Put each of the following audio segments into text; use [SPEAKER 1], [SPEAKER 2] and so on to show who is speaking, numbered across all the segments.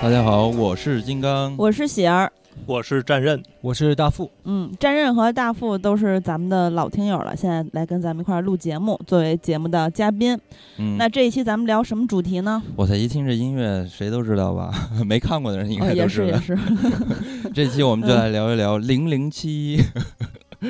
[SPEAKER 1] 大家好，我是金刚。
[SPEAKER 2] 我是喜儿，
[SPEAKER 3] 我是战刃，
[SPEAKER 4] 我是大富，
[SPEAKER 2] 嗯，战刃和大富都是咱们的老听友了，现在来跟咱们一块儿录节目，作为节目的嘉宾。
[SPEAKER 1] 嗯，
[SPEAKER 2] 那这一期咱们聊什么主题呢？
[SPEAKER 1] 我才一听这音乐，谁都知道吧？ 没看过的人应
[SPEAKER 2] 哦，
[SPEAKER 1] 该
[SPEAKER 2] 也
[SPEAKER 1] 都
[SPEAKER 2] 是
[SPEAKER 1] 知
[SPEAKER 2] 也
[SPEAKER 1] 道。
[SPEAKER 2] 是，
[SPEAKER 1] 这期我们就来聊一聊《零零七》。那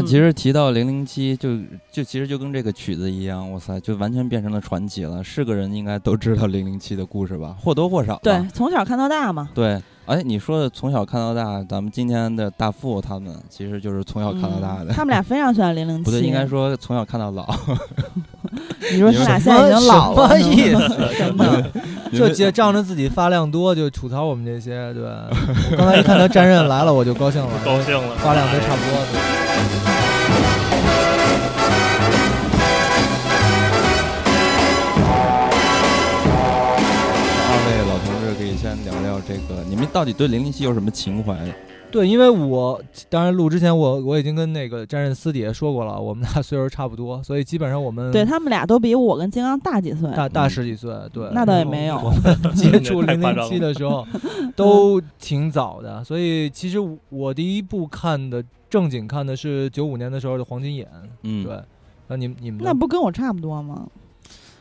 [SPEAKER 2] 嗯，
[SPEAKER 1] 其实提到《零零七》，就就其实就跟这个曲子一样，哇塞，就完全变成了传奇了。是个人应该都知道《零零七》的故事吧，或多或少吧。
[SPEAKER 2] 对，从小看到大嘛，
[SPEAKER 1] 对，哎，你说的从小看到大，咱们今天的大富他们其实就是从小看到大
[SPEAKER 2] 嗯
[SPEAKER 1] 的。
[SPEAKER 2] 他们俩非常喜欢零零七，
[SPEAKER 1] 不对，应该说从小看到老。
[SPEAKER 2] 你说他们俩啊现在已经老了，
[SPEAKER 4] 什么意 思？
[SPEAKER 2] 什 么？
[SPEAKER 4] 就仗仗着自己发量多就吐槽我们这些，对。我刚才一看到战刃来了，我就高兴了，
[SPEAKER 3] 高兴了，
[SPEAKER 4] 发量都差不多了。
[SPEAKER 1] 二位老同志可以先聊聊这个，你们到底对零零七有什么情怀？
[SPEAKER 4] 对，因为我当然录之前我我已经跟那个战刃私底下说过了，我们俩岁数差不多，所以基本上我们
[SPEAKER 2] 对他们俩都比我跟金刚大几岁，
[SPEAKER 4] 大大十几岁，对。
[SPEAKER 2] 那倒也没有
[SPEAKER 4] 我 们接触
[SPEAKER 3] 太
[SPEAKER 4] 零
[SPEAKER 3] 夸张了
[SPEAKER 4] 零七的时 候都挺早的，所以其实我第一部看的正经看的是九五年的时候的《黄金眼》，
[SPEAKER 1] 嗯，
[SPEAKER 4] 对。那你们你们呢
[SPEAKER 2] 那不跟我差不多吗？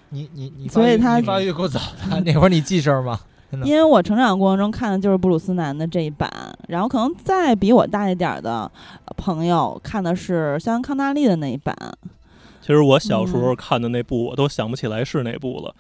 [SPEAKER 4] 你你你发育，
[SPEAKER 2] 所以他
[SPEAKER 4] 你发育够早的，那会儿你记事儿吗？真的
[SPEAKER 2] 因为我成长过程中看的就是布鲁斯南的这一版，然后可能再比我大一点儿的呃朋友看的是肖恩康纳利的那一版。
[SPEAKER 3] 其实我小时
[SPEAKER 2] 嗯
[SPEAKER 3] 候看的那部，我都想不起来是哪部了，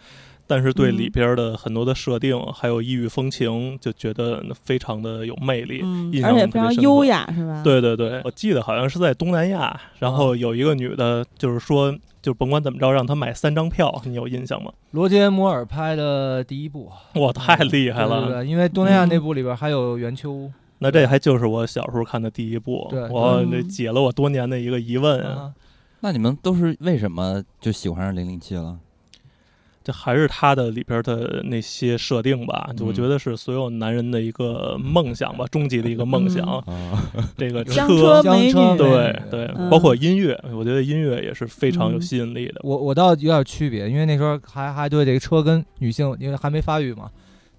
[SPEAKER 3] 但是对
[SPEAKER 2] 嗯
[SPEAKER 3] 里边的很多的设定，还有异域风情，就觉得非常的有魅力。
[SPEAKER 2] 嗯
[SPEAKER 3] 印，象
[SPEAKER 2] 而且
[SPEAKER 3] 特
[SPEAKER 2] 非
[SPEAKER 3] 别
[SPEAKER 2] 常
[SPEAKER 3] 深刻
[SPEAKER 2] 优雅，是吧？，
[SPEAKER 3] 对对对，我记得好像是在东南亚，然后有一个女的，就是说，就甭管怎么着，让她买三张票，你有印象吗？
[SPEAKER 4] 罗杰摩尔拍的第一 部，
[SPEAKER 2] 嗯
[SPEAKER 3] 哇，太厉害
[SPEAKER 4] 对对
[SPEAKER 3] 了！
[SPEAKER 4] 对因为东南亚那部里边还有圆秋，
[SPEAKER 3] 那这还就是我小时候看的第一部
[SPEAKER 4] 对，
[SPEAKER 3] 我
[SPEAKER 2] 对嗯
[SPEAKER 3] 这解了我多年的一个疑问啊。
[SPEAKER 4] 啊
[SPEAKER 1] 那你们都是为什么就喜欢上零零七了？
[SPEAKER 3] 这还是他的里边的那些设定吧，就
[SPEAKER 4] 嗯
[SPEAKER 3] 我觉得是所有男人的一个梦想吧，终极的一个梦想。
[SPEAKER 2] 嗯
[SPEAKER 1] 啊，
[SPEAKER 3] 这 个
[SPEAKER 2] 香车美
[SPEAKER 4] 香车
[SPEAKER 2] 女，
[SPEAKER 4] 美女
[SPEAKER 3] 对对，
[SPEAKER 2] 嗯
[SPEAKER 3] 包括音乐，我觉得音乐也是非常有
[SPEAKER 2] 嗯
[SPEAKER 3] 吸引力的。
[SPEAKER 4] 我我倒有点区别，因为那时候还还对这个车跟女性，因为还没发育嘛，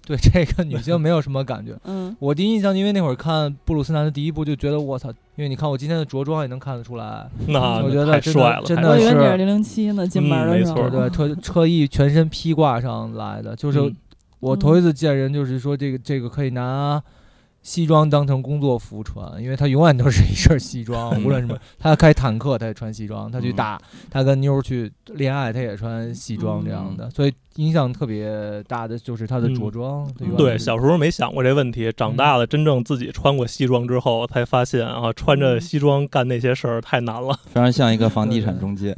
[SPEAKER 4] 对这个女性没有什么感觉。
[SPEAKER 2] 嗯
[SPEAKER 4] 我第一印象，因为那会儿看布鲁斯南的第一部，就觉得我操，因为你看我今天的着装也能看得出来，
[SPEAKER 3] 那
[SPEAKER 4] 嗯我觉得
[SPEAKER 3] 太
[SPEAKER 4] 真的
[SPEAKER 3] 帅了，
[SPEAKER 4] 真
[SPEAKER 3] 太
[SPEAKER 4] 的
[SPEAKER 2] 我以为
[SPEAKER 3] 帅了
[SPEAKER 2] 你
[SPEAKER 4] 是
[SPEAKER 2] 是零零七呢，进门
[SPEAKER 3] 嗯
[SPEAKER 2] 的
[SPEAKER 3] 没
[SPEAKER 2] 时候，
[SPEAKER 3] 错
[SPEAKER 4] 对 对，特特意全身披挂上来的，就是
[SPEAKER 3] 嗯
[SPEAKER 4] 我
[SPEAKER 2] 嗯
[SPEAKER 4] 头一次见人，就是说这个这个可以拿西装当成工作服穿，因为他永远都是一身西装，无论什
[SPEAKER 3] 嗯
[SPEAKER 4] 么，他开坦克他也穿西装，他去
[SPEAKER 1] 嗯
[SPEAKER 4] 打他跟妞儿去恋爱他也穿西装这样的，所以影响特别大的就是他的着
[SPEAKER 3] 嗯
[SPEAKER 4] 装。
[SPEAKER 2] 嗯
[SPEAKER 4] 吧
[SPEAKER 3] 对，小时候没想过这问题，
[SPEAKER 4] 嗯
[SPEAKER 3] 长大了真正自己穿过西装之后，才发现啊，穿
[SPEAKER 4] 嗯
[SPEAKER 3] 着西装干那些事儿太难了。
[SPEAKER 1] 非常像一个房地产 中介。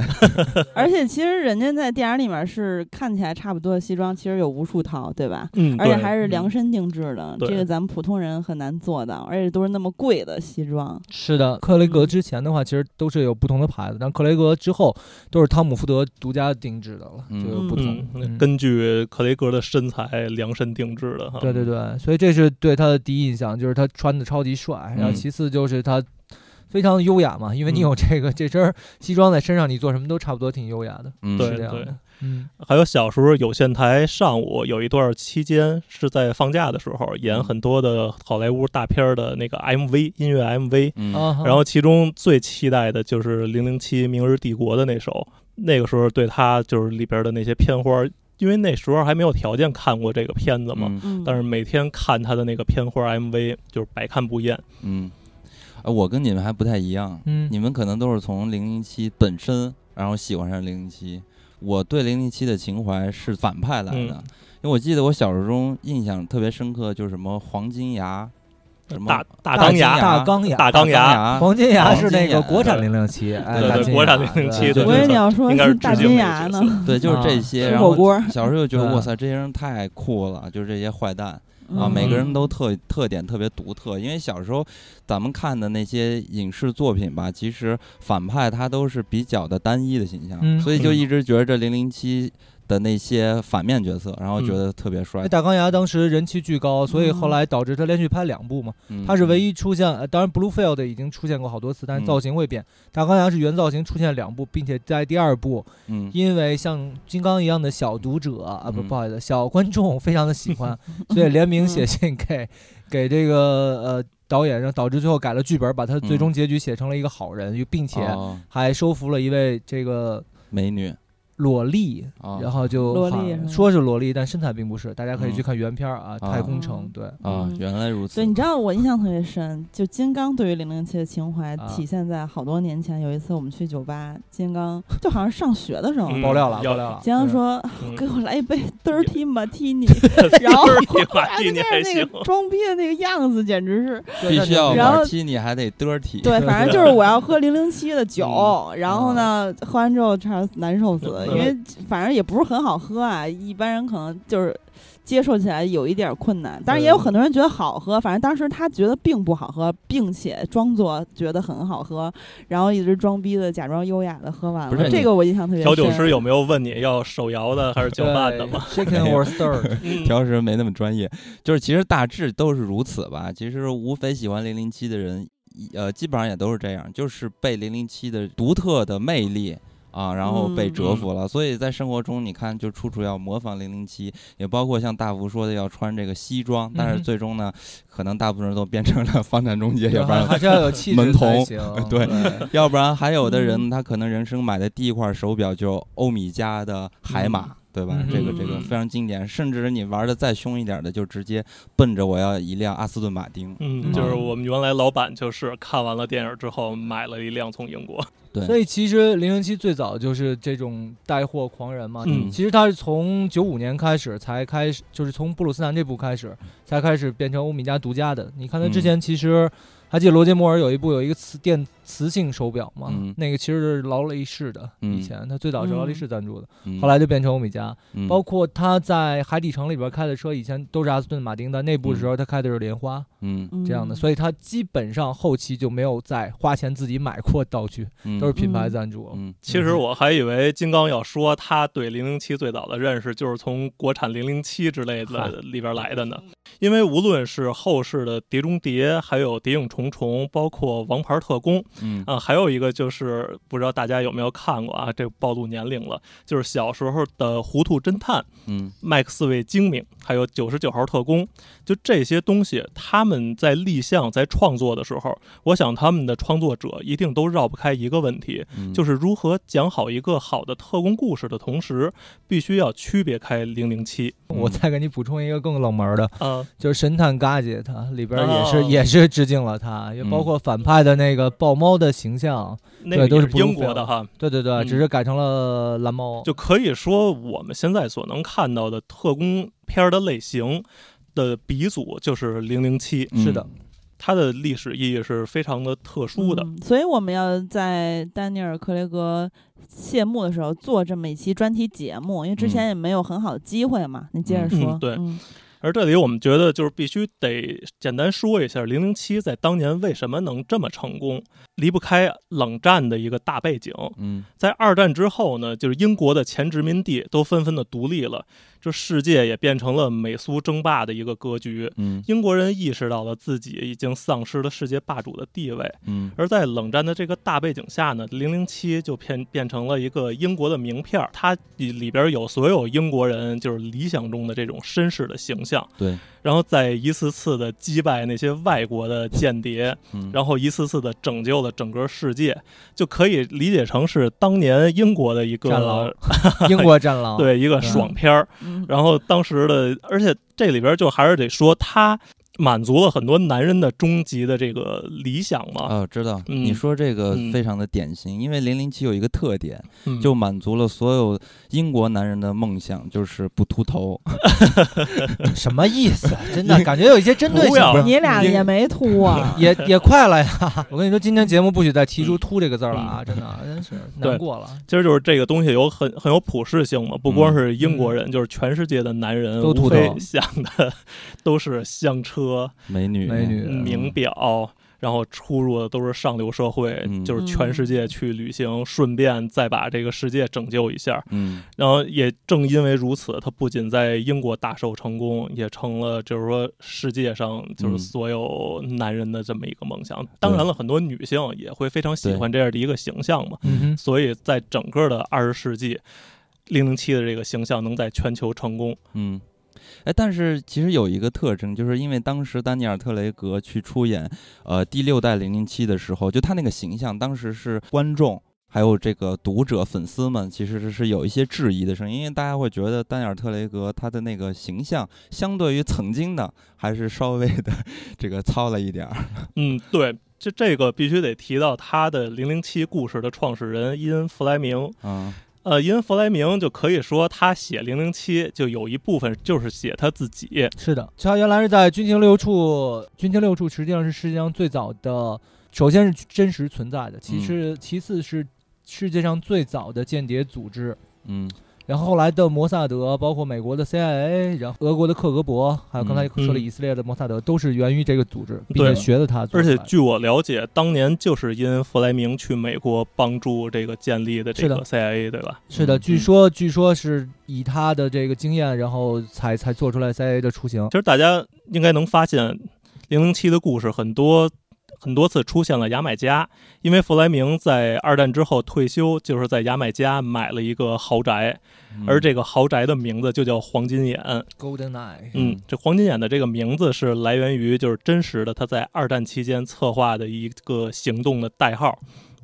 [SPEAKER 2] 而且其实人家在电影里面是看起来差不多的西装，其实有无数套，对吧？
[SPEAKER 3] 嗯，
[SPEAKER 2] 而且
[SPEAKER 3] 对
[SPEAKER 2] 还是量身定制的，
[SPEAKER 3] 对
[SPEAKER 2] 这个咱们普通人很难做到，而且都是那么贵的西装。
[SPEAKER 4] 是的，克雷格之前的话，其实都是有不同的牌子，但克雷格之后都是汤姆福德独家定制的了，
[SPEAKER 1] 嗯
[SPEAKER 4] 就有不同。
[SPEAKER 3] 嗯，根据克雷格的身材量身定制的哈。
[SPEAKER 4] 对对对，所以这是对他的第一印象，就是他穿的超级帅，然后
[SPEAKER 1] 嗯
[SPEAKER 4] 其次就是他非常优雅嘛，因为你
[SPEAKER 3] 嗯
[SPEAKER 4] 有这个、 这身儿西装在身上，你做什么都差不多挺优雅的，
[SPEAKER 1] 嗯，
[SPEAKER 3] 对
[SPEAKER 4] 是这样的。嗯，
[SPEAKER 3] 还有小时候有线台上午有一段期间是在放假的时候
[SPEAKER 1] 嗯
[SPEAKER 3] 演很多的好莱坞大片儿的那个 MV 音乐 MV，
[SPEAKER 1] 嗯
[SPEAKER 4] 啊哈，
[SPEAKER 3] 然后其中最期待的就是《零零七：明日帝国》的那首，那个时候对他就是里边的那些片花，因为那时候还没有条件看过这个片子嘛，
[SPEAKER 1] 嗯
[SPEAKER 2] 嗯，
[SPEAKER 3] 但是每天看他的那个片花 MV 就是百看不厌。
[SPEAKER 1] 嗯，啊，我跟你们还不太一样，
[SPEAKER 4] 嗯，
[SPEAKER 1] 你们可能都是从零零七本身，然后喜欢上零零七。我对零零七的情怀是反派来的，
[SPEAKER 3] 嗯
[SPEAKER 1] 因为我记得我小时候中印象特别深刻，就是什么黄金牙，什么
[SPEAKER 3] 大大
[SPEAKER 1] 大
[SPEAKER 3] 钢
[SPEAKER 1] 金
[SPEAKER 3] 牙，
[SPEAKER 4] 大钢牙。
[SPEAKER 3] 大
[SPEAKER 1] 大
[SPEAKER 3] 钢牙，
[SPEAKER 1] 牙
[SPEAKER 4] 黄金牙
[SPEAKER 1] 黄
[SPEAKER 4] 是
[SPEAKER 1] 金
[SPEAKER 4] 那个
[SPEAKER 1] 牙
[SPEAKER 4] 国产
[SPEAKER 3] 对
[SPEAKER 4] 零零七，哎，
[SPEAKER 3] 对
[SPEAKER 4] 大
[SPEAKER 3] 对
[SPEAKER 4] 金
[SPEAKER 3] 国产
[SPEAKER 4] 牙
[SPEAKER 3] 007
[SPEAKER 4] 对
[SPEAKER 3] 对
[SPEAKER 2] 我以为
[SPEAKER 3] 对
[SPEAKER 2] 你要说
[SPEAKER 3] 应该是
[SPEAKER 2] 大
[SPEAKER 3] 致敬
[SPEAKER 2] 金
[SPEAKER 3] 那
[SPEAKER 2] 牙
[SPEAKER 3] 个
[SPEAKER 2] 呢
[SPEAKER 3] 角色，
[SPEAKER 1] 对，就是这
[SPEAKER 4] 啊
[SPEAKER 1] 些。
[SPEAKER 2] 吃
[SPEAKER 1] 然
[SPEAKER 2] 火
[SPEAKER 1] 后
[SPEAKER 2] 锅
[SPEAKER 1] 小时候就觉得
[SPEAKER 4] 对
[SPEAKER 1] 哇塞，这些人太酷了，就是这些坏蛋啊，
[SPEAKER 2] 嗯
[SPEAKER 1] 每个人都特特点特别独特。因为小时候咱们看的那些影视作品吧，其实反派他都是比较的单一的形象，
[SPEAKER 4] 嗯
[SPEAKER 1] 所以就一直觉着零零七的那些反面角色，然后觉
[SPEAKER 3] 嗯
[SPEAKER 1] 得特别帅
[SPEAKER 4] 那。大钢牙当时人气巨高，所以
[SPEAKER 2] 嗯
[SPEAKER 4] 后来导致他连续拍两部嘛。
[SPEAKER 1] 嗯
[SPEAKER 4] 他是唯一出现，呃当然 Bluefield 已经出现过好多次，但是
[SPEAKER 1] 嗯
[SPEAKER 4] 造型会变。大钢牙是原造型出现两部，并且在第二部，
[SPEAKER 1] 嗯
[SPEAKER 4] 因为像金刚一样的小读者啊，不
[SPEAKER 1] 嗯
[SPEAKER 4] 不好意思，小观众非常的喜 欢，所以联名写信给 给这个呃导演，让导致最后改了剧本，把他最终结局写成了一个好人，并且
[SPEAKER 1] 哦
[SPEAKER 4] 还收服了一位这个
[SPEAKER 1] 美女
[SPEAKER 4] 萝莉，
[SPEAKER 1] 啊
[SPEAKER 4] 然后就
[SPEAKER 2] 萝
[SPEAKER 4] 好
[SPEAKER 2] 莉是吗
[SPEAKER 4] 说是萝莉，但身材并不是，大家可以去
[SPEAKER 1] 嗯
[SPEAKER 4] 看原片儿啊，
[SPEAKER 1] 啊
[SPEAKER 4] 太空城》对。
[SPEAKER 1] 啊
[SPEAKER 2] 嗯，
[SPEAKER 1] 原来如此。
[SPEAKER 2] 对，你知道我印象特别深，就金刚对于零零七的情怀
[SPEAKER 4] 啊
[SPEAKER 2] 体现在好多年前，有一次我们去酒吧，金刚就好像上学的时候，
[SPEAKER 3] 嗯
[SPEAKER 4] 爆料了，
[SPEAKER 3] 要
[SPEAKER 4] 爆料了！
[SPEAKER 2] 金刚
[SPEAKER 4] 对
[SPEAKER 2] 说
[SPEAKER 3] 嗯
[SPEAKER 2] 给我来一杯 dirty martini，然后
[SPEAKER 3] dirty
[SPEAKER 2] 他
[SPEAKER 3] martini
[SPEAKER 2] 就
[SPEAKER 3] 还
[SPEAKER 2] 是那
[SPEAKER 3] 行
[SPEAKER 2] 个装逼的那个样子，简直是
[SPEAKER 1] 必须要
[SPEAKER 2] 然后
[SPEAKER 1] 玩踢你还得 dirty。
[SPEAKER 2] 对，反正就是我要喝零零七的酒， 然后呢，喝完之后差点难受死，
[SPEAKER 3] 嗯
[SPEAKER 2] 因为反正也不是很好喝啊，一般人可能就是接受起来有一点困难，当然也有很多人觉得好喝，反正当时他觉得并不好喝，并且装作觉得很好喝，然后一直装逼的假装优雅的喝完
[SPEAKER 1] 不是啊
[SPEAKER 2] 了，这个我印象特别
[SPEAKER 3] 调
[SPEAKER 2] 深。
[SPEAKER 3] 酒师有没有问你要手摇的还是搅拌的吗？
[SPEAKER 4] ？Chicken or stir？
[SPEAKER 1] 调时没那么专业，就是其实大致都是如此吧。其实无非喜欢零零七的人，呃，基本上也都是这样，就是被零零七的独特的魅力。啊，然后被折服了，所以在生活中，你看，就处处要模仿零零七，也包括像大福说的要穿这个西装，但
[SPEAKER 4] 嗯
[SPEAKER 1] 是
[SPEAKER 4] 哼
[SPEAKER 1] 最终呢，可能大部分人都变成了 房产中介，要不然
[SPEAKER 4] 还是要有气质
[SPEAKER 1] 门
[SPEAKER 4] 才
[SPEAKER 1] 童
[SPEAKER 4] 行
[SPEAKER 1] 对
[SPEAKER 4] 对，
[SPEAKER 1] 要不然还有的
[SPEAKER 4] 嗯
[SPEAKER 1] 人他可能人生买的第一块手表就欧米茄的海马，对吧？
[SPEAKER 4] 嗯
[SPEAKER 1] 这个这个非常经典，甚至你玩的再凶一点的，就直接奔着我要一辆阿斯顿马丁。
[SPEAKER 3] 嗯，就是我们原来老板就是看完了电影之后买了一辆从英国，
[SPEAKER 1] 对
[SPEAKER 4] 所以其实零零七最早就是这种带货狂人嘛。
[SPEAKER 3] 嗯
[SPEAKER 4] 其实他是从九五年开始才开始，就是从布鲁斯南这部开始才开始变成欧米茄独家的。你看他之
[SPEAKER 1] 嗯
[SPEAKER 4] 前其实。还记得罗杰摩尔有一部有一个磁电磁性手表吗？
[SPEAKER 1] 嗯
[SPEAKER 4] 那个其实是劳力士的，
[SPEAKER 1] 嗯
[SPEAKER 4] 以前他最早是劳力士赞助的，
[SPEAKER 1] 嗯
[SPEAKER 4] 后来就变成欧米茄。
[SPEAKER 1] 嗯
[SPEAKER 4] 包括他在海底城里边开的车，以前都是阿斯顿马丁的，那部的时候他开的是莲花。
[SPEAKER 1] 嗯
[SPEAKER 2] 嗯
[SPEAKER 4] 这样的，所以他基本上后期就没有再花钱自己买过道具，
[SPEAKER 1] 嗯
[SPEAKER 4] 都是品牌赞助。
[SPEAKER 1] 嗯
[SPEAKER 3] 其实我还以为金刚要说他对零零七最早的认识就是从国产零零七之类
[SPEAKER 4] 嗨
[SPEAKER 3] 的里边来的呢，因为无论是后世的《碟中谍》，还有《谍影重重》，包括《王牌特工》
[SPEAKER 1] 嗯
[SPEAKER 3] 啊，还有一个就是不知道大家有没有看过啊，这个暴露年龄了，就是小时候的《糊涂侦探》。
[SPEAKER 1] 嗯
[SPEAKER 3] 麦克斯韦精明，还有九十九号特工，就这些东西，他们在立项、在创作的时候，我想他们的创作者一定都绕不开一个问题，
[SPEAKER 1] 嗯，
[SPEAKER 3] 就是是如何讲好一个好的特工故事的同时，必须要区别开零零七
[SPEAKER 4] 我再给你补充一个更冷门的，
[SPEAKER 3] 啊，
[SPEAKER 4] 就是《神探嘎姐》，它里边也是、
[SPEAKER 3] 哦
[SPEAKER 4] 也是致敬了他，
[SPEAKER 3] 嗯
[SPEAKER 4] 也包括反派的那个豹猫的形象。
[SPEAKER 3] 那
[SPEAKER 4] 对
[SPEAKER 3] 个
[SPEAKER 4] 都
[SPEAKER 3] 也
[SPEAKER 4] 是
[SPEAKER 3] 是
[SPEAKER 4] Blue
[SPEAKER 3] 英国的哈，
[SPEAKER 4] 对对对，
[SPEAKER 3] 嗯
[SPEAKER 4] 只是改成了蓝猫。
[SPEAKER 3] 就可以说我们现在所能看到的特工片儿的类型的鼻祖就是零零七，
[SPEAKER 1] 嗯
[SPEAKER 4] 是的，
[SPEAKER 3] 它的历史意义是非常的特殊的。
[SPEAKER 2] 嗯所以我们要在丹尼尔·克雷格谢幕的时候做这么一期专题节目，因为之前也没有很好的机会嘛。你接着
[SPEAKER 3] 嗯
[SPEAKER 2] 说，
[SPEAKER 3] 对
[SPEAKER 2] 嗯
[SPEAKER 3] 而这里我们觉得就是必须得简单说一下，零零七在当年为什么能这么成功，离不开冷战的一个大背景。
[SPEAKER 1] 嗯
[SPEAKER 3] 在二战之后呢，就是英国的前殖民地都纷纷的独立了，这世界也变成了美苏争霸的一个格局。
[SPEAKER 1] 嗯
[SPEAKER 3] 英国人意识到了自己已经丧失了世界霸主的地位，
[SPEAKER 1] 嗯
[SPEAKER 3] 而在冷战的这个大背景下呢，零零七就变变成了一个英国的名片儿，它里里边有所有英国人就是理想中的这种绅士的形象。
[SPEAKER 1] 对，
[SPEAKER 3] 然后再一次次的击败那些外国的间谍，
[SPEAKER 1] 嗯
[SPEAKER 3] 然后一次次的拯救了整个世界，就可以理解成是当年英国的一
[SPEAKER 4] 战狼
[SPEAKER 3] 个
[SPEAKER 4] 英国战狼。
[SPEAKER 3] 对一个爽片儿。
[SPEAKER 2] 嗯，
[SPEAKER 3] 然后当时的，而且这里边就还是得说，他满足了很多男人的终极的这个理想嘛。
[SPEAKER 1] 哦，知道
[SPEAKER 3] 嗯
[SPEAKER 1] 你说这个
[SPEAKER 3] 嗯
[SPEAKER 1] 非常的典型，因为零零七有一个特点，
[SPEAKER 3] 嗯
[SPEAKER 1] 就满足了所有英国男人的梦想，就是不秃头。
[SPEAKER 4] 什么意思？啊 真的感觉有一些针对
[SPEAKER 3] 不要
[SPEAKER 4] 性。，
[SPEAKER 2] 你俩也没秃 啊
[SPEAKER 4] 也也快了呀！ 我跟你说，今天节目不许再提出“秃”这个字儿了啊！真的，真是难
[SPEAKER 3] 嗯对
[SPEAKER 4] 过了。
[SPEAKER 3] 其实就是这个东西有很很有普适性嘛，不
[SPEAKER 1] 嗯
[SPEAKER 3] 光是英国人，就是全世界的男人
[SPEAKER 4] 都秃
[SPEAKER 3] 无
[SPEAKER 4] 头
[SPEAKER 3] 非想的都是香车、
[SPEAKER 1] 美女，
[SPEAKER 4] 美女
[SPEAKER 3] 名表，然后出入的都是上流社会，
[SPEAKER 1] 嗯
[SPEAKER 3] 就是全世界去旅行，顺便再把这个世界拯救一下。
[SPEAKER 1] 嗯
[SPEAKER 3] 然后也正因为如此，他不仅在英国大受成功，也成了就是说世界上就
[SPEAKER 1] 嗯
[SPEAKER 3] 是所有男人的这么一个梦想。当然了，很多女性也会非常喜欢这样的一个形象嘛。
[SPEAKER 4] 嗯哼，
[SPEAKER 3] 所以在整个的二十世纪，零零七的这个形象能在全球成功。
[SPEAKER 1] 嗯。哎，但是其实有一个特征，就是因为当时丹尼尔·特雷格去出演呃第六代零零七的时候，就他那个形象，当时是观众还有这个读者、粉丝们其实是有一些质疑的声音，因为大家会觉得丹尼尔·特雷格他的那个形象，相对于曾经的还是稍微的这个糙了一点儿。
[SPEAKER 3] 嗯，对。这这个必须得提到他的《零零七》故事的创始人伊恩·弗莱明，
[SPEAKER 1] 嗯
[SPEAKER 3] 呃，伊恩·弗莱明就可以说他写《零零七》就有一部分就是写他自己。
[SPEAKER 4] 是的，他原来是在军情六处，军情六处实际上是世界上最早的，首先是真实存在的，其次、其次是世界上最早的间谍组织。
[SPEAKER 1] 嗯
[SPEAKER 4] 然后后来的摩萨德，包括美国的 CIA，然后俄国的克格勃，还有刚才
[SPEAKER 1] 嗯
[SPEAKER 4] 说了
[SPEAKER 3] 嗯
[SPEAKER 4] 以色列的摩萨德，都是源于这个组织，并
[SPEAKER 3] 对
[SPEAKER 4] 且学的他做
[SPEAKER 3] 而
[SPEAKER 4] 出来
[SPEAKER 3] 且
[SPEAKER 4] 的。
[SPEAKER 3] 据我了解，当年就是因恩·弗莱明去美国帮助这个建立的这
[SPEAKER 4] 是的
[SPEAKER 3] 个 CIA，对吧？
[SPEAKER 4] 是的，
[SPEAKER 1] 嗯
[SPEAKER 4] 据说据说是以他的这个经验，然后才才做出来 CIA 的雏形
[SPEAKER 3] 其。实大家应该能发现，《零零七》的故事很多很多次出现了牙买加，因为弗莱明在二战之后退休，就是在牙买加买了一个豪宅，
[SPEAKER 1] 嗯
[SPEAKER 3] 而这个豪宅的名字就叫黄金眼。
[SPEAKER 4] Golden Eye，
[SPEAKER 1] 嗯
[SPEAKER 3] 嗯，这黄金眼的这个名字是来源于就是真实的他在二战期间策划的一个行动的代号，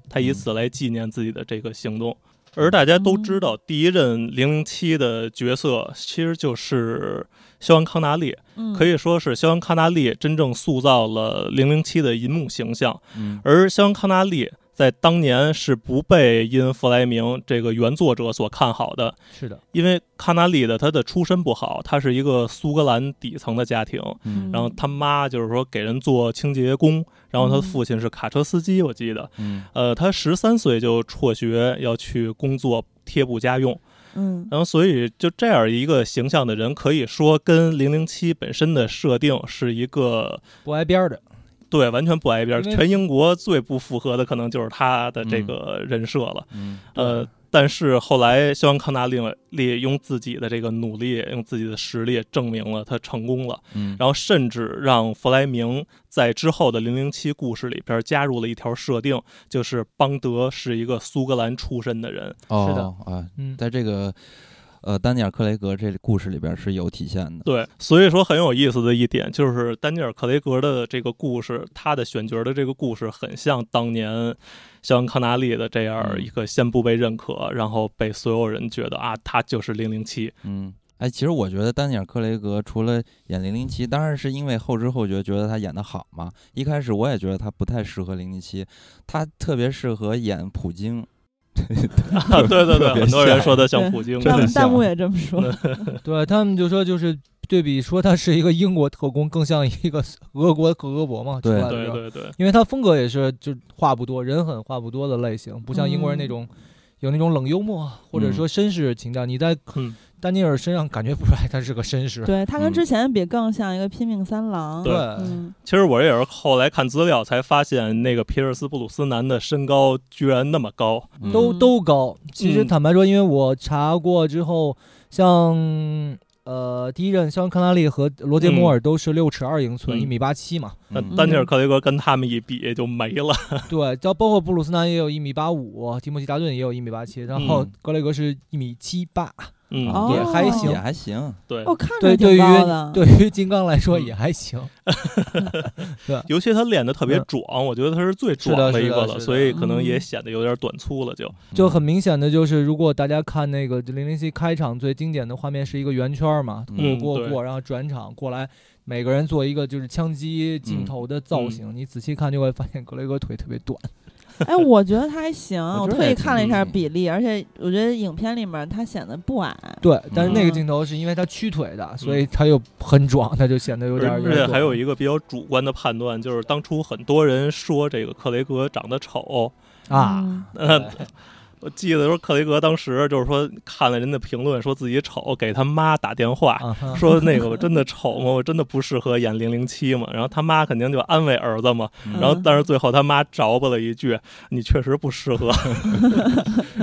[SPEAKER 3] 他以此来纪念自己的这个行动。而大家都知道，第一任零零七的角色其实就是肖恩·康纳利，
[SPEAKER 2] 嗯
[SPEAKER 3] 可以说是肖恩·康纳利真正塑造了零零七的银幕形象。
[SPEAKER 1] 嗯
[SPEAKER 3] 而肖恩·康纳利在当年是不被因弗莱明这个原作者所看好的，
[SPEAKER 4] 是的，
[SPEAKER 3] 因为康纳利的他的出身不好，他是一个苏格兰底层的家庭，
[SPEAKER 1] 嗯
[SPEAKER 3] 然后他妈就是说给人做清洁工，然后他
[SPEAKER 2] 嗯
[SPEAKER 3] 父亲是卡车司机，我记得，
[SPEAKER 1] 嗯
[SPEAKER 3] 呃，他十三岁就辍学要去工作贴补家用，
[SPEAKER 2] 嗯
[SPEAKER 3] 然后所以就这样一个形象的人，可以说跟零零七本身的设定是一个
[SPEAKER 4] 不挨边儿的。
[SPEAKER 3] 对完全不挨边儿，
[SPEAKER 4] 因为
[SPEAKER 3] 全英国最不符合的可能就是他的这个人设了，
[SPEAKER 1] 嗯
[SPEAKER 3] 呃。但是后来，肖恩·康纳利利用自己的这个努力，用自己的实力证明了他成功了。
[SPEAKER 1] 嗯，
[SPEAKER 3] 然后甚至让弗莱明在之后的《零零七》故事里边加入了一条设定，就是邦德是一个苏格兰出身的人。
[SPEAKER 1] 哦
[SPEAKER 4] 是的
[SPEAKER 1] 啊，
[SPEAKER 4] 嗯，
[SPEAKER 1] 在这个呃丹尼尔·克雷格这故事里边是有体现的。
[SPEAKER 3] 对，所以说很有意思的一点就是丹尼尔·克雷格的这个故事，他的选角的这个故事很像当年肖恩·康纳利的
[SPEAKER 1] 嗯
[SPEAKER 3] 这样一个先不被认可，然后被所有人觉得啊，他就是零零七。
[SPEAKER 1] 嗯，哎，其实我觉得丹尼尔·克雷格除了演零零七，当然是因为后知后觉觉得他演的好嘛。一开始我也觉得他不太适合零零七，他特别适合演普京。
[SPEAKER 3] 对对对，
[SPEAKER 1] 特别
[SPEAKER 3] 很多人
[SPEAKER 1] 像
[SPEAKER 3] 说他像
[SPEAKER 2] 对
[SPEAKER 3] 普 京，啊
[SPEAKER 1] 真的
[SPEAKER 2] 嗯弹
[SPEAKER 1] 像
[SPEAKER 2] 弹幕也这么说，
[SPEAKER 4] 对他们就说就是对比说他是一个英国特工，更像一个俄国克格勃嘛，
[SPEAKER 1] 对
[SPEAKER 4] 出来的
[SPEAKER 3] 对
[SPEAKER 4] 时候
[SPEAKER 3] 对对。
[SPEAKER 4] 因为他风格也是就话不多，人狠话不多的类型，不像英国人那种、有那种冷幽默或者说绅士情调。你在
[SPEAKER 3] 嗯
[SPEAKER 4] 丹尼尔身上感觉不出来他是个绅士。
[SPEAKER 2] 对他跟
[SPEAKER 1] 嗯
[SPEAKER 2] 之前比更像一个拼命三郎。
[SPEAKER 3] 对
[SPEAKER 2] 嗯，
[SPEAKER 3] 其实我也是后来看资料才发现，那个皮尔斯·布鲁斯南的身高居然那么高。
[SPEAKER 1] 嗯
[SPEAKER 4] 都都高。其实
[SPEAKER 3] 嗯
[SPEAKER 4] 坦白说，因为我查过之后，像呃第一任肖恩康纳利和罗杰摩尔都是六尺二英
[SPEAKER 3] 嗯
[SPEAKER 4] 寸，一米八七嘛。
[SPEAKER 3] 那
[SPEAKER 1] 嗯
[SPEAKER 3] 丹尼尔·克雷格跟他们一比就没了。
[SPEAKER 4] 对，到包括布鲁斯南也有一米八五，提莫西达顿也有一米八七，然后
[SPEAKER 3] 嗯
[SPEAKER 4] 格雷格是一米七八，
[SPEAKER 3] 嗯，
[SPEAKER 1] 哦
[SPEAKER 4] 也还行
[SPEAKER 1] 也。还行。
[SPEAKER 3] 对
[SPEAKER 2] 哦我、，看着
[SPEAKER 4] 对，对
[SPEAKER 2] 挺
[SPEAKER 4] 于
[SPEAKER 2] 高的。
[SPEAKER 4] 对于金刚来
[SPEAKER 3] 嗯
[SPEAKER 4] 说也还行。
[SPEAKER 3] 尤其他练得特别
[SPEAKER 4] 嗯
[SPEAKER 3] 壮，我觉得他是最
[SPEAKER 4] 是的
[SPEAKER 3] 壮一
[SPEAKER 4] 是的
[SPEAKER 3] 个
[SPEAKER 4] 是
[SPEAKER 3] 了，
[SPEAKER 4] 的
[SPEAKER 3] 所以可能也
[SPEAKER 2] 嗯
[SPEAKER 3] 显得有点短粗了就。
[SPEAKER 4] 就很明显的就是，如果大家看那个零零七开场最经典的画面是一个圆圈儿嘛，
[SPEAKER 1] 嗯
[SPEAKER 4] 过
[SPEAKER 3] 对
[SPEAKER 4] 过，然后转场过来，每个人做一个就是枪击
[SPEAKER 3] 嗯
[SPEAKER 4] 镜头的造型，你仔细看就会发现格雷格腿特别短。
[SPEAKER 3] 嗯
[SPEAKER 2] 哎，我觉得他还行，
[SPEAKER 1] 我
[SPEAKER 2] 我
[SPEAKER 1] 觉得
[SPEAKER 2] 特
[SPEAKER 1] 也
[SPEAKER 2] 意
[SPEAKER 1] 挺
[SPEAKER 2] 看了一下
[SPEAKER 1] 嗯
[SPEAKER 2] 比例，而且我觉得影片里面他显得不矮。
[SPEAKER 4] 对，但是那个
[SPEAKER 2] 嗯
[SPEAKER 4] 镜头是因为他屈腿的，所以他又很壮，他就显得有点
[SPEAKER 3] 嗯而
[SPEAKER 4] 儿。
[SPEAKER 3] 而且还有
[SPEAKER 4] 一
[SPEAKER 3] 一个比较主观的判断，就是当初很多人说这个克雷格长得丑，
[SPEAKER 4] 啊，
[SPEAKER 2] 嗯
[SPEAKER 3] 呃，我记得说克雷格当时就是说看了人的评论，说自己丑，给他妈打电话，
[SPEAKER 4] 啊哈
[SPEAKER 3] 说那个我真的丑吗？我真的不适合演零零七吗？然后他妈肯定就安慰儿子嘛，
[SPEAKER 1] 嗯
[SPEAKER 3] 然后但是最后他妈着吧了一句：“你确实不适 合。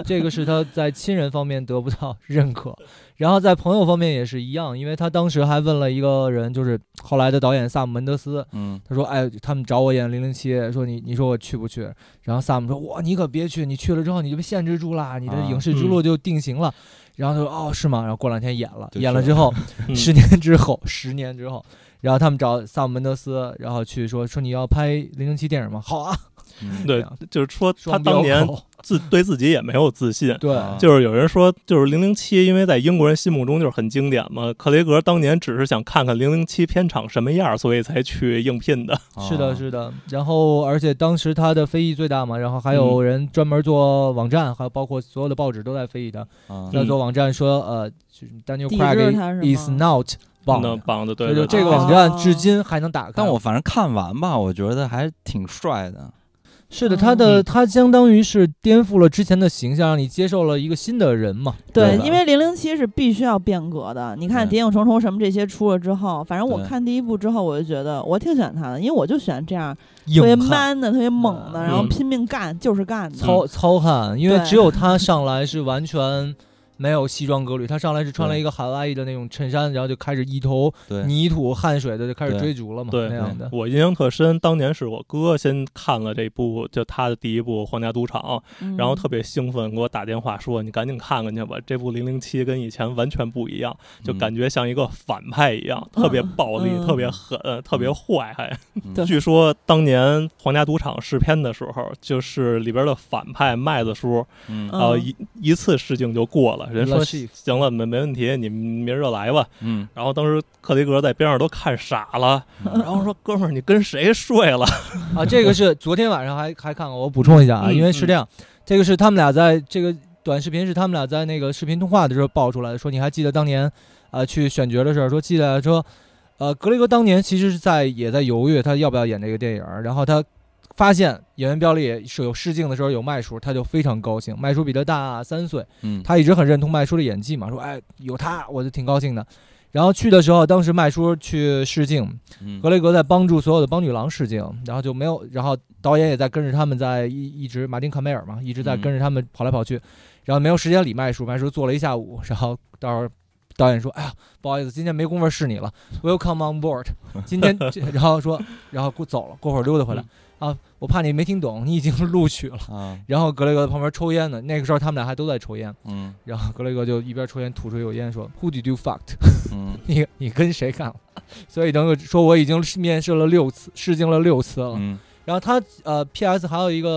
[SPEAKER 4] 这个是他在亲人方面得不到认可， 然后在朋友方面也是一样，因为他当时还问了一个人，就是后来的导演萨姆门德斯，
[SPEAKER 1] 嗯
[SPEAKER 4] 他说：“哎，他们找我演零零七，说你你说我去不去？”然后萨姆说：“哇，你可别去，你去了之后你就被限制住啦，你的
[SPEAKER 1] 啊
[SPEAKER 4] 影视之路就定型了。然后他说：“哦，是吗？”然后过两天演了，
[SPEAKER 1] 就
[SPEAKER 4] 演了
[SPEAKER 1] 是
[SPEAKER 4] 之后，
[SPEAKER 3] 嗯
[SPEAKER 4] 十年之后，十年之后，然后他们找萨姆门德斯，然后去说说你要拍零零七电影吗？好啊，
[SPEAKER 1] 嗯”
[SPEAKER 3] 对
[SPEAKER 4] 呀，
[SPEAKER 3] 就是说他
[SPEAKER 4] 双标
[SPEAKER 3] 当年
[SPEAKER 4] 狗
[SPEAKER 3] 自对自己也没有自信。
[SPEAKER 4] 对
[SPEAKER 1] 啊
[SPEAKER 3] 就是有人说，就是零零七，因为在英国人心目中就是很经典嘛。克雷格当年只是想看看零零七片场什么样，所以才去应聘的。
[SPEAKER 4] 是的，
[SPEAKER 1] 啊
[SPEAKER 4] 是的。然后，而且当时他的非议最大嘛，然后还有人专门做网站，还有包括所有的报纸都在非议的，
[SPEAKER 1] 啊
[SPEAKER 4] 在做网站说，呃，就是 Daniel
[SPEAKER 2] 抵制他是
[SPEAKER 4] Craig is
[SPEAKER 2] 吗哦
[SPEAKER 4] not
[SPEAKER 3] 那
[SPEAKER 4] Bond。
[SPEAKER 3] 棒的，
[SPEAKER 4] 所以
[SPEAKER 3] 对
[SPEAKER 4] 就
[SPEAKER 3] 对
[SPEAKER 4] 这
[SPEAKER 3] 对，
[SPEAKER 4] 个
[SPEAKER 2] 对
[SPEAKER 4] 网站至今还能打开。
[SPEAKER 1] 但我反正看完吧，我觉得还挺帅的。
[SPEAKER 4] 是的，他的
[SPEAKER 3] 嗯
[SPEAKER 4] 他相当于是颠覆了之前的形象，让你接受了一个新的人嘛。
[SPEAKER 2] 对，
[SPEAKER 1] 吧
[SPEAKER 2] 因为零零七是必须要变革的。你看《
[SPEAKER 1] 对
[SPEAKER 2] 谍影重重》什么这些出了之后，反正我
[SPEAKER 1] 对
[SPEAKER 2] 看第一部之后，我就觉得我挺喜欢他的，因为我就喜欢这样特
[SPEAKER 4] 硬
[SPEAKER 2] 别
[SPEAKER 4] 汉
[SPEAKER 2] man 的、特别猛的，
[SPEAKER 4] 嗯
[SPEAKER 2] 然后拼命干，就是干的。
[SPEAKER 4] 糙糙汉，因为
[SPEAKER 2] 对
[SPEAKER 4] 只有他上来是完全没有西装革履，他上来是穿了一个韩阿姨的那种衬衫，然后就开始一头
[SPEAKER 1] 对，
[SPEAKER 4] 泥土汗水的就开始
[SPEAKER 1] 对
[SPEAKER 4] 追逐了嘛，
[SPEAKER 3] 对
[SPEAKER 4] 那样的。
[SPEAKER 3] 我印象特深，当年是我哥先看了这部，就他的第一部《皇家赌场》，
[SPEAKER 2] 嗯
[SPEAKER 3] 然后特别兴奋，给我打电话说：“你赶紧看看去吧，这部零零七跟以前完全不一样，
[SPEAKER 1] 嗯
[SPEAKER 3] 就感觉像一个反派一样，特别暴力、
[SPEAKER 2] 嗯
[SPEAKER 3] 特别狠、特别坏。”还
[SPEAKER 1] 嗯
[SPEAKER 2] 对
[SPEAKER 3] 据说当年《皇家赌场》试片的时候，就是里边的反派麦子叔，
[SPEAKER 1] 嗯
[SPEAKER 2] 嗯
[SPEAKER 3] 呃，一一次试镜就过了，人说
[SPEAKER 4] Lashif
[SPEAKER 3] 行了，没没问题，你明儿就来吧。
[SPEAKER 1] 嗯
[SPEAKER 3] 然后当时克雷格在边上都看傻了，
[SPEAKER 1] 嗯
[SPEAKER 3] 然 后说：“哥们儿，你跟谁睡了
[SPEAKER 4] 啊，这个是昨天晚上还还看过，我补充一下啊，
[SPEAKER 3] 嗯
[SPEAKER 4] 因为是这样，这个是他们俩在这个短视频是他们俩在那个视频通话的时候爆出来的，说你还记得当年啊去选角的时候，说记得说，呃，格雷格当年其实是在也在犹豫他要不要演这个电影儿，然后他。发现演员表里是有试镜的时候有麦叔，他就非常高兴。麦叔比他大三岁，
[SPEAKER 1] 嗯，
[SPEAKER 4] 他一直很认同麦叔的演技嘛，说哎有他我就挺高兴的。然后去的时候，当时麦叔去试镜，
[SPEAKER 1] 嗯
[SPEAKER 4] 格雷格在帮助所有的帮女郎试镜，然后就没有，然后导演也在跟着他们在一一直马丁卡梅尔嘛，一直在
[SPEAKER 1] 嗯
[SPEAKER 4] 跟着他们跑来跑去，然后没有时间理麦叔，麦叔坐了一下午， 然后到时候导演说：“哎呀，不好意思，今天没工夫试你了，Welcome on board。今天 这，然后说，然后过走了，过会儿溜达
[SPEAKER 1] 嗯
[SPEAKER 4] 回来、啊，我怕你没听懂，你已经录取了。”
[SPEAKER 1] 啊
[SPEAKER 4] 然后格雷格在旁边抽烟呢，那个时候他们俩还都在抽烟，
[SPEAKER 1] 嗯
[SPEAKER 4] 然后格雷格就一边抽烟吐出一口烟说：“Who did you fuck？”
[SPEAKER 1] 嗯
[SPEAKER 4] 你你跟谁干了？ 所以等于说我已经是面试了六次，试镜了六次了。
[SPEAKER 1] 嗯
[SPEAKER 4] 然后他呃，P.S. 还有一个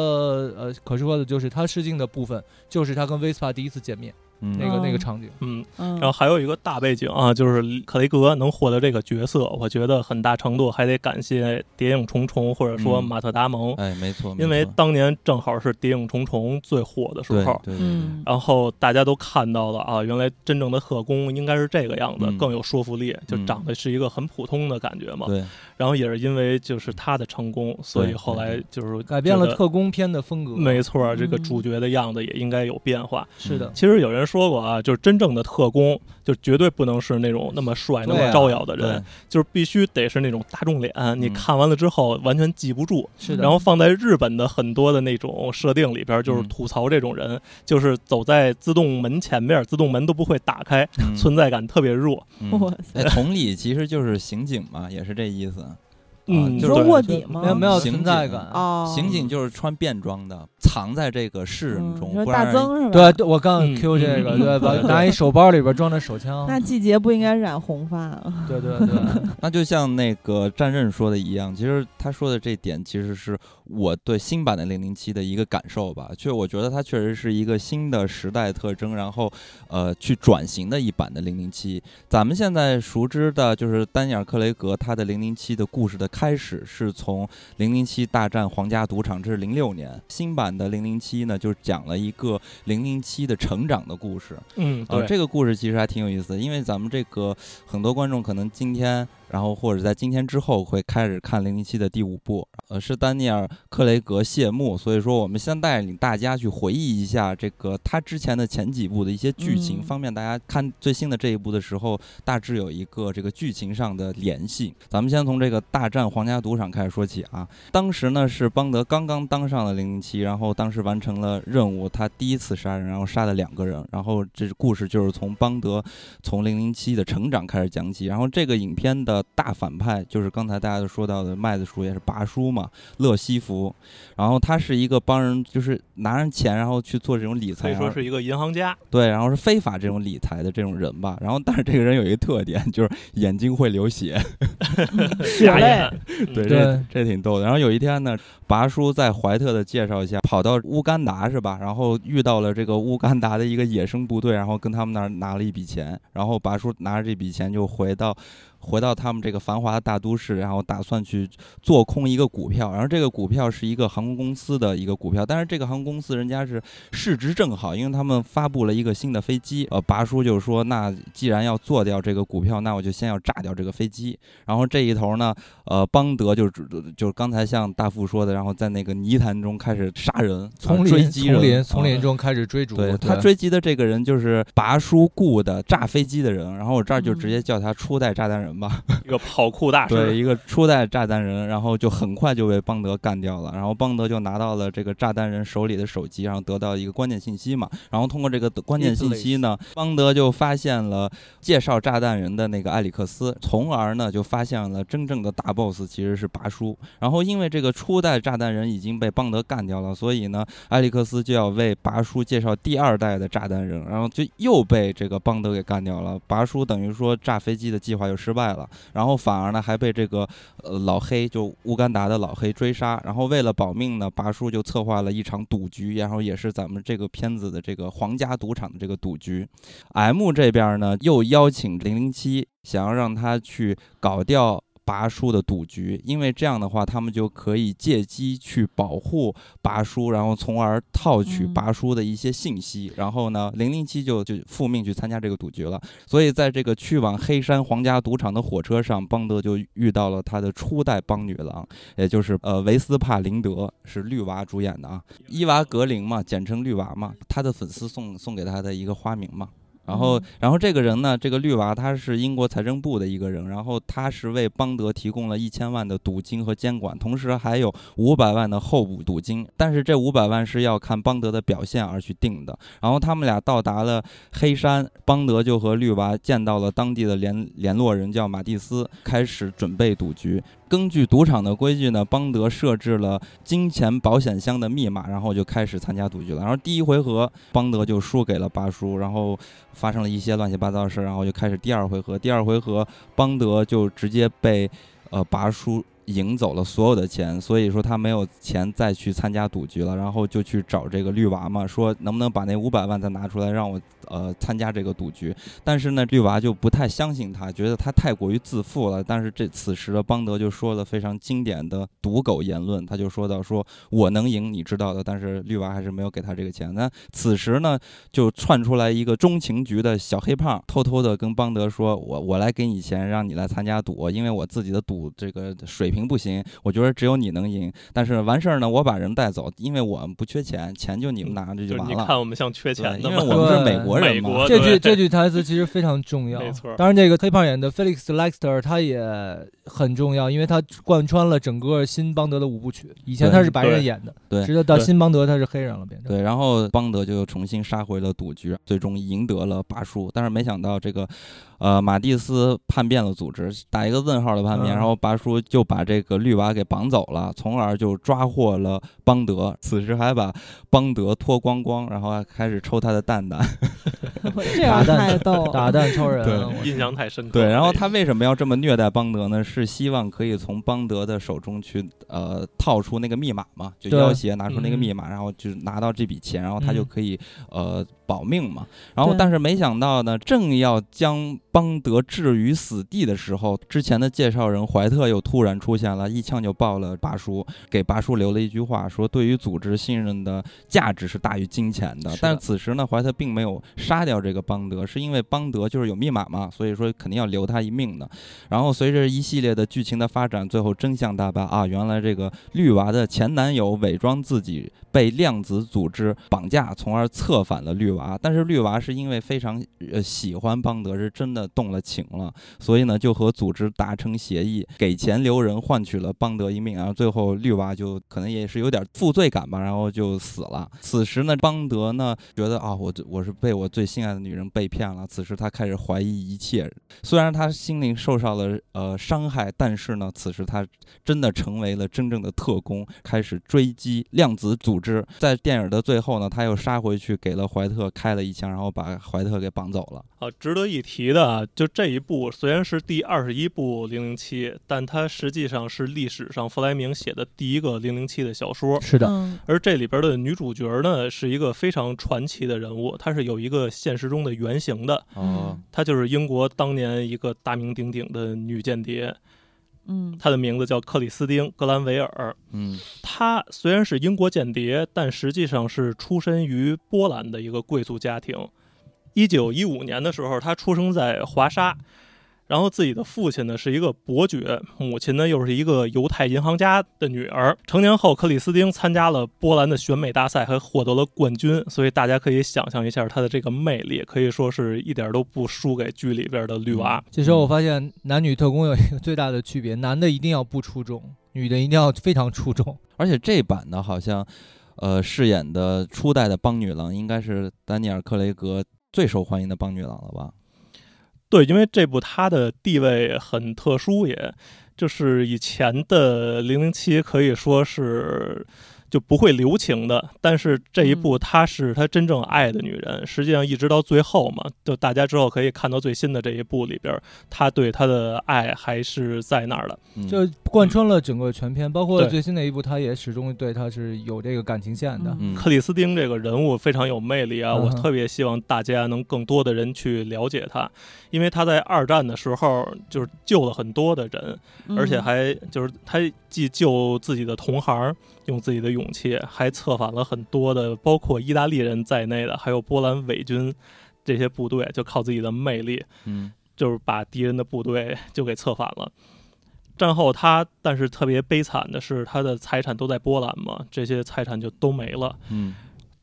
[SPEAKER 4] 呃可说的就是他试镜的部分，就是他跟 Vespa 第一次见面
[SPEAKER 1] 嗯，
[SPEAKER 4] 那个、那
[SPEAKER 2] 哦
[SPEAKER 4] 个场景。？”
[SPEAKER 3] 嗯，
[SPEAKER 2] 嗯，
[SPEAKER 3] 然后还有一个大背景啊，就是克雷格能获得这个角色，我觉得很大程度还得感谢《谍影重重》或者说
[SPEAKER 1] 嗯
[SPEAKER 3] 马特·达蒙，
[SPEAKER 1] 哎，没错，没
[SPEAKER 3] 因为
[SPEAKER 1] 错
[SPEAKER 3] 当年正好是《谍影重重》最火的时
[SPEAKER 1] 对
[SPEAKER 3] 候。
[SPEAKER 1] 对对对，
[SPEAKER 2] 嗯，
[SPEAKER 3] 然后大家都看到了啊，原来真正的特工应该是这个样子，
[SPEAKER 1] 嗯
[SPEAKER 3] 更有说服力，就
[SPEAKER 1] 嗯
[SPEAKER 3] 长得是一个很普通的感觉嘛。
[SPEAKER 1] 对
[SPEAKER 3] 然后也是因为就是他的成功，所以
[SPEAKER 1] 对
[SPEAKER 3] 后来就是
[SPEAKER 4] 改变
[SPEAKER 3] 觉
[SPEAKER 4] 了
[SPEAKER 3] 得
[SPEAKER 4] 特工片的风格，
[SPEAKER 3] 没错儿，这个
[SPEAKER 2] 嗯
[SPEAKER 3] 主角的样子也应该有变化。
[SPEAKER 1] 嗯
[SPEAKER 4] 是的，
[SPEAKER 3] 其实有人说过啊，就是真正的特工，就绝对不能是那种那么帅、那
[SPEAKER 4] 对啊
[SPEAKER 3] 么招摇的人
[SPEAKER 1] 对，，嗯
[SPEAKER 3] 就是必须得是那种大众脸，你看完了之后完全记不住。
[SPEAKER 4] 是的。
[SPEAKER 3] 然后放在日本的很多的那种设定里边，就是
[SPEAKER 1] 嗯
[SPEAKER 3] 吐槽这种人，就是走在自动门前面，自动门都不会打开，
[SPEAKER 1] 嗯
[SPEAKER 3] 存在感特别弱。
[SPEAKER 1] 嗯
[SPEAKER 2] 哇
[SPEAKER 1] 哎，同理其实就是刑警嘛，也是这意思。
[SPEAKER 3] 嗯，
[SPEAKER 1] 你
[SPEAKER 2] 你
[SPEAKER 1] 就
[SPEAKER 3] 对
[SPEAKER 2] 说卧底吗？
[SPEAKER 4] 没有没有
[SPEAKER 1] 刑
[SPEAKER 4] 存在
[SPEAKER 1] 警
[SPEAKER 4] 感，
[SPEAKER 2] 嗯哦，
[SPEAKER 1] 刑警就是穿便装的，藏在这个世人
[SPEAKER 2] 嗯
[SPEAKER 1] 中
[SPEAKER 2] 你，说
[SPEAKER 1] 不
[SPEAKER 2] 大
[SPEAKER 1] 然让人
[SPEAKER 2] 增是吧？
[SPEAKER 4] 对，啊对我刚
[SPEAKER 3] 嗯
[SPEAKER 4] Q 这个，
[SPEAKER 3] 嗯
[SPEAKER 4] 对吧？拿一手包里边装着手枪，
[SPEAKER 2] 那季节不应该染红发啊。
[SPEAKER 4] 对对 对，
[SPEAKER 1] 那就像那个战刃说的一样，其实他说的这点其实是我对新版的零零七的一个感受吧。确，我觉得它确实是一个新的时代特征，然后呃去转型的一版的零零七。咱们现在熟知的就是丹尼尔·克雷格他的零零七的故事的开始是从零零七大战皇家赌场，这是零六年。新版的零零七呢，就是讲了一个零零七的成长的故事。
[SPEAKER 3] 嗯，
[SPEAKER 1] 呃，
[SPEAKER 3] 对，
[SPEAKER 1] 这个故事其实还挺有意思的，因为咱们这个很多观众可能今天然后或者在今天之后会开始看《零零七》的第五部，呃，是丹尼尔·克雷格谢幕，所以说我们先带领大家去回忆一下这个他之前的前几部的一些剧情，
[SPEAKER 2] 嗯
[SPEAKER 1] 方便大家看最新的这一部的时候，大致有一个这个剧情上的联系。咱们先从这个大战皇家赌场开始说起啊，当时呢是邦德刚刚当上了零零七，然后当时完成了任务，他第一次杀人，然后杀了两个人，然后这故事就是从邦德从零零七的成长开始讲起。然后这个影片的大反派就是刚才大家都说到的麦子叔，也是拔叔嘛，乐西弗。然后他是一个帮人，就是拿人钱，然后去做这种理
[SPEAKER 3] 可
[SPEAKER 1] 财，
[SPEAKER 3] 以说
[SPEAKER 1] 然后
[SPEAKER 3] 是一个银行家，
[SPEAKER 1] 对，然后是非法这种理财的这种人吧。然后但是这个人有一个特点，就是眼睛会流血。
[SPEAKER 2] 血
[SPEAKER 3] 假
[SPEAKER 2] 泪
[SPEAKER 3] 眼，
[SPEAKER 1] 对，这
[SPEAKER 3] 嗯
[SPEAKER 4] 对
[SPEAKER 1] 这挺逗的。然后有一天呢，拔叔在怀特的介绍下跑到乌干达是吧？然后遇到了这个乌干达的一个野生部队，然后跟他们那儿拿了一笔钱，然后拔叔拿着这笔钱就回到。回到他们这个繁华的大都市，然后打算去做空一个股票，然后这个股票是一个航空公司的一个股票，但是这个航空公司人家是市值正好，因为他们发布了一个新的飞机。呃，拔叔就说，那既然要做掉这个股票，那我就先要炸掉这个飞机。然后这一头呢，呃，邦德就是就是刚才像大副说的，然后在那个泥潭中开始杀人，
[SPEAKER 4] 丛
[SPEAKER 1] 啊追
[SPEAKER 4] 林
[SPEAKER 1] 击人，
[SPEAKER 4] 丛林
[SPEAKER 1] 啊
[SPEAKER 4] 丛林中开始追逐，
[SPEAKER 1] 对他追击的这个人就是拔叔雇的炸飞机的人，然后我这儿就直接叫他初代炸弹人吧。
[SPEAKER 3] 一个跑酷大
[SPEAKER 1] 对，
[SPEAKER 3] 师，
[SPEAKER 1] 一个初代炸弹人，然后就很快就被邦德干掉了。然后邦德就拿到了这个炸弹人手里的手机，然后得到一个关键信息嘛。然后通过这个关键信息呢，邦德就发现了介绍炸弹人的那个埃里克斯，从而呢就发现了真正的大 boss 其实是拔叔。然后因为这个初代炸弹人已经被邦德干掉了，所以呢，埃里克斯就要为拔叔介绍第二代的炸弹人，然后就又被这个邦德给干掉了。拔叔等于说炸飞机的计划就失败了。然后反而呢还被这个呃老黑，就乌干达的老黑追杀。然后为了保命呢，拔叔就策划了一场赌局，然后也是咱们这个片子的这个皇家赌场的这个赌局。M 这边呢又邀请零零七，想要让他去搞掉。拔叔的赌局，因为这样的话，他们就可以借机去保护拔叔，然后从而套取
[SPEAKER 2] 嗯
[SPEAKER 1] 拔叔的一些信息。然后呢，零零七就就复命去参加这个赌局了。所以在这个去往黑山皇家赌场的火车上，邦德就遇到了他的初代邦女郎，也就是呃维斯帕林德，是绿娃主演的啊，伊娃格林嘛，简称绿娃嘛，他的粉丝送送给他的一个花名嘛。然后
[SPEAKER 2] 嗯，
[SPEAKER 1] 然后这个人呢，这个绿娃他是英国财政部的一个人，然后他是为邦德提供了一千万的赌金和监管，同时还有五百万的候补赌金，但是这五百万是要看邦德的表现而去定的。然后他们俩到达了黑山，邦德就和绿娃见到了当地的联联络人，叫马蒂斯，开始准备赌局。根据赌场的规矩呢，邦德设置了金钱保险箱的密码，然后就开始参加赌局了。然后第一回合，邦德就输给了巴叔，然后发生了一些乱七八糟的事，然后就开始第二回合。第二回合，邦德就直接被呃拔叔赢走了所有的钱，所以说他没有钱再去参加赌局了，然后就去找这个绿娃嘛，说能不能把那五百万再拿出来让我呃参加这个赌局。但是呢，绿娃就不太相信他，觉得他太过于自负了。但是这此时的邦德就说了非常经典的赌狗言论，他就说到说我能赢，你知道的。但是绿娃还是没有给他这个钱。那此时呢，就窜出来一个中情局的小黑胖，偷偷的跟邦德说：“我我来给你钱，让你来参加赌，因为我自己的赌这个水平不行，我觉得只有你能赢。但是完事儿呢，我把人带走，因为我们不缺钱，钱就你们拿着
[SPEAKER 3] 就是
[SPEAKER 1] 完
[SPEAKER 3] 你
[SPEAKER 1] 了。
[SPEAKER 3] 看我们像 缺
[SPEAKER 1] 对，
[SPEAKER 3] 钱
[SPEAKER 1] 因
[SPEAKER 3] 的
[SPEAKER 1] 为
[SPEAKER 3] 嘛，
[SPEAKER 1] 我们是美国人
[SPEAKER 3] 啊美
[SPEAKER 1] 嘛，
[SPEAKER 3] 国
[SPEAKER 4] 这
[SPEAKER 3] 对
[SPEAKER 4] 句这句台词其实非常重要，
[SPEAKER 3] 没错
[SPEAKER 4] 当然，这个黑胖演的 Felix Leiter 他也很重要，因为他贯穿了整个新邦德的五部曲。以前
[SPEAKER 1] 对
[SPEAKER 4] 他是白人
[SPEAKER 3] 对
[SPEAKER 4] 演的，
[SPEAKER 1] 对
[SPEAKER 4] 直到到
[SPEAKER 3] 对
[SPEAKER 4] 新邦德他是黑人了，变成。
[SPEAKER 1] 对，然后邦德就重新杀回了赌局，最终赢得了拔叔。但是没想到这个，呃，马蒂斯叛变了组织，打一个问号的叛变，
[SPEAKER 4] 嗯
[SPEAKER 1] 然后拔叔就把这个绿娃给绑走了，从而就抓获了邦德。此时还把邦德脱光光，然后还开始抽他的蛋蛋。
[SPEAKER 2] 这个太逗了。
[SPEAKER 4] 打蛋超人，啊
[SPEAKER 1] 对
[SPEAKER 4] 我
[SPEAKER 3] 嗯印象太深刻了。
[SPEAKER 1] 对，然后他
[SPEAKER 3] 这
[SPEAKER 1] 为什么要这么虐待邦德呢？是希望可以从邦德的手中去呃套出那个密码嘛，就
[SPEAKER 4] 对
[SPEAKER 1] 要挟拿出那个
[SPEAKER 4] 嗯
[SPEAKER 1] 密码，然后就拿到这笔钱，然后他就
[SPEAKER 4] 嗯
[SPEAKER 1] 可以呃保命嘛。然后，
[SPEAKER 2] 对
[SPEAKER 1] 但是没想到呢，正要将邦德置于死地的时候，之前的介绍人怀特又突然出现了，一枪就爆了拔叔，给拔叔留了一句话，说对于组织信任的价值是大于金钱的。
[SPEAKER 4] 是的
[SPEAKER 1] 但是此时呢，怀特并没有杀掉这个邦德，是因为邦德就是有密码嘛，所以说肯定要留他一命的。然后随着一系列的剧情的发展，最后真相大白啊，原来这个绿娃的前男友伪装自己被量子组织绑架，从而策反了绿娃。但是绿娃是因为非常呃喜欢邦德，是真的动了情了，所以呢就和组织达成协议，给钱留人，换取了邦德一命。然后最后绿娃就可能也是有点负罪感吧，然后就死了。此时呢，邦德呢觉得啊，我我是被我最心爱的女人被骗了。此时他开始怀疑一切，虽然他心灵受到了呃伤害，但是呢，此时他真的成为了真正的特工，开始追击量子组织。在电影的最后呢，他又杀回去，给了怀特开了一枪，然后把怀特给绑走了。
[SPEAKER 3] 啊，值得一提的啊，就这一部虽然是第二十一部《零零七》，但它实际上是历史上弗莱明写的第一个《零零七》的小说。
[SPEAKER 4] 是的，
[SPEAKER 2] 嗯
[SPEAKER 3] 而这里边的女主角呢，是一个非常传奇的人物，她是有一个现实中的原型的，
[SPEAKER 1] 哦，
[SPEAKER 3] 她就是英国当年一个大名鼎鼎的女间谍，
[SPEAKER 2] 嗯
[SPEAKER 3] 她的名字叫克里斯汀·格兰维尔。
[SPEAKER 1] 嗯
[SPEAKER 3] 她虽然是英国间谍，但实际上是出身于波兰的一个贵族家庭。一九一五年的时候，她出生在华沙，然后自己的父亲呢是一个伯爵，母亲呢又是一个犹太银行家的女儿。成年后，克里斯汀参加了波兰的选美大赛，还获得了冠军。所以大家可以想象一下她的这个魅力，可以说是一点都不输给剧里边的绿娃。
[SPEAKER 4] 这时候我发现男女特工有一个最大的区别，男的一定要不出众，女的一定要非常出众。
[SPEAKER 1] 而且这版呢，好像呃饰演的初代的邦女郎应该是丹尼尔·克雷格最受欢迎的邦女郎了吧？
[SPEAKER 3] 对，因为这部它的地位很特殊也，就是以前的零零七可以说是就不会留情的，但是这一部她是她真正爱的女人，实际上一直到最后嘛，就大家之后可以看到最新的这一部里边，她对她的爱还是在那儿的。
[SPEAKER 1] 嗯
[SPEAKER 4] 就贯穿了整个全片，包括
[SPEAKER 3] 对
[SPEAKER 4] 最新的一部，他也始终对他是有这个感情线的。
[SPEAKER 1] 嗯
[SPEAKER 3] 克里斯汀这个人物非常有魅力啊，
[SPEAKER 4] 嗯哼
[SPEAKER 3] 我特别希望大家能更多的人去了解她，因为她在二战的时候就是救了很多的人，而
[SPEAKER 2] 嗯
[SPEAKER 3] 且还就是他既救自己的同行，用自己的勇气，还策反了很多的包括意大利人在内的，还有波兰伪军这些部队，就靠自己的魅力，
[SPEAKER 1] 嗯
[SPEAKER 3] 就是把敌人的部队就给策反了。战后他，但是特别悲惨的是，他的财产都在波兰嘛，这些财产就都没了。
[SPEAKER 1] 嗯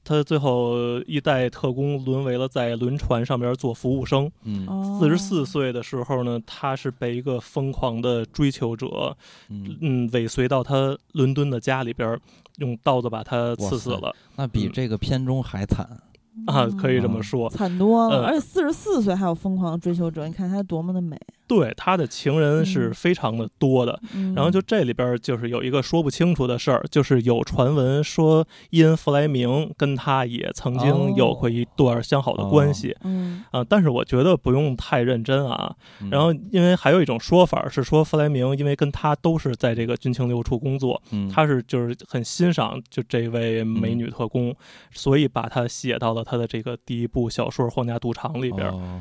[SPEAKER 3] 他最后一代特工沦为了在轮船上边做服务生，
[SPEAKER 1] 嗯
[SPEAKER 2] 哦
[SPEAKER 3] 四十四岁的时候呢，他是被一个疯狂的追求者，
[SPEAKER 1] 嗯，
[SPEAKER 3] 嗯，尾随到他伦敦的家里边儿，用刀子把他刺死了
[SPEAKER 1] 那比这个片中还惨。
[SPEAKER 3] 啊，可以这
[SPEAKER 1] 嗯
[SPEAKER 3] 么说。
[SPEAKER 2] 惨多了，
[SPEAKER 3] 呃
[SPEAKER 2] 而且四十四岁还有疯狂的追求者，你看她多么的美。
[SPEAKER 3] 对，他的情人是
[SPEAKER 2] 嗯
[SPEAKER 3] 非常的多的。
[SPEAKER 2] 嗯
[SPEAKER 3] 然后就这里边儿就是有一个说不清楚的事儿，就是有传闻说伊恩·弗莱明跟他也曾
[SPEAKER 4] 哦
[SPEAKER 3] 经有过一段相好的
[SPEAKER 1] 哦
[SPEAKER 3] 关系
[SPEAKER 2] 嗯
[SPEAKER 3] 啊，但是我觉得不用太认真啊，
[SPEAKER 1] 嗯
[SPEAKER 3] 然后，因为还有一种说法是说，弗莱明因为跟他都是在这个军情六处工作，
[SPEAKER 1] 嗯
[SPEAKER 3] 他是就是很欣赏就这位美
[SPEAKER 4] 嗯
[SPEAKER 3] 女特工，所以把她写到了他的这个第一部小说《皇家赌场》里边。
[SPEAKER 1] 哦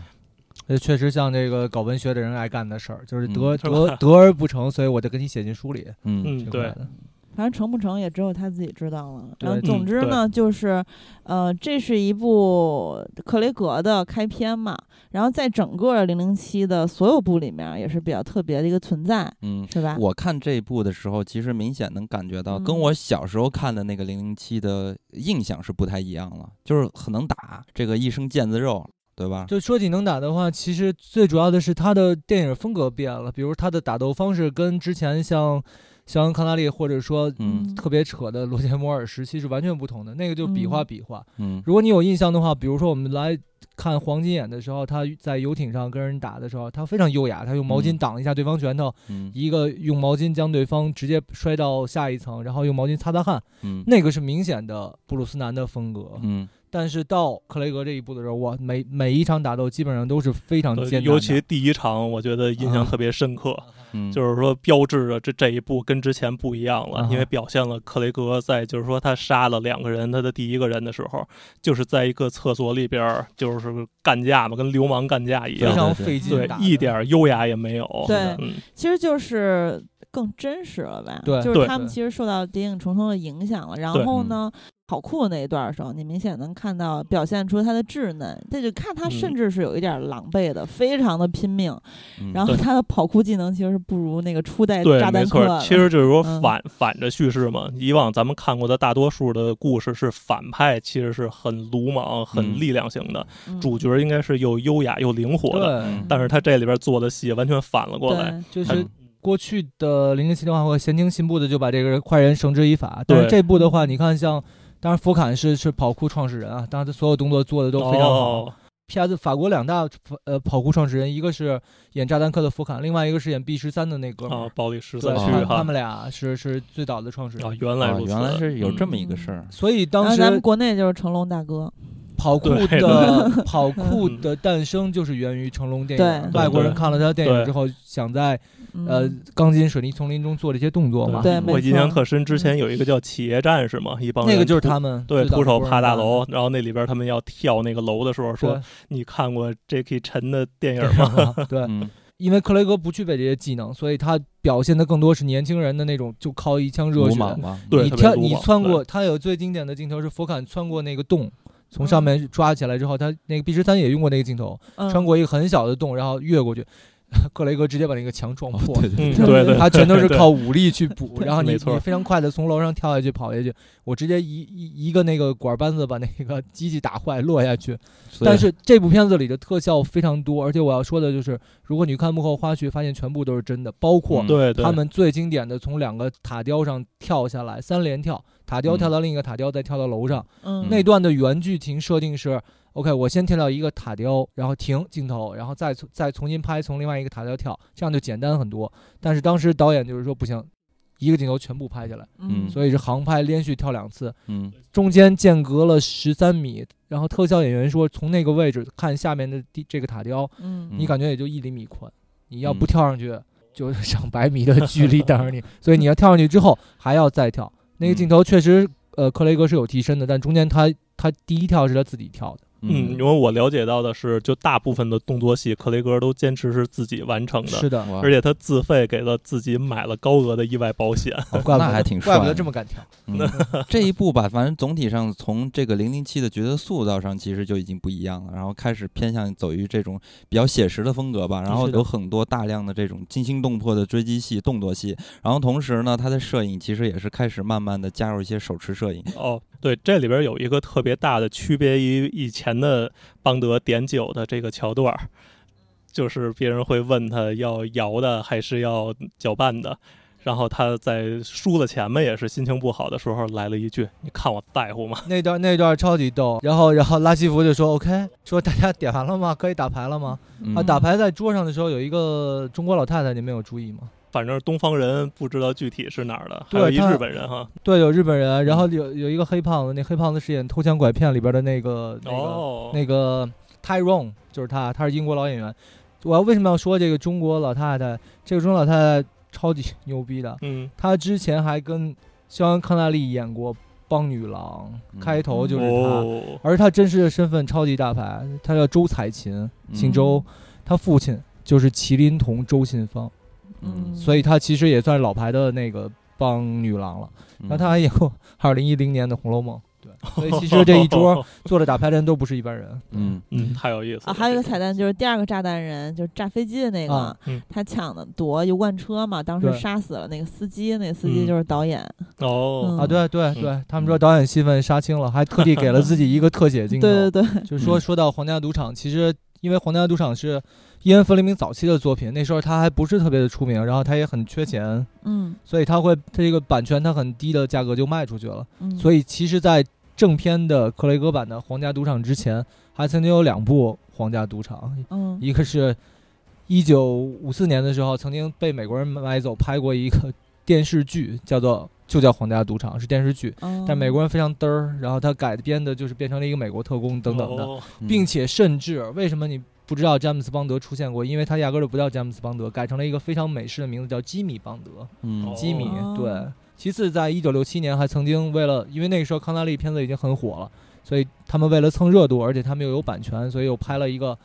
[SPEAKER 4] 这确实像这个搞文学的人爱干的事儿，就是得、
[SPEAKER 1] 嗯
[SPEAKER 3] 是
[SPEAKER 4] 得
[SPEAKER 3] 吧
[SPEAKER 4] 得而不成，所以我就给你写进书里。
[SPEAKER 1] 嗯
[SPEAKER 3] 嗯，
[SPEAKER 4] 挺
[SPEAKER 3] 对
[SPEAKER 4] 快，的
[SPEAKER 2] 反正成不成也只有他自己知道了。
[SPEAKER 4] 对
[SPEAKER 2] 然后
[SPEAKER 3] 嗯
[SPEAKER 2] 总之呢，就是，呃，这是一部克雷格的开篇嘛，然后在整个零零七的所有部里面也是比较特别的一个存在，
[SPEAKER 1] 嗯，
[SPEAKER 2] 是吧？
[SPEAKER 1] 我看这一部的时候，其实明显能感觉到，跟
[SPEAKER 2] 嗯
[SPEAKER 1] 我小时候看的那个《零零七》的印象是不太一样了，就是很能打，这个一身腱子肉，对吧？
[SPEAKER 4] 就说起能打的话，其实最主要的是他的电影风格变了，比如他的打斗方式跟之前像肖恩康纳利或者说
[SPEAKER 1] 嗯
[SPEAKER 4] 特别扯的罗杰摩尔时期是完全不同的，那个就比划比划。
[SPEAKER 1] 嗯
[SPEAKER 4] 如果你有印象的话，比如说我们来看黄金眼的时候，他在游艇上跟人打的时候，他非常优雅，他用毛巾
[SPEAKER 1] 嗯
[SPEAKER 4] 挡一下对方拳头，
[SPEAKER 1] 嗯
[SPEAKER 4] 一个用毛巾将对方直接摔到下一层，然后用毛巾擦擦汗，
[SPEAKER 1] 嗯
[SPEAKER 4] 那个是明显的布鲁斯南的风格。
[SPEAKER 1] 嗯
[SPEAKER 4] 但是到克雷格这一步的时候，哇，每每一场打斗基本上都是非常
[SPEAKER 3] 呃
[SPEAKER 4] 艰难的，
[SPEAKER 3] 尤其第一场，我觉得印象特别深刻，
[SPEAKER 1] 嗯，
[SPEAKER 3] 就是说标志着这这一步跟之前不一样了，
[SPEAKER 4] 啊哈
[SPEAKER 3] 因为表现了克雷格在就是说他杀了两个人，他的第一个人的时候，就是在一个厕所里边儿就是干架嘛，跟流氓干架一
[SPEAKER 4] 非
[SPEAKER 3] 样，
[SPEAKER 4] 常费劲
[SPEAKER 3] 对
[SPEAKER 4] 打，的，
[SPEAKER 3] 一点优雅也没有。
[SPEAKER 2] 对
[SPEAKER 3] 嗯，
[SPEAKER 2] 其实就是更真实了吧？
[SPEAKER 4] 对嗯
[SPEAKER 2] 就是
[SPEAKER 3] 对
[SPEAKER 2] 他们其实受到《谍影重重》的影响了。然
[SPEAKER 3] 对
[SPEAKER 2] 后呢，跑酷那一段的时候，你明显能看到表现出他的稚嫩，这就看他
[SPEAKER 3] 嗯
[SPEAKER 2] 甚至是有一点狼狈的，非常的拼命。
[SPEAKER 1] 嗯
[SPEAKER 2] 然后
[SPEAKER 3] 对
[SPEAKER 2] 他的跑酷技能其实是不如那个初
[SPEAKER 4] 哎
[SPEAKER 2] 代
[SPEAKER 3] 对
[SPEAKER 2] 炸，
[SPEAKER 3] 没
[SPEAKER 2] 弹客
[SPEAKER 3] 错
[SPEAKER 2] 的。，
[SPEAKER 3] 其实就是说
[SPEAKER 2] 嗯
[SPEAKER 3] 反、反着叙事嘛。以往咱们看过的大多数的故事是反派其实是很鲁莽、很
[SPEAKER 1] 嗯
[SPEAKER 3] 力量型的，
[SPEAKER 2] 嗯
[SPEAKER 3] 主角应该是又优雅又灵活的，嗯
[SPEAKER 4] 对，
[SPEAKER 3] 但是他这里边做的戏完全反了过来。
[SPEAKER 2] 对
[SPEAKER 4] 就是
[SPEAKER 1] 嗯
[SPEAKER 4] 过去的零零七的话会闲情信步的就把这个人坏人绳之以法，但是
[SPEAKER 3] 对
[SPEAKER 4] 这部的话，你看像，当然福坎是是跑酷创始人啊，当然他所有动作做的都非常好。
[SPEAKER 3] 哦，
[SPEAKER 4] P.S. 法国两大呃跑酷创始人，一个是演炸弹客的福坎，另外一个是演 B 十三的那哥们
[SPEAKER 3] 啊
[SPEAKER 4] 儿，，
[SPEAKER 3] 暴力十
[SPEAKER 4] 嗯对，
[SPEAKER 3] 三
[SPEAKER 1] 哦
[SPEAKER 3] 区
[SPEAKER 4] 他
[SPEAKER 3] 哈
[SPEAKER 4] 他们俩是是最早的创始人
[SPEAKER 3] 啊，。原来
[SPEAKER 1] 啊
[SPEAKER 3] 如此，
[SPEAKER 1] 原来是有这
[SPEAKER 3] 嗯
[SPEAKER 1] 么一个事儿，
[SPEAKER 4] 所以
[SPEAKER 2] 然
[SPEAKER 4] 当
[SPEAKER 2] 后咱们
[SPEAKER 4] 时
[SPEAKER 2] 国内就是成龙大哥，
[SPEAKER 4] 跑酷
[SPEAKER 3] 对 对
[SPEAKER 4] 的跑酷的诞生就是源于成龙电影，
[SPEAKER 2] 嗯对
[SPEAKER 4] 外国人
[SPEAKER 3] 对
[SPEAKER 4] 看了他电影
[SPEAKER 3] 对
[SPEAKER 4] 之后，想在
[SPEAKER 2] 嗯、
[SPEAKER 4] 呃钢筋水泥丛林中做这些动作嘛。
[SPEAKER 2] 对没
[SPEAKER 3] 嗯我印象
[SPEAKER 2] 错
[SPEAKER 3] 特深。之前有一个叫企业战士嘛，一帮人
[SPEAKER 4] 嗯那个就是
[SPEAKER 3] 徒
[SPEAKER 4] 他们
[SPEAKER 3] 对
[SPEAKER 4] 最早
[SPEAKER 3] 徒手
[SPEAKER 4] 的
[SPEAKER 3] 爬大
[SPEAKER 4] 人
[SPEAKER 3] 楼，然后那里边他们要跳那个楼的时候说
[SPEAKER 4] 对：“
[SPEAKER 3] 你看过 J.K. 陈的电影
[SPEAKER 4] 电
[SPEAKER 3] 吗
[SPEAKER 4] 影嘛对，
[SPEAKER 1] 嗯，
[SPEAKER 4] 因为克雷格不具备这些技能，所以他表现的更多是年轻人的那种，就靠一腔热
[SPEAKER 1] 鲁
[SPEAKER 4] 血。
[SPEAKER 1] 莽 吧，
[SPEAKER 3] 对
[SPEAKER 4] 你
[SPEAKER 3] 特别
[SPEAKER 4] 跳，
[SPEAKER 3] 鲁
[SPEAKER 4] 你
[SPEAKER 3] 莽
[SPEAKER 4] 穿
[SPEAKER 3] 对
[SPEAKER 4] 过，他有最经典的镜头是佛坎穿过那个洞，从上面抓起来之后，他那个 B 十三也用过那个镜头，
[SPEAKER 2] 嗯
[SPEAKER 4] 穿过一个很小的洞，然后越过去， 克雷格直接把那个墙撞
[SPEAKER 1] 哦
[SPEAKER 4] 破。
[SPEAKER 1] 对？”对
[SPEAKER 3] 嗯，
[SPEAKER 1] 对，
[SPEAKER 3] 对对，
[SPEAKER 4] 他全都是
[SPEAKER 3] 对
[SPEAKER 4] 靠武力去 补，然后你
[SPEAKER 3] 没错
[SPEAKER 4] 你非常快的从楼上跳下去跑下去，我直接一一一个那个管扳子把那个 机器打坏落下去，
[SPEAKER 1] 所以
[SPEAKER 4] 但是这部片子里的特效非常多，而且我要说的就是，如果你看幕后花絮，发现全部都是真的，包括
[SPEAKER 1] 嗯
[SPEAKER 3] 对对
[SPEAKER 4] 他们最经典的从两个塔吊上跳下来，三连跳，塔吊
[SPEAKER 1] 嗯
[SPEAKER 4] 跳到另一个塔吊，再跳到楼上。
[SPEAKER 2] 嗯
[SPEAKER 4] 那段的原剧情设定是，OK，我先跳到一个塔吊，然后停镜头，然后再从再重新拍，从另外一个塔吊跳，这样就简单很多。但是当时导演就是说不行，一个镜头全部拍下来，
[SPEAKER 1] 嗯
[SPEAKER 4] 所以是航拍连续跳两次，
[SPEAKER 1] 嗯
[SPEAKER 4] 中间间隔了十三米，然后特效演员说，从那个位置看下面的地这个塔吊，
[SPEAKER 2] 嗯
[SPEAKER 1] 嗯
[SPEAKER 4] 你感觉也就一厘米宽，你要不
[SPEAKER 1] 嗯
[SPEAKER 4] 跳上去， 就上百米的距离等着 你，所以你要跳上去之后还要再跳。那个
[SPEAKER 1] 嗯
[SPEAKER 4] 镜头确实，呃，克雷格是有替身的，但中间他他第一跳是他自己跳的，
[SPEAKER 3] 嗯，因为我了解到的是，就大部分的动作戏，克雷格都坚持是自己完成的，
[SPEAKER 4] 的，
[SPEAKER 1] 哇
[SPEAKER 3] 而且他自费给了自己买了高额的意外保险。
[SPEAKER 4] 哦怪不
[SPEAKER 1] 那
[SPEAKER 4] 得
[SPEAKER 1] 还挺帅
[SPEAKER 4] 怪不得
[SPEAKER 1] 的
[SPEAKER 4] 这么敢跳。
[SPEAKER 1] 嗯 这一部吧，反正总体上从这个零零七的角色塑造上，其实就已经不一样了，然后开始偏向走于这种比较写实的风格吧，然后
[SPEAKER 4] 是的
[SPEAKER 1] 有很多大量的这种惊心动魄的追击戏、动作戏，然后同时呢，他的摄影其实也是开始慢慢的加入一些手持摄影，
[SPEAKER 3] 哦，对，这里边有一个特别大的区别于以前的邦德点酒的这个桥段儿，就是别人会问他要摇的还是要搅拌的，然后他在输了钱嘛，也是心情不好的时候来了一句：“你看我在乎吗
[SPEAKER 4] 那段那段超级逗，然后然后拉西弗就说 OK，说大家点完了吗？可以打牌了吗？
[SPEAKER 1] 嗯
[SPEAKER 4] 啊，打牌在桌上的时候有一个中国老太太，你们有注意吗？？”
[SPEAKER 3] 反正东方人不知道具体是哪儿的，还
[SPEAKER 4] 对
[SPEAKER 3] 有一
[SPEAKER 4] 他
[SPEAKER 3] 日本人哈。
[SPEAKER 4] 对，有日本人，然后有有一个黑胖子，那黑胖子是演《偷抢拐骗》里边的那个那个、
[SPEAKER 3] 哦，
[SPEAKER 4] 那个 Tyrone，就是他，他是英国老演员。我要为什么要说这个中国老太太？这个中国老太太超级 牛逼的，
[SPEAKER 3] 嗯，
[SPEAKER 4] 她之前还跟肖恩康纳利演过《帮女郎》，
[SPEAKER 1] 嗯
[SPEAKER 4] 开头就是她，
[SPEAKER 3] 哦，
[SPEAKER 4] 而她真实的身份超级大牌，她叫周采芹，姓周，她父亲就是麒麟童周信芳，
[SPEAKER 1] 嗯
[SPEAKER 4] 所以她其实也算是老牌的那个帮女郎了。
[SPEAKER 1] 嗯
[SPEAKER 4] 然后他还演过 二零一零年的《红楼梦》，对，所以其实这一 桌坐着打牌的人都不是一般人。
[SPEAKER 1] 嗯
[SPEAKER 3] 嗯，太有意思
[SPEAKER 2] 啊，
[SPEAKER 3] 了。
[SPEAKER 2] 还有一个
[SPEAKER 3] 这
[SPEAKER 2] 彩蛋就是第二个炸弹人，就是炸飞机的那个，
[SPEAKER 4] 啊
[SPEAKER 3] 嗯
[SPEAKER 2] 他抢的夺油罐车嘛，当时
[SPEAKER 4] 对
[SPEAKER 2] 杀死了那个司机，那个司机
[SPEAKER 3] 嗯
[SPEAKER 2] 就是导演，
[SPEAKER 3] 哦，
[SPEAKER 4] 啊，对对
[SPEAKER 3] 嗯
[SPEAKER 4] 对，他们说导演戏份杀青了，还特地给了自己一个特 写镜头。
[SPEAKER 2] 对对嗯对，
[SPEAKER 4] 就是说说到皇家赌场，其实因为皇家赌场是伊恩·弗雷明早期的作品，那时候他还不是特别的出名，然后他也很缺钱，
[SPEAKER 2] 嗯，
[SPEAKER 4] 所以他会他这个版权他很低的价格就卖出去了。
[SPEAKER 2] 嗯
[SPEAKER 4] 所以其实，在正片的克雷格版的《皇家赌场》之前，还曾经有两部《皇家赌场》，
[SPEAKER 2] 嗯
[SPEAKER 4] 一个是一九五四年的时候曾经被美国人买走拍过一个电视剧，叫做就叫《皇家赌场》，是电视剧，
[SPEAKER 2] 嗯
[SPEAKER 4] 但美国人非常嘚儿，然后他改编的就是变成了一个美国特工等等的，
[SPEAKER 3] 哦
[SPEAKER 1] 嗯
[SPEAKER 4] 并且甚至为什么你不知道詹姆斯邦德出现过？因为他压根儿就不叫詹姆斯邦德，改成了一个非常美式的名字叫基米邦德。
[SPEAKER 1] 嗯
[SPEAKER 4] 基米、
[SPEAKER 2] 哦
[SPEAKER 4] 对。其次，在一九六七年还曾经为了，因为那个时候康纳利片子已经很火了，所以他们为了蹭热度，而且他们又有版权，所以又拍了一个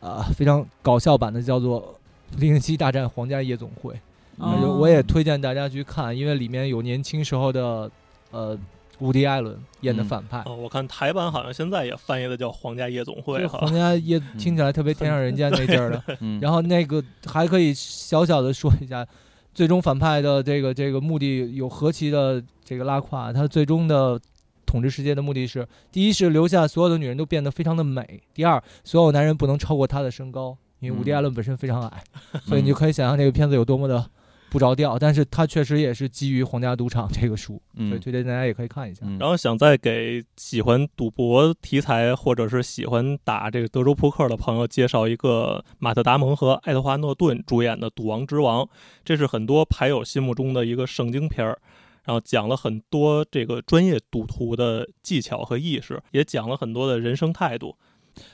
[SPEAKER 4] 呃非常搞笑版的，叫做《零零七大战皇家夜总会》。
[SPEAKER 1] 哦
[SPEAKER 4] 就我也推荐大家去看，因为里面有年轻时候的呃伍迪·艾伦演的
[SPEAKER 1] 嗯
[SPEAKER 4] 反派。
[SPEAKER 3] 哦，我看台版好像现在也翻译的叫《皇家夜总会
[SPEAKER 4] 就》
[SPEAKER 3] 哈
[SPEAKER 1] 哦
[SPEAKER 4] 皇。家夜听起来特别天上人间那劲 儿的，
[SPEAKER 1] 嗯，
[SPEAKER 4] 然后那个还可以小小的说一下，最终反派的这个这个目的有何其的这个拉胯，他最终的统治世界的目的是：第一是留下所有的女人都变得非常的美；第二，所有男人不能超过他的身高，因为伍迪·
[SPEAKER 1] 嗯
[SPEAKER 4] 艾伦本身非常矮，
[SPEAKER 1] 后
[SPEAKER 4] 所以你就可以想象这个片子有多么的不着调。但是它确实也是基于《皇家赌场》这个书，所以
[SPEAKER 1] 嗯
[SPEAKER 4] 推荐大家也可以看一下。
[SPEAKER 1] 嗯，
[SPEAKER 3] 然后想再给喜欢赌博题材或者是喜欢打这个德州扑克的朋友介绍一个马特·达蒙和爱德华·诺顿主演的《赌王之王》，这是很多牌友心目中的一个圣经片儿。然后讲了很多这个专业赌徒的技巧和意识，也讲了很多的人生态度。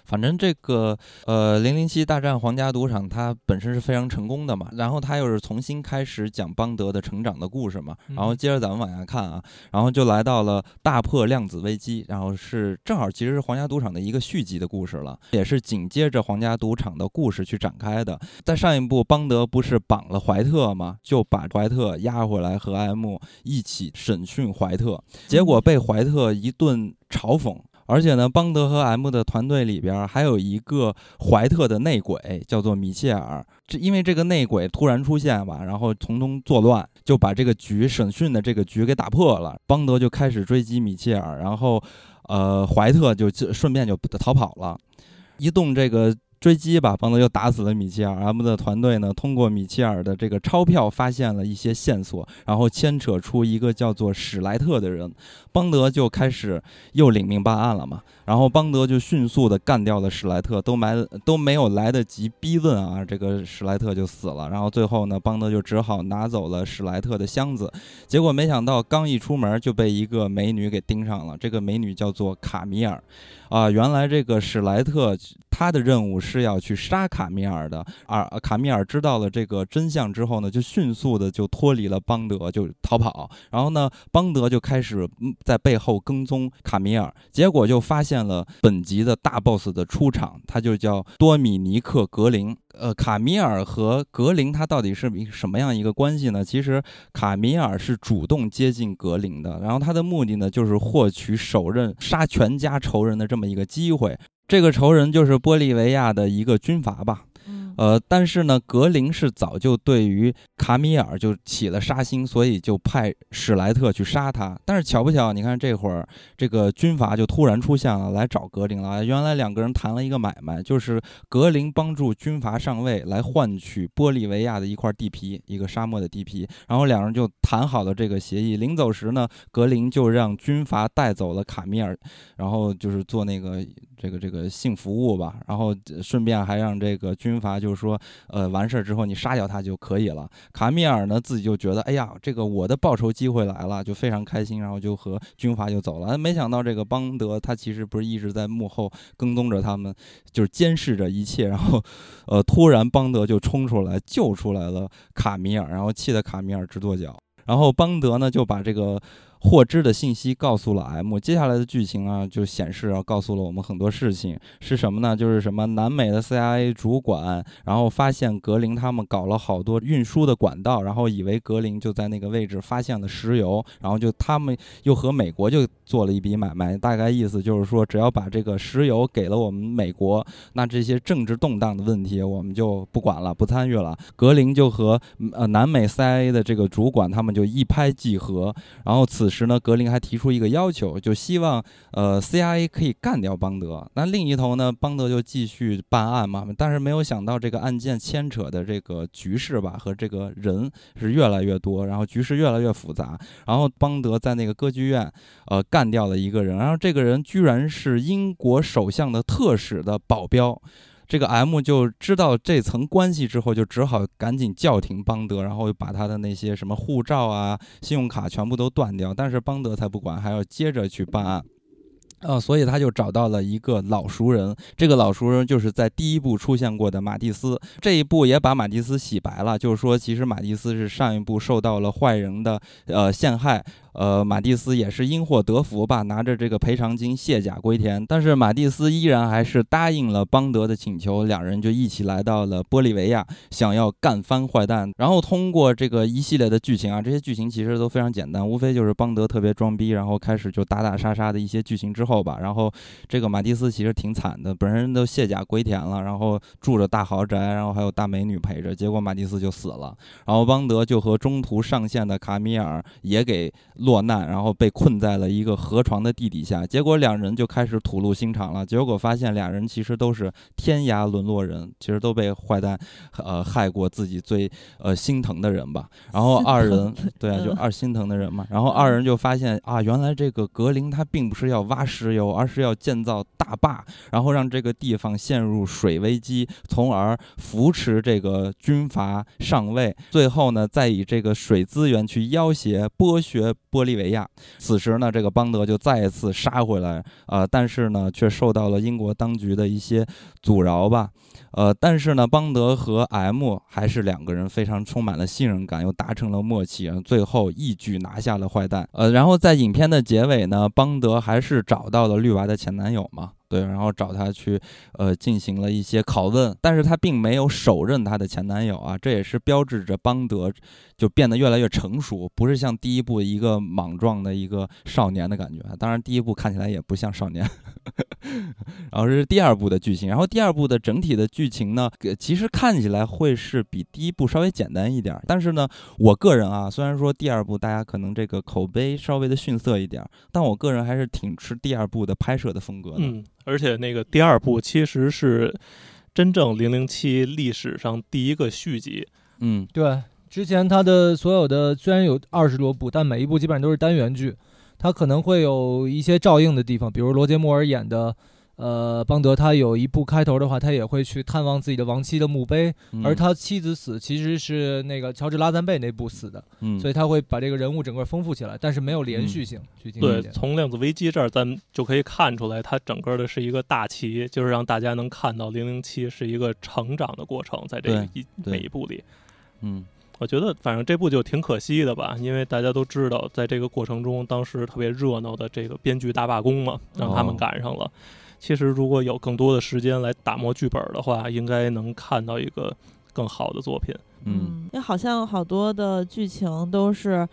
[SPEAKER 1] 反正这个呃，《零零七大战皇家赌场》它本身是非常成功的嘛，然后它又是重新开始讲邦德的成长的故事嘛，
[SPEAKER 4] 嗯
[SPEAKER 1] 然后接着咱们往下看啊，然后就来到了大破量子危机，然后是正好其实是皇家赌场的一个续集的故事了，也是紧接着皇家赌场的故事去展开的。在上一部，邦德不是绑了怀特吗？就把怀特押回来和艾姆一起审讯怀特，结果被怀特一顿嘲讽。而且呢，邦德和 M 的团队里边儿还有一个怀特的内鬼，叫做米切尔。这因为这个内鬼突然出现吧，然后从中作乱，就把这个局审讯的这个局给打破了。邦德就开始追击米切尔，然后呃，怀特就就顺便就逃跑了。一动这个追击吧，邦德又打死了米切尔。M 的团队呢，通过米切尔的这个钞票发现了一些线索，然后牵扯出一个叫做史莱特的人。邦德就开始又领命办案了嘛。然后邦德就迅速的干掉了史莱特，都埋都没有来得及逼问啊，这个史莱特就死了。然后最后呢，邦德就只好拿走了史莱特的箱子，结果没想到刚一出门就被一个美女给盯上了。这个美女叫做卡米尔，啊、原来这个史莱特他的任务是要去杀卡米尔的。而卡米尔知道了这个真相之后呢，就迅速的就脱离了邦德，就逃跑。然后呢，邦德就开始嗯在背后跟踪卡米尔，结果就发现了本集的大 boss 的出场，他就叫多米尼克格林。呃，卡米尔和格林他到底是一个什么样一个关系呢？其实卡米尔是主动接近格林的，然后他的目的呢，就是获取手刃杀全家仇人的这么一个机会。这个仇人就是玻利维亚的一个军阀吧，
[SPEAKER 2] 嗯
[SPEAKER 1] 呃，但是呢，格林是早就对于卡米尔就起了杀心，所以就派史莱特去杀他。但是巧不巧，你看这会儿这个军阀就突然出现了，来找格林了。原来两个人谈了一个买卖，就是格林帮助军阀上位来换取玻利维亚的一块地皮，一个沙漠的地皮。然后两人就谈好了这个协议。临走时呢，格林就让军阀带走了卡米尔，然后就是做那个这个这个性服务吧，然后呃顺便还让这个军阀就是说，呃，完事儿之后你杀掉他就可以了。卡米尔呢自己就觉得，哎呀，这个我的报仇机会来了，就非常开心，然后就和军阀就走了。没想到这个邦德他其实不是一直在幕后跟踪着他们，就是监视着一切。然后，呃，突然邦德就冲出来救出来了卡米尔，然后气得卡米尔直跺脚。然后邦德呢就把这个获知的信息告诉了 M。接下来的剧情啊，就显示啊，告诉了我们很多事情，是什么呢？就是什么南美的 CIA 主管，然后发现格林他们搞了好多运输的管道，然后以为格林就在那个位置发现了石油，然后就他们又和美国就做了一笔买卖，大概意思就是说，只要把这个石油给了我们美国，那这些政治动荡的问题我们就不管了，不参与了。格林就和嗯呃南美 CIA 的这个主管他们就一拍即合，然后此时呢，格林还提出一个要求，就希望呃 CIA 可以干掉邦德。那另一头呢，邦德就继续办案嘛，但是没有想到这个案件牵扯的这个局势吧和这个人是越来越多，然后局势越来越复杂。然后邦德在那个歌剧院呃干掉了一个人，然后这个人居然是英国首相的特使的保镖。这个 M 就知道这层关系之后，就只好赶紧叫停邦德，然后又把他的那些什么护照啊、信用卡全部都断掉。但是邦德才不管，还要接着去办案。呃，所以他就找到了一个老熟人，这个老熟人就是在第一部出现过的马蒂斯。这一部也把马蒂斯洗白了，就是说，其实马蒂斯是上一部受到了坏人的呃陷害，呃，马蒂斯也是因祸得福吧，拿着这个赔偿金卸甲归田。但是马蒂斯依然还是答应了邦德的请求，两人就一起来到了玻利维亚，想要干翻坏蛋。然后通过这个一系列的剧情啊，这些剧情其实都非常简单，无非就是邦德特别装逼，然后开始就打打杀杀的一些剧情之后吧。然后这个马蒂斯其实挺惨的，本身都卸甲归田了，然后住着大豪宅，然后还有大美女陪着，结果马蒂斯就死了。然后邦德就和中途上线的卡米尔也给落难，然后被困在了一个河床的地底下。结果两人就开始吐露心肠了。结果发现俩人其实都是天涯沦落人，其实都被坏蛋呃害过自己最呃心疼的人吧。然后二人对啊，就
[SPEAKER 2] 嗯
[SPEAKER 1] 二心疼的人嘛。然后二人就发现啊，原来这个格林他并不是要挖石油，而是要建造大坝，然后让这个地方陷入水危机，从而扶持这个军阀上位。最后呢，再以这个水资源去要挟、剥削玻利维亚。此时呢，这个邦德就再一次杀回来，呃，但是呢，却受到了英国当局的一些阻挠吧。呃，但是呢，邦德和 M 还是两个人非常充满了信任感，又达成了默契，然后最后一举拿下了坏蛋。呃，然后在影片的结尾呢，邦德还是找到了绿娃的前男友嘛，对，然后找他去呃进行了一些拷问，但是他并没有手刃他的前男友啊，这也是标志着邦德就变得越来越成熟，不是像第一部一个莽撞的一个少年的感觉。啊当然，第一部看起来也不像少年。 然后这是第二部的剧情，然后第二部的整体的剧情呢，呃其实看起来会是比第一部稍微简单一点儿，但是呢，我个人啊，虽然说第二部大家可能这个口碑稍微的逊色一点儿，但我个人还是挺吃第二部的拍摄的风格的。
[SPEAKER 3] 嗯，而且那个第二部其实是真正零零七历史上第一个续集，
[SPEAKER 1] 嗯
[SPEAKER 4] 对，之前他的所有的虽然有二十多部，但每一部基本上都是单元剧，它可能会有一些照应的地方，比如罗杰摩尔演的。呃，邦德他有一部开头的话，他也会去探望自己的亡妻的墓碑，
[SPEAKER 1] 嗯
[SPEAKER 4] 而他妻子死其实是那个乔治拉赞贝那部死的，
[SPEAKER 1] 嗯，
[SPEAKER 4] 所以他会把这个人物整个丰富起来，但是没有连续性。去
[SPEAKER 1] 嗯
[SPEAKER 4] 进行
[SPEAKER 3] 对，
[SPEAKER 4] 连
[SPEAKER 3] 从《量子危机》这儿咱们就可以看出来，它整个的是一个大旗，就是让大家能看到零零七是一个成长的过程，在这个一
[SPEAKER 1] 对
[SPEAKER 3] 每一步里。
[SPEAKER 1] 嗯
[SPEAKER 3] 我觉得反正这部就挺可惜的吧，因为大家都知道，在这个过程中，当时特别热闹的这个编剧大罢工嘛，让他们
[SPEAKER 1] 哦
[SPEAKER 3] 赶上了。其实如果有更多的时间来打磨剧本的话，应该能看到一个更好的作品。
[SPEAKER 1] 嗯，
[SPEAKER 2] 因为好像好多的剧情都是，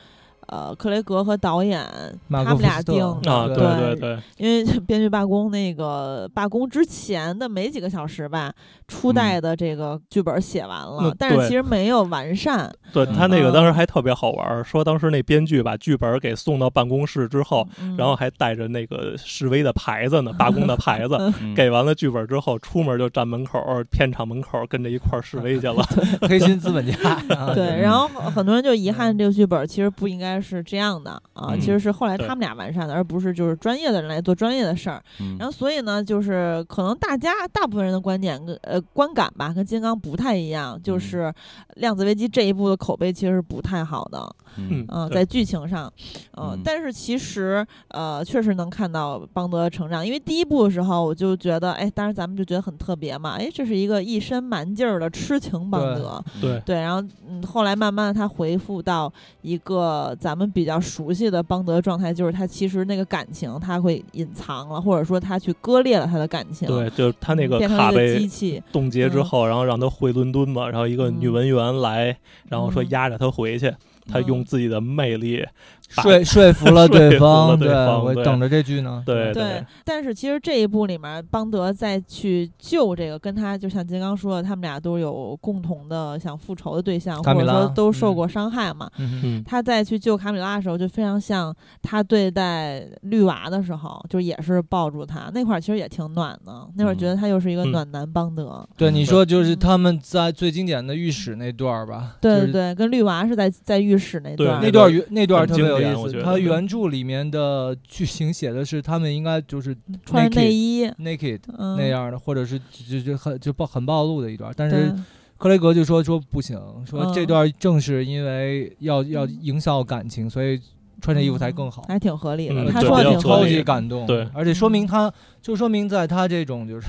[SPEAKER 2] 呃，克雷格和导演
[SPEAKER 4] 马
[SPEAKER 2] 他
[SPEAKER 4] 克
[SPEAKER 2] 们
[SPEAKER 4] 福
[SPEAKER 2] 俩
[SPEAKER 4] 斯
[SPEAKER 2] 定
[SPEAKER 4] 特
[SPEAKER 2] 的，
[SPEAKER 3] 啊，对
[SPEAKER 4] 对
[SPEAKER 3] 对，
[SPEAKER 2] 因为编剧罢工那个罢工之前的没几个小时吧，初代
[SPEAKER 4] 嗯
[SPEAKER 2] 的这个剧本写完了，
[SPEAKER 3] 那
[SPEAKER 2] 但是
[SPEAKER 3] 对
[SPEAKER 2] 其实没有完善。
[SPEAKER 3] 对
[SPEAKER 1] 嗯
[SPEAKER 3] 他那个当时还特别好玩儿，说当时那编剧把剧本儿给送到办公室之
[SPEAKER 4] 哦
[SPEAKER 3] 后，
[SPEAKER 2] 嗯
[SPEAKER 3] 然后还带着那个示威的牌子呢，罢工的牌子。
[SPEAKER 1] 嗯
[SPEAKER 3] 给完了剧本之后，出门就站门口儿片场门口儿跟着一块儿示威去了。
[SPEAKER 4] 黑心资 本家。啊
[SPEAKER 2] 对，然后很多人就遗憾
[SPEAKER 4] 嗯
[SPEAKER 2] 这个剧本其实不应该是这样的啊，
[SPEAKER 1] 嗯
[SPEAKER 2] 其实是后来
[SPEAKER 3] 对
[SPEAKER 2] 他们俩完善的，而不是就是专业的人来做专业的事儿。
[SPEAKER 1] 嗯
[SPEAKER 2] 然后所以呢，就是可能大家大部分人的观点跟呃观感吧，跟金刚不太一样，就
[SPEAKER 1] 嗯
[SPEAKER 2] 是《量子危机》这一部的口碑其实是不太好的，
[SPEAKER 1] 嗯
[SPEAKER 2] 嗯、
[SPEAKER 3] 对
[SPEAKER 2] 在剧情上，嗯
[SPEAKER 1] 嗯，
[SPEAKER 2] 但是其实呃确实能看到邦德的成长，因为第一部的时候我就觉得，哎，当时咱们就觉得很特别嘛，哎，这是一个一身蛮劲儿的痴情邦
[SPEAKER 4] 对
[SPEAKER 2] 德，
[SPEAKER 3] 对，
[SPEAKER 2] 对，然后嗯，后来慢慢的他回复到一个咱们比较熟悉的邦德状态，就是他其实那个感情他会隐藏了，或者说他去割裂了他的感情，
[SPEAKER 3] 对，就是他那个
[SPEAKER 2] 变成
[SPEAKER 3] 卡
[SPEAKER 2] 一个机
[SPEAKER 3] 被
[SPEAKER 2] 器，
[SPEAKER 3] 冻结之后，然后让他回伦敦嘛，然后一个女
[SPEAKER 2] 嗯
[SPEAKER 3] 文员来，然后说
[SPEAKER 2] 嗯
[SPEAKER 3] 压着他回去，他用自己的魅力，把
[SPEAKER 4] 说说服 了
[SPEAKER 3] 说服了
[SPEAKER 4] 对方，
[SPEAKER 3] 对方
[SPEAKER 4] 我
[SPEAKER 3] 对
[SPEAKER 4] 等着这句呢。
[SPEAKER 3] 对
[SPEAKER 2] 对，但是其实这一部里面，邦德再去救这个跟他，就像金刚说的，他们俩都有共同的想复仇的对象，
[SPEAKER 4] 卡
[SPEAKER 2] 或
[SPEAKER 4] 米
[SPEAKER 2] 者
[SPEAKER 4] 拉
[SPEAKER 2] 说都受
[SPEAKER 4] 嗯
[SPEAKER 2] 过伤害嘛。
[SPEAKER 4] 嗯哼
[SPEAKER 3] 嗯，
[SPEAKER 2] 他再去救卡米拉的时候，就非常像他对待绿娃的时候，就也是抱住他那块儿，其实也挺暖的。那会儿觉得他又是一个
[SPEAKER 3] 嗯
[SPEAKER 2] 暖男邦德，
[SPEAKER 4] 对，你
[SPEAKER 3] 对
[SPEAKER 4] 说就是他们在最经典的浴室那段儿吧，
[SPEAKER 2] 对
[SPEAKER 4] 就
[SPEAKER 2] 对
[SPEAKER 4] 是
[SPEAKER 2] 对，跟绿娃是在在浴
[SPEAKER 5] 浴室那
[SPEAKER 3] 对
[SPEAKER 5] 段儿，
[SPEAKER 3] 段
[SPEAKER 4] 那段
[SPEAKER 3] 儿
[SPEAKER 4] 原那段
[SPEAKER 3] 很
[SPEAKER 4] 特别
[SPEAKER 3] 经典
[SPEAKER 4] 有
[SPEAKER 3] 我
[SPEAKER 4] 意
[SPEAKER 3] 觉得
[SPEAKER 4] 思，它
[SPEAKER 3] 对
[SPEAKER 4] 原著里面的剧情写的是他们应该就是
[SPEAKER 5] 穿着
[SPEAKER 4] naked
[SPEAKER 5] 内衣，
[SPEAKER 4] naked
[SPEAKER 5] 嗯，
[SPEAKER 4] 那样的，或者是就就就很就暴很暴露的一段，但
[SPEAKER 5] 对
[SPEAKER 4] 是克雷格就说说不行，说这
[SPEAKER 5] 嗯
[SPEAKER 4] 段正是因为要要营造感情，所以穿这衣服才更好。
[SPEAKER 5] 还挺合理
[SPEAKER 3] 嗯
[SPEAKER 5] 的。他
[SPEAKER 3] 对
[SPEAKER 5] 说
[SPEAKER 3] 比
[SPEAKER 5] 的
[SPEAKER 3] 较
[SPEAKER 5] 挺
[SPEAKER 3] 合
[SPEAKER 5] 合
[SPEAKER 4] 超
[SPEAKER 3] 理
[SPEAKER 5] 理
[SPEAKER 4] 级
[SPEAKER 5] 的，
[SPEAKER 4] 感动，
[SPEAKER 3] 对
[SPEAKER 4] 而且说明他就说明在他这种就是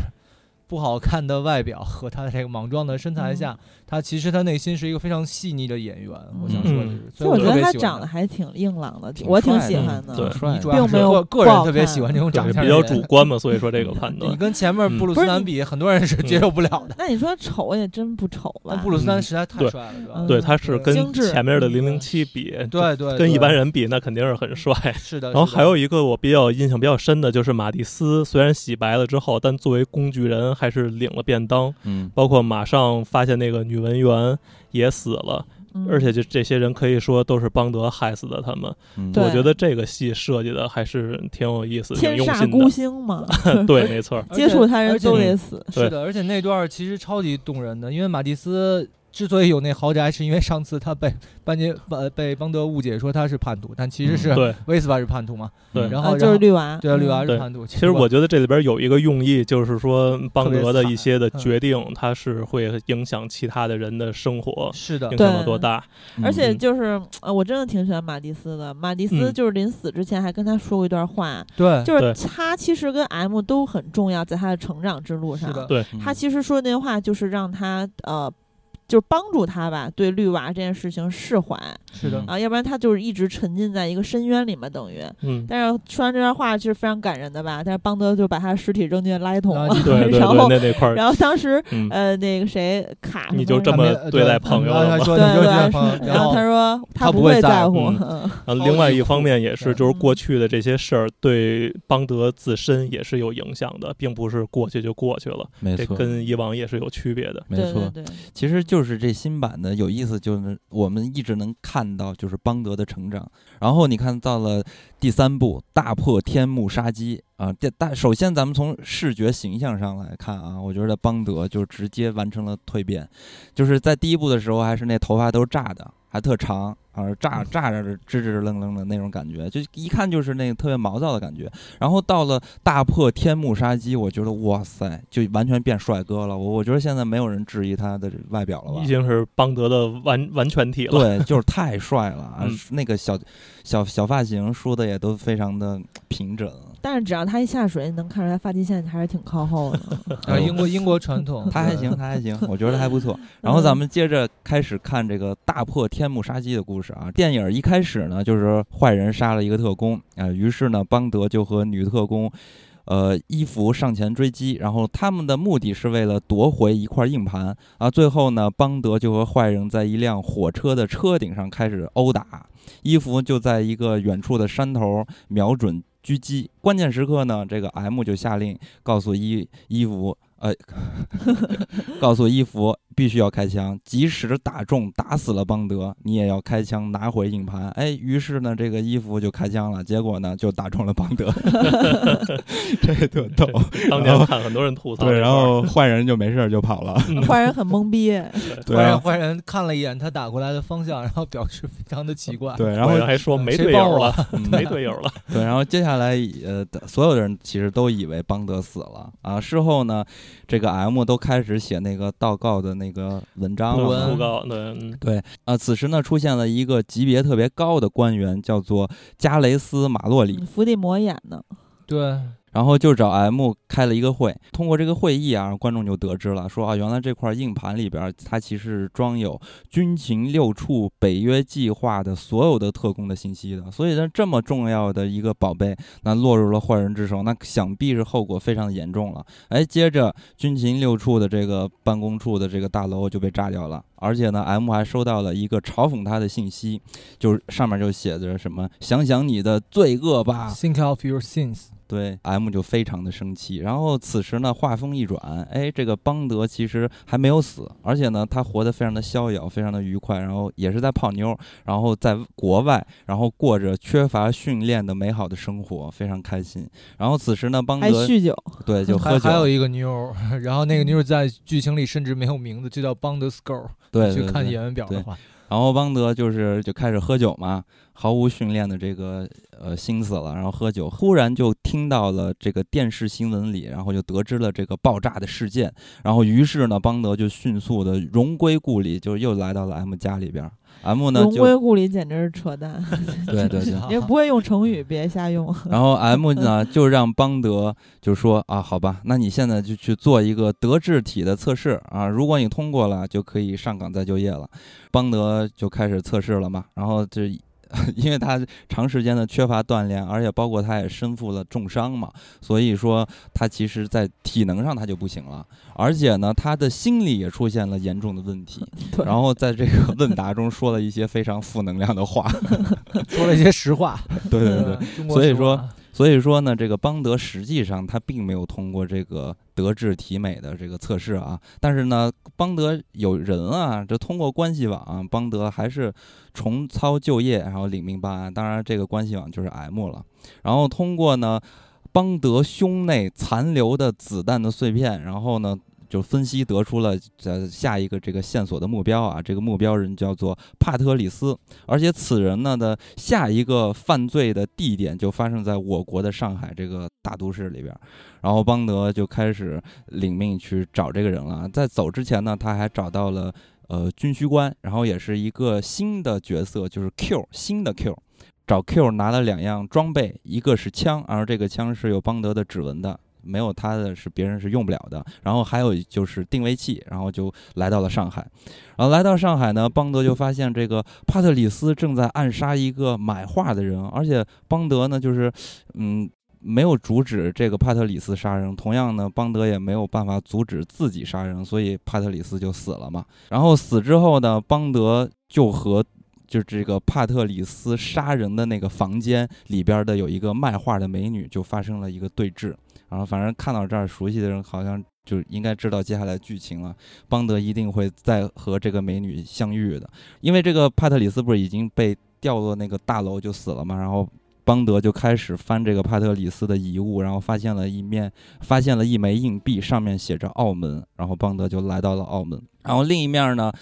[SPEAKER 4] 不好看的外表和他的这个莽撞的身
[SPEAKER 5] 嗯
[SPEAKER 4] 材下，他其实他内心是一个非常细腻的演员。我想说的是
[SPEAKER 3] 嗯，
[SPEAKER 5] 就
[SPEAKER 4] 所以
[SPEAKER 5] 我
[SPEAKER 4] 我
[SPEAKER 5] 觉
[SPEAKER 4] 特
[SPEAKER 5] 得
[SPEAKER 4] 别
[SPEAKER 5] 他
[SPEAKER 4] 喜欢
[SPEAKER 5] 长得还挺硬朗的，
[SPEAKER 1] 挺
[SPEAKER 5] 我挺
[SPEAKER 1] 帅
[SPEAKER 5] 喜
[SPEAKER 1] 的
[SPEAKER 5] 欢的。
[SPEAKER 3] 对
[SPEAKER 1] 帅
[SPEAKER 4] 你主
[SPEAKER 1] 的，
[SPEAKER 4] 要
[SPEAKER 5] 并
[SPEAKER 4] 是
[SPEAKER 5] 没有
[SPEAKER 4] 个个
[SPEAKER 5] 不
[SPEAKER 4] 人
[SPEAKER 5] 好
[SPEAKER 4] 特别
[SPEAKER 5] 看
[SPEAKER 4] 喜欢这种长
[SPEAKER 3] 对
[SPEAKER 4] 相，
[SPEAKER 3] 比较主。嗯观嘛，所以说这个判
[SPEAKER 4] 你
[SPEAKER 2] 嗯
[SPEAKER 3] 断，
[SPEAKER 4] 跟前面布鲁斯南比，很多人是
[SPEAKER 3] 嗯
[SPEAKER 4] 接受不了的。
[SPEAKER 5] 那你说丑也真不丑吧
[SPEAKER 4] 但？布鲁斯南实在太
[SPEAKER 3] 对
[SPEAKER 4] 帅了，是吧
[SPEAKER 5] 嗯
[SPEAKER 3] 对，他是跟
[SPEAKER 5] 精致
[SPEAKER 3] 前面
[SPEAKER 2] 嗯
[SPEAKER 3] 的零零七比，
[SPEAKER 4] 对
[SPEAKER 5] 呃
[SPEAKER 4] 对，
[SPEAKER 3] 跟一般
[SPEAKER 4] 人
[SPEAKER 3] 人比，那肯定是很帅。
[SPEAKER 4] 是的。
[SPEAKER 3] 然后
[SPEAKER 4] 是的
[SPEAKER 3] 还有一个我比较印象比较深的就是马蒂斯，虽然洗白了之后，但作为工具人还是领了便当。
[SPEAKER 1] 嗯，
[SPEAKER 3] 包括马上发现那个女文员也死了，
[SPEAKER 5] 嗯
[SPEAKER 3] 而且这这些人可以说都是邦德害死的。他们，
[SPEAKER 1] 嗯
[SPEAKER 5] 对
[SPEAKER 3] 我觉得这个戏设计的还是挺有意思、挺
[SPEAKER 5] 天
[SPEAKER 3] 用
[SPEAKER 5] 煞
[SPEAKER 3] 心
[SPEAKER 5] 孤
[SPEAKER 3] 的。
[SPEAKER 5] 星嘛，
[SPEAKER 3] 对，没错儿，
[SPEAKER 4] 而且
[SPEAKER 5] 接触他人
[SPEAKER 4] 而且
[SPEAKER 5] 都得死。
[SPEAKER 3] 对
[SPEAKER 4] 是的，而且那段儿其实超级动人的，因为马蒂斯之所以有那豪宅，是因为上次他被班杰呃被邦德误解说他是叛徒，但其实
[SPEAKER 1] 嗯
[SPEAKER 4] 是
[SPEAKER 3] 对
[SPEAKER 4] 威斯巴是叛徒嘛。
[SPEAKER 3] 对。
[SPEAKER 4] 然
[SPEAKER 5] 啊
[SPEAKER 2] 呃
[SPEAKER 4] 后
[SPEAKER 5] 就是
[SPEAKER 4] 绿
[SPEAKER 5] 绿娃，
[SPEAKER 4] 对啊绿
[SPEAKER 5] 嗯
[SPEAKER 4] 娃是
[SPEAKER 3] 对
[SPEAKER 4] 叛徒。其
[SPEAKER 3] 其实我觉得这里边有一个用意，就是说邦德的一些
[SPEAKER 5] 嗯
[SPEAKER 3] 的决定，它是会影响其他的人的生活，
[SPEAKER 4] 是的
[SPEAKER 3] 影，响有多大？
[SPEAKER 1] 嗯
[SPEAKER 5] 而且
[SPEAKER 3] 嗯
[SPEAKER 5] 就是，呃，我真的挺喜欢马蒂斯的。马蒂斯
[SPEAKER 3] 嗯
[SPEAKER 5] 就是临死之前还跟他说过一段话，
[SPEAKER 4] 对，
[SPEAKER 5] 就
[SPEAKER 3] 对
[SPEAKER 5] 是他其实跟 M 都很重要，在他的成长之路上。
[SPEAKER 4] 是的，嗯
[SPEAKER 3] 对
[SPEAKER 1] 嗯
[SPEAKER 5] 他其实说那话就是让他呃，就是帮助他吧，对绿娃这件事情释怀
[SPEAKER 4] 是的
[SPEAKER 1] 嗯，
[SPEAKER 5] 啊，要不然他就是一直沉浸在一个深渊里面，等于。
[SPEAKER 3] 嗯，
[SPEAKER 5] 但是说完这段话是非常感人的吧？但是邦德就把他的尸体扔进垃圾桶
[SPEAKER 4] 啊
[SPEAKER 5] 了，
[SPEAKER 4] 你
[SPEAKER 3] 对对 对，
[SPEAKER 5] 然后
[SPEAKER 3] 那那块儿，
[SPEAKER 5] 然后当时
[SPEAKER 3] 嗯，
[SPEAKER 5] 呃那个谁卡什
[SPEAKER 3] 你就
[SPEAKER 5] 么来
[SPEAKER 3] 这
[SPEAKER 5] 着
[SPEAKER 3] 么
[SPEAKER 4] 他们
[SPEAKER 3] 对待朋友
[SPEAKER 4] 然后
[SPEAKER 3] 了
[SPEAKER 4] 他
[SPEAKER 3] 吗
[SPEAKER 4] 说你
[SPEAKER 5] 对
[SPEAKER 4] 就是这样
[SPEAKER 5] 对
[SPEAKER 4] 朋友，
[SPEAKER 5] 然后他说
[SPEAKER 4] 他不
[SPEAKER 5] 不
[SPEAKER 4] 会
[SPEAKER 5] 会
[SPEAKER 4] 在
[SPEAKER 5] 乎，
[SPEAKER 4] 乎
[SPEAKER 5] 嗯
[SPEAKER 3] 然后
[SPEAKER 4] 超
[SPEAKER 3] 呃另外
[SPEAKER 4] 级
[SPEAKER 3] 一方
[SPEAKER 4] 酷
[SPEAKER 3] 面也是，就是
[SPEAKER 5] 嗯
[SPEAKER 3] 过去的这些事儿对邦德自身也是有影响的，并不是过去就过去了，
[SPEAKER 1] 没
[SPEAKER 3] 这
[SPEAKER 1] 错，
[SPEAKER 3] 跟以往也是有区别的。
[SPEAKER 1] 没
[SPEAKER 5] 对
[SPEAKER 1] 错
[SPEAKER 5] 对，对，
[SPEAKER 1] 其实就是这新版的有意思，就是我们一直能看到就是邦德的成长。然后你看到了第三部《大破天幕杀机》啊，这大首先咱们从视觉形象上来看啊，我觉得邦德就直接完成了蜕变，就是在第一部的时候还是那头发都是炸的，还特长。啊，炸炸着的支支愣愣的那种感觉，就一看就是那个特别毛躁的感觉。然后到了大破天幕杀机，我觉得哇塞，就完全变帅哥了。我我觉得现在没有人质疑他的外表了吧
[SPEAKER 3] 已？经是邦德的完完全体了。
[SPEAKER 1] 对，就是太帅了啊！
[SPEAKER 3] 嗯
[SPEAKER 1] 那个小小小发型梳的也都非常的平整。
[SPEAKER 3] 啊
[SPEAKER 5] 但是只要他一下水，你能看出来发际线还是挺靠后 的。
[SPEAKER 4] 啊英国英国传统，
[SPEAKER 1] 他还
[SPEAKER 4] 对
[SPEAKER 1] 行，他还行，我觉得还不错。然后咱们接着开始看这个大破天幕杀机的故事啊。电影一开始呢，就是坏人杀了一个特工啊、于是呢，邦德就和女特工，呃，伊芙上前追击，然后他们的目的是为了夺回一块硬盘啊。最后呢，邦德就和坏人在一辆火车的车顶上开始殴打，伊芙就在一个远处的山头瞄准。狙击，关键时刻呢，这个 M 就下令告诉伊伊芙，呃，告诉伊芙必须要开枪，即使打中打死了邦德，你也要开枪拿回硬盘。哎，于是呢，这个伊芙就开枪了，结果呢就打中了邦德， 这个特逗。
[SPEAKER 3] 当年看很多人吐槽这
[SPEAKER 1] 对，
[SPEAKER 3] 块儿，
[SPEAKER 1] 然后坏人就没事儿就跑了。
[SPEAKER 5] 坏人很懵 逼，
[SPEAKER 1] 对
[SPEAKER 4] 坏人
[SPEAKER 1] 啊，
[SPEAKER 4] 坏人看了一眼他打过来的方向，然后表示非常的奇怪。
[SPEAKER 1] 对，然
[SPEAKER 3] 然
[SPEAKER 1] 后
[SPEAKER 3] 后还说没
[SPEAKER 4] 谁
[SPEAKER 3] 队
[SPEAKER 4] 帮
[SPEAKER 3] 友
[SPEAKER 4] 我
[SPEAKER 3] 了，
[SPEAKER 1] 嗯
[SPEAKER 3] 没队友了。
[SPEAKER 1] 对，然后接下来呃，所有的人其实都以为邦德死了啊。事后呢，这个 M 都开始写那个祷告的那个文章
[SPEAKER 4] 布
[SPEAKER 1] 了
[SPEAKER 4] 文
[SPEAKER 1] 嘛。
[SPEAKER 3] 不高，对，嗯
[SPEAKER 1] 对，啊，此时呢出现了一个级别特别高的官员，叫做加雷斯·马洛里
[SPEAKER 5] 嗯，伏地魔演的，
[SPEAKER 4] 对，
[SPEAKER 1] 然后就找 M 开了一个会。通过这个会议啊，观众就得知了，说啊，原来这块硬盘里边儿它其实装有军情六处北约计划的所有的特工的信息的。所以呢，这么重要的一个宝贝，那落入了坏人之手，那想必是后果非常严重了。哎，接着军情六处的这个办公处的这个大楼就被炸掉了，而且呢，M 还收到了一个嘲讽他的信息，就是上面就写着什么“想想你的罪恶吧”，
[SPEAKER 4] Think of your sins。
[SPEAKER 1] 对，M 就非常的生气。然后此时呢，话锋一转，哎，这个邦德其实还没有死，而且呢，他活得非常的逍遥，非常的愉快，然后也是在泡妞，然后在国外，然后过着缺乏训练的美好的生活，非常开心。然后此时呢，邦
[SPEAKER 5] 还
[SPEAKER 1] 德
[SPEAKER 5] 酗酒，
[SPEAKER 1] 对就
[SPEAKER 4] 还
[SPEAKER 1] 喝酒
[SPEAKER 4] 还，有一个妞儿，然后那个妞儿在剧情里甚至没有名字，就叫邦德 s k i r l
[SPEAKER 1] 对对
[SPEAKER 4] 去看
[SPEAKER 1] 对
[SPEAKER 4] 演员表
[SPEAKER 1] 对
[SPEAKER 4] 的话，
[SPEAKER 1] 然后邦德就是就开始喝酒嘛，毫无训练的这个呃心思了，然后喝酒，忽然就听到了这个电视新闻里，然后就得知了这个爆炸的事件，然后于是呢，邦德就迅速的荣归故里，就又来到了 M 家里边儿。M 呢
[SPEAKER 5] 荣
[SPEAKER 1] 就
[SPEAKER 5] 归故里简直是扯 淡，
[SPEAKER 1] 对对对，
[SPEAKER 5] 也不会用成语，别瞎用。
[SPEAKER 1] 然后 M 呢就让邦德就说啊，好吧，那你现在就去做一个德智体的测试啊，如果你通过了，就可以上岗再就业了。邦德就开始测试了嘛，然后这。 因为他长时间的缺乏锻炼，而且包括他也身负了重伤嘛，所以说他其实在体能上他就不行了，而且呢，他的心理也出现了严重的问题。
[SPEAKER 5] 对
[SPEAKER 1] 然后在这个问答中说了一些非常负能量的话，
[SPEAKER 4] 说了一些实话。
[SPEAKER 1] 对对对，
[SPEAKER 4] 嗯，中国
[SPEAKER 1] 所以
[SPEAKER 4] 实
[SPEAKER 1] 说
[SPEAKER 4] 话
[SPEAKER 1] 所以说呢，这个邦德实际上他并没有通过这个德智体美的这个测试啊，但是呢，邦德有人啊，这通过关系网啊、邦德还是重操旧业，然后领命办案。当然，这个关系网就是 M 了。然后通过呢，邦德胸内残留的子弹的碎片，然后呢。就分析得出了呃下一个这个线索的目标啊，这个目标人叫做帕特里斯，而且此人呢的下一个犯罪的地点就发生在我国的上海这个大都市里边儿，然后邦德就开始领命去找这个人了。在走之前呢，他还找到了呃军需官，然后也是一个新的角色，就是 Q 新的 Q。找 Q 拿了两样装备，一个是枪，而这个枪是有邦德的指纹的，没有他的是别人是用不了的。然后还有就是定位器，然后就来到了上海。然后来到上海呢，邦德就发现这个帕特里斯正在暗杀一个买画的人，而且邦德呢，就是嗯。没有阻止这个帕特里斯杀人，同样呢，邦德也没有办法阻止自己杀人，所以帕特里斯就死了嘛。然后死之后呢，邦德就和就这个帕特里斯杀人的那个房间里边的有一个卖画的美女就发生了一个对峙。然后反正看到这儿，熟悉的人好像就应该知道接下来剧情了。邦德一定会再和这个美女相遇的，因为这个帕特里斯不是已经被掉落那个大楼就死了嘛，然后。邦德就开始翻这个帕特里斯的遗物，然后发现了一面，发现了一枚硬币，上面写着澳门。然后邦德就来到了澳门。然后另一面呢，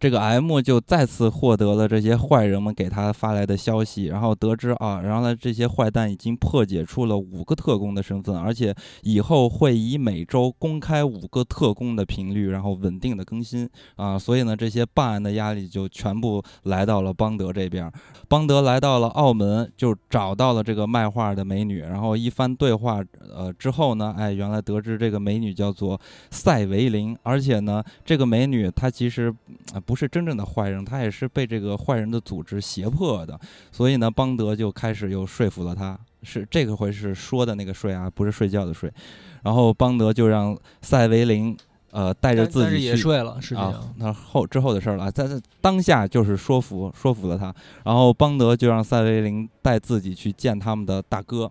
[SPEAKER 1] 这个 M 就再次获得了这些坏人们给他发来的消息，然后得知啊，然后呢，这些坏蛋已经破解出了五个特工的身份，而且以后会以每周公开五个特工的频率，然后稳定的更新啊，所以呢，这些办案的压力就全部来到了邦德这边儿。邦德来到了澳门，就找到了这个卖画的美女，然后一番对话，呃，之后呢，哎，原来得知这个美女叫做塞维琳，而且呢，这个美女她其实呃不是真正的坏人，她也是被这个坏人的组织胁迫的，所以呢，邦德就开始又说服了她。是这个回是说的那个睡啊，不是睡觉的睡。然后邦德就让塞维琳，呃，带着
[SPEAKER 4] 但
[SPEAKER 1] 自
[SPEAKER 4] 但是
[SPEAKER 1] 己
[SPEAKER 4] 也
[SPEAKER 1] 去
[SPEAKER 4] 睡了，是这
[SPEAKER 1] 啊
[SPEAKER 4] 样。，
[SPEAKER 1] 那后之后的事儿了啊，在在当下就是说服说服了他，然后邦德就让塞维林带自己去见他们的大哥，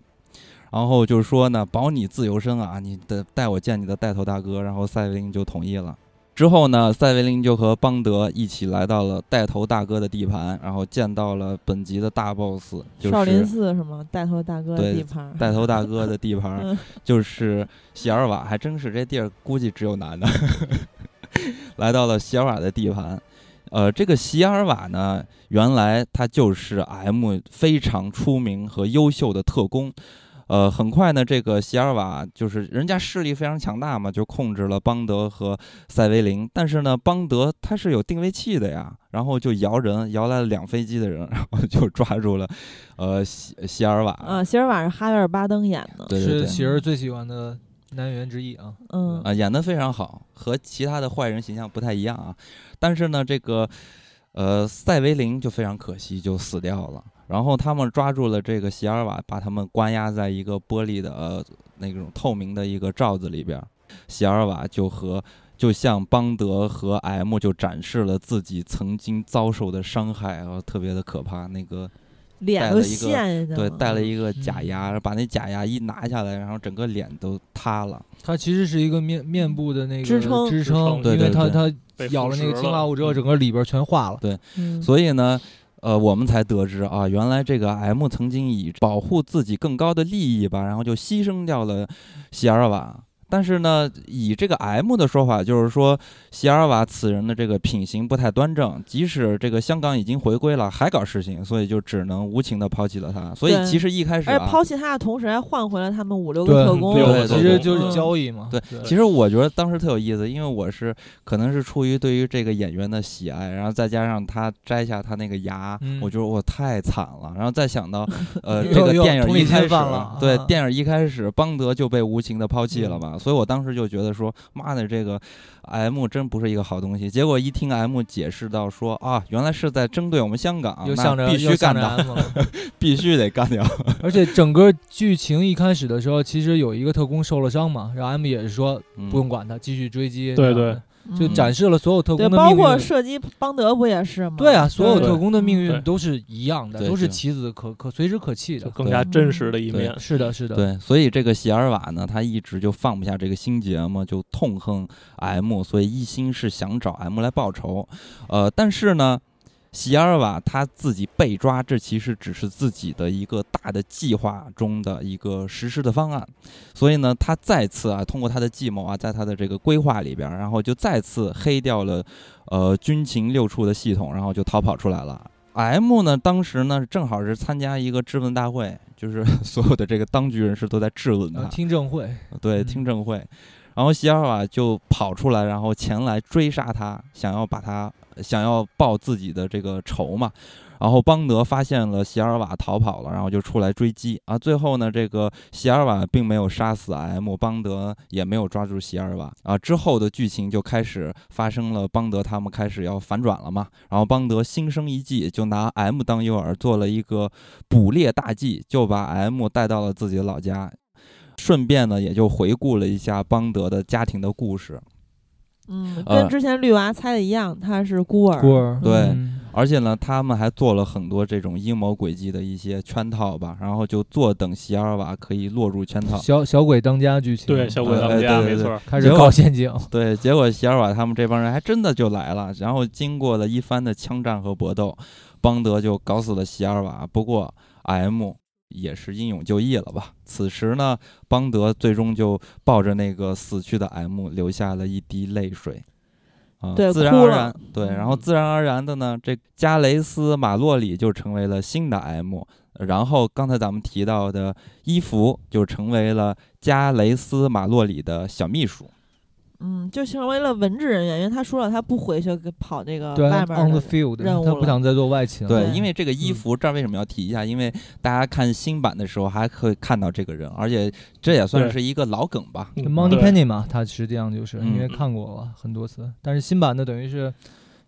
[SPEAKER 1] 然后就是说呢，保你自由身啊，你得带我见你的带头大哥，然后塞维林就同意了。之后呢，塞维林就和邦德一起来到了带头大哥的地盘，然后见到了本集的大 boss，就
[SPEAKER 5] 少林
[SPEAKER 1] 是
[SPEAKER 5] 寺是吗？带头大哥的
[SPEAKER 1] 对
[SPEAKER 5] 地盘儿，
[SPEAKER 1] 带头大哥的地盘 儿，
[SPEAKER 5] 嗯
[SPEAKER 1] 就是席尔瓦，还真是这地儿估计只有男的， 来到了席尔瓦的地盘。呃，这个席尔瓦呢，原来他就是 M 非常出名和优秀的特工。呃，很快呢，这个席尔瓦就是人家势力非常强大嘛，就控制了邦德和塞维林。但是呢，邦德他是有定位器的呀，然后就摇人，摇来了两飞机的人，然后就抓住了，呃，席席尔瓦。
[SPEAKER 2] 呃
[SPEAKER 5] 啊，希尔瓦是哈维尔巴登演的，
[SPEAKER 1] 对对
[SPEAKER 4] 是
[SPEAKER 1] 对，
[SPEAKER 4] 喜儿最喜欢的男演员之一啊。
[SPEAKER 5] 嗯，
[SPEAKER 1] 啊，演得非常好，和其他的坏人形象不太一样啊。但是呢，这个呃塞维林就非常可惜，就死掉了。然后他们抓住了这个席尔瓦，把他们关押在一个玻璃的呃那种透明的一个罩子里边儿。席尔瓦就和就向邦德和 M 就展示了自己曾经遭受的伤害，然后特别的可怕。那个带
[SPEAKER 5] 脸
[SPEAKER 1] 了
[SPEAKER 5] 都
[SPEAKER 1] 一个
[SPEAKER 5] 陷
[SPEAKER 2] 嗯
[SPEAKER 5] 下去
[SPEAKER 1] 对，戴了
[SPEAKER 5] 一
[SPEAKER 1] 一个假牙，把那假牙一拿下来，然后整个脸都塌了。
[SPEAKER 4] 它其实是一个面面部的那个
[SPEAKER 5] 支撑
[SPEAKER 3] 支
[SPEAKER 4] 支
[SPEAKER 3] 撑
[SPEAKER 4] 撑，
[SPEAKER 1] 对
[SPEAKER 4] 因为
[SPEAKER 1] 对
[SPEAKER 4] 它
[SPEAKER 1] 对
[SPEAKER 4] 它
[SPEAKER 3] 被腐
[SPEAKER 4] 咬了那个
[SPEAKER 3] 蚀
[SPEAKER 4] 氰化物之后，
[SPEAKER 3] 嗯
[SPEAKER 4] 整个里边全化了。
[SPEAKER 5] 嗯
[SPEAKER 1] 所以呢，呃，我们才得知啊，原来这个 M 曾经以保护自己更高的利益吧，然后就牺牲掉了席尔瓦。但是呢，以这个 M 的说法，就是说席尔瓦此人的这个品行不太端正，即使这个香港已经回归了，还搞事情，所以就只能无情的抛弃了他。所以
[SPEAKER 5] 对
[SPEAKER 1] 其实一开始、
[SPEAKER 5] 而
[SPEAKER 1] 啊，
[SPEAKER 5] 且抛弃他的同时，还换回了他们五六
[SPEAKER 4] 对
[SPEAKER 5] 个特工。
[SPEAKER 3] 对
[SPEAKER 1] 对
[SPEAKER 4] 其
[SPEAKER 1] 对
[SPEAKER 4] 实
[SPEAKER 1] 对
[SPEAKER 4] 就是
[SPEAKER 5] 嗯
[SPEAKER 4] 交易嘛。
[SPEAKER 1] 对
[SPEAKER 3] 对
[SPEAKER 1] 其实我觉得当时特有意思，因为我是可能是出于对于这个演员的喜爱，然后再加上他摘下他那个牙，
[SPEAKER 4] 嗯
[SPEAKER 1] 我觉得我太惨了。然后再想 到，呃，
[SPEAKER 4] 又
[SPEAKER 1] 这个
[SPEAKER 4] 又
[SPEAKER 1] 电
[SPEAKER 4] 同
[SPEAKER 1] 影
[SPEAKER 4] 理
[SPEAKER 1] 一开
[SPEAKER 4] 心
[SPEAKER 1] 始，
[SPEAKER 4] 犯了
[SPEAKER 1] 对
[SPEAKER 4] 啊嗯
[SPEAKER 1] 电影一开始，邦德就被无情的抛弃了嘛，所以我当时就觉得说，妈的，这个 M 真不是一个好东西。结果一听 M 解释到说啊，原来是在针对我们香港，
[SPEAKER 4] 又
[SPEAKER 1] 啊那
[SPEAKER 4] 向着
[SPEAKER 1] 必
[SPEAKER 4] 又
[SPEAKER 1] 须
[SPEAKER 4] 向
[SPEAKER 1] 干
[SPEAKER 4] 着
[SPEAKER 1] 掉，
[SPEAKER 4] M 了，
[SPEAKER 1] 必须得干掉。
[SPEAKER 4] 而且整个剧情一开始的时候，其实有一个特工受了伤嘛，然后 M 也是说
[SPEAKER 1] 嗯
[SPEAKER 4] 不用管他，继续追击。
[SPEAKER 3] 对
[SPEAKER 4] 然后
[SPEAKER 3] 对
[SPEAKER 5] 嗯
[SPEAKER 4] 呢，就展示了所有特
[SPEAKER 2] 对，
[SPEAKER 4] 工的
[SPEAKER 2] 包
[SPEAKER 4] 命运
[SPEAKER 2] 括
[SPEAKER 4] 的。
[SPEAKER 2] 射击邦德不也
[SPEAKER 5] 嗯
[SPEAKER 2] 是吗？
[SPEAKER 4] 对啊，所有
[SPEAKER 3] 对
[SPEAKER 4] 特工的命
[SPEAKER 3] 对
[SPEAKER 4] 运都是一样的，
[SPEAKER 1] 对
[SPEAKER 4] 都是
[SPEAKER 1] 对
[SPEAKER 4] 棋子可可随时可弃
[SPEAKER 3] 就
[SPEAKER 4] 的。
[SPEAKER 3] 更加真实的一
[SPEAKER 1] 对
[SPEAKER 3] 面。
[SPEAKER 4] 是的，是的，
[SPEAKER 1] 对，所以这个席尔瓦呢，他一直就放不下这个心结嘛，就痛恨 M，所以一心是想找 M 来报仇。呃，但是呢，席尔瓦他自己被抓，这其实只是自己的一个大的计划中的一个实施的方案。所以呢，他再次啊，通过他的计谋啊，在他的这个规划里边儿，然后就再次黑掉了呃军情六处的系统，然后就逃跑出来了。M 呢，当时呢正好是参加一个质问大会，就是 所有的这个当局人士都在质问
[SPEAKER 4] 呃
[SPEAKER 1] 他，
[SPEAKER 4] 听证会，
[SPEAKER 1] 对，
[SPEAKER 4] 嗯
[SPEAKER 1] 听证会。然后席尔瓦就跑出来，然后前来追杀他，想要把他想要报自己的这个仇嘛。然后邦德发现了席尔瓦逃跑了，然后就出来追击啊。最后呢，这个席尔瓦并没有杀死 M，邦德也没有抓住席尔瓦啊。之后的剧情就开始发生了，邦德他们开始要反转了嘛。然后邦德心生一计，就拿 M 当诱饵，做了一个捕猎大计，就把 M 带到了自己的老家。顺便呢，也就回顾了一下邦德的家庭的故事，
[SPEAKER 5] 嗯，
[SPEAKER 1] 呃
[SPEAKER 5] 跟之前绿娃猜的一样，他是孤
[SPEAKER 2] 嗯
[SPEAKER 5] 儿。
[SPEAKER 4] 儿
[SPEAKER 1] 对
[SPEAKER 4] 嗯
[SPEAKER 1] 而且呢，他们还做了很多这种阴谋诡计的一些圈套吧，然后就坐等席尔瓦可以落入圈套。
[SPEAKER 4] 小小鬼当家剧情，嗯
[SPEAKER 3] 对，小鬼
[SPEAKER 1] 呃
[SPEAKER 3] 当家
[SPEAKER 1] 对对
[SPEAKER 3] 没
[SPEAKER 1] 对
[SPEAKER 3] 错儿，
[SPEAKER 4] 开
[SPEAKER 1] 结
[SPEAKER 4] 始
[SPEAKER 1] 果
[SPEAKER 4] 搞陷阱，
[SPEAKER 1] 对，结果席尔瓦他们这帮人还真的就来了，然后经过了一番的枪战和搏斗，邦德就搞死了席尔瓦。不过 M 也是英勇就义了吧？此时呢，邦德最终就抱着那个死去的 M 流下了一滴泪水。啊、
[SPEAKER 5] 对
[SPEAKER 1] 自然
[SPEAKER 5] 哭
[SPEAKER 1] 而
[SPEAKER 5] 了
[SPEAKER 1] 然，对，然后
[SPEAKER 3] 嗯
[SPEAKER 1] 自然而然的呢，这加雷斯·马洛里就成为了新的 M，然后刚才咱们提到的伊芙就成为了加雷斯·马洛里的小秘书。
[SPEAKER 5] 嗯，就成为了文职人员，因为他说了他不回去给跑这个
[SPEAKER 4] 对
[SPEAKER 5] 外面
[SPEAKER 4] ，on
[SPEAKER 5] 的
[SPEAKER 4] the field，
[SPEAKER 5] 任务
[SPEAKER 4] 他不
[SPEAKER 5] 了
[SPEAKER 4] 想再做外勤了。嗯
[SPEAKER 1] 对，
[SPEAKER 5] 对
[SPEAKER 1] 因为这个伊芙这儿为什么要提一下？因为大家看新版的时候还可以看到这个人，而且这也算
[SPEAKER 3] 对
[SPEAKER 1] 是一个老梗吧。
[SPEAKER 3] 嗯
[SPEAKER 4] Money
[SPEAKER 3] 对
[SPEAKER 4] Penny 嘛，他实际上就是
[SPEAKER 1] 嗯
[SPEAKER 4] 因为看过了很多次，但是新版的等于是，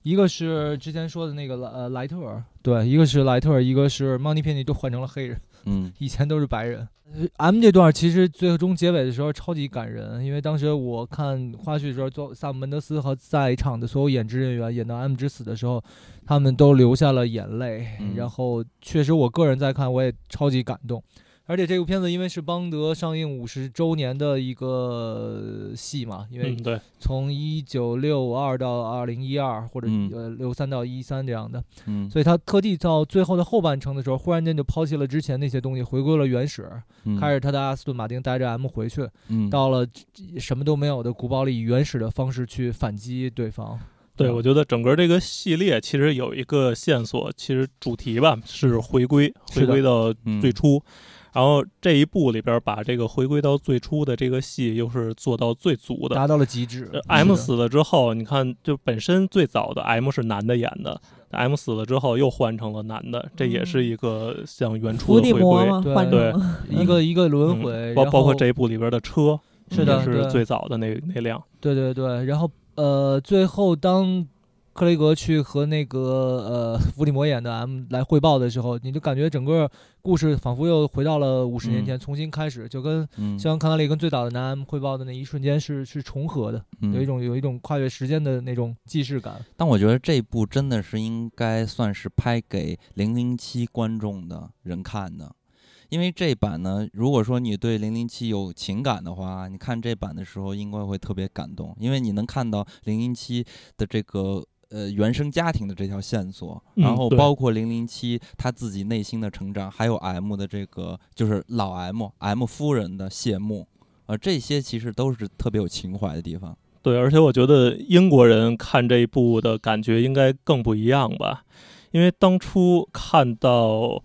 [SPEAKER 4] 一个是之前说的那个莱呃莱特尔，对，一个是莱特尔，一个是 Money Penny 都换成了黑人，
[SPEAKER 1] 嗯
[SPEAKER 4] 以前都是白人。呃 M 这段其实最终结尾的时候超级感人，因为当时我看花絮的时候，做萨姆门德斯和在场的所有演职人员演到 M 之死的时候，他们都流下了眼泪。
[SPEAKER 1] 嗯
[SPEAKER 4] 然后确实，我个人在看，我也超级感动。而且这部片子因为是邦德上映五十周年的一个呃戏嘛，因为
[SPEAKER 3] 嗯，对，
[SPEAKER 4] 从一九六二到二零一二或者
[SPEAKER 1] 嗯
[SPEAKER 4] 呃六三到一三这样的，
[SPEAKER 1] 嗯，
[SPEAKER 4] 所以他特地到最后的后半程的时候，忽然间就抛弃了之前那些东西，回归了原始，
[SPEAKER 3] 嗯
[SPEAKER 1] 以
[SPEAKER 4] 开始他的阿斯顿马丁带着 M 回去，
[SPEAKER 1] 嗯
[SPEAKER 4] 到了什么都没有的古堡里，以原始的方式去反击对方。啊
[SPEAKER 3] 对，我觉得整个这个系列其实有一个线索，其实主题吧是回归，
[SPEAKER 4] 是
[SPEAKER 3] 回归
[SPEAKER 4] 的
[SPEAKER 3] 到
[SPEAKER 1] 嗯
[SPEAKER 3] 最初。然后这一部里边把这个回归到最初的这个戏，又是做到最足的。
[SPEAKER 4] 达到了极致
[SPEAKER 3] 呃。M
[SPEAKER 4] 是的
[SPEAKER 3] 死了之后，你看，就本身最早的 M 是男的演的，M 死了之后又换成了男的，这也
[SPEAKER 4] 嗯
[SPEAKER 3] 是一个像原初
[SPEAKER 5] 伏
[SPEAKER 3] 的
[SPEAKER 5] 地
[SPEAKER 3] 回
[SPEAKER 5] 魔
[SPEAKER 3] 归。
[SPEAKER 5] 嘛，
[SPEAKER 4] 对
[SPEAKER 5] 换成
[SPEAKER 3] 对
[SPEAKER 5] 了
[SPEAKER 4] 一个一个轮
[SPEAKER 3] 嗯
[SPEAKER 4] 回，
[SPEAKER 3] 包
[SPEAKER 4] 然
[SPEAKER 3] 包括
[SPEAKER 4] 后
[SPEAKER 3] 这一部里边的车，
[SPEAKER 4] 是
[SPEAKER 3] 也
[SPEAKER 4] 的
[SPEAKER 3] 是
[SPEAKER 4] 对
[SPEAKER 3] 最早的那那辆。
[SPEAKER 4] 对对对，然后呃，最后当克雷格去和那个呃伏地魔演的 M 来汇报的时候，你就感觉整个故事仿佛又回到了五十
[SPEAKER 3] 嗯
[SPEAKER 4] 年前，重新开始，就跟
[SPEAKER 1] 嗯
[SPEAKER 4] 肖恩康纳利跟最早的男 M 汇报的那一瞬间是是重合的，
[SPEAKER 1] 嗯
[SPEAKER 4] 有一种有一种跨越时间的那种既视感。
[SPEAKER 1] 但我觉得这部真的是应该算是拍给零零七观众的人看的，因为这版呢，如果说你对零零七有情感的话，你看这版的时候应该会特别感动，因为你能看到零零七的这个。呃，原生家庭的这条线索，
[SPEAKER 3] 嗯
[SPEAKER 1] 然后
[SPEAKER 3] 对
[SPEAKER 1] 包括零零七他自己内心的成长，还有 M 的这个就是老 M M 夫人的谢幕，呃，这些其实都是特别有情怀的地方。
[SPEAKER 3] 对，而且我觉得英国人看这一部的感觉应该更不一样吧，因为当初看到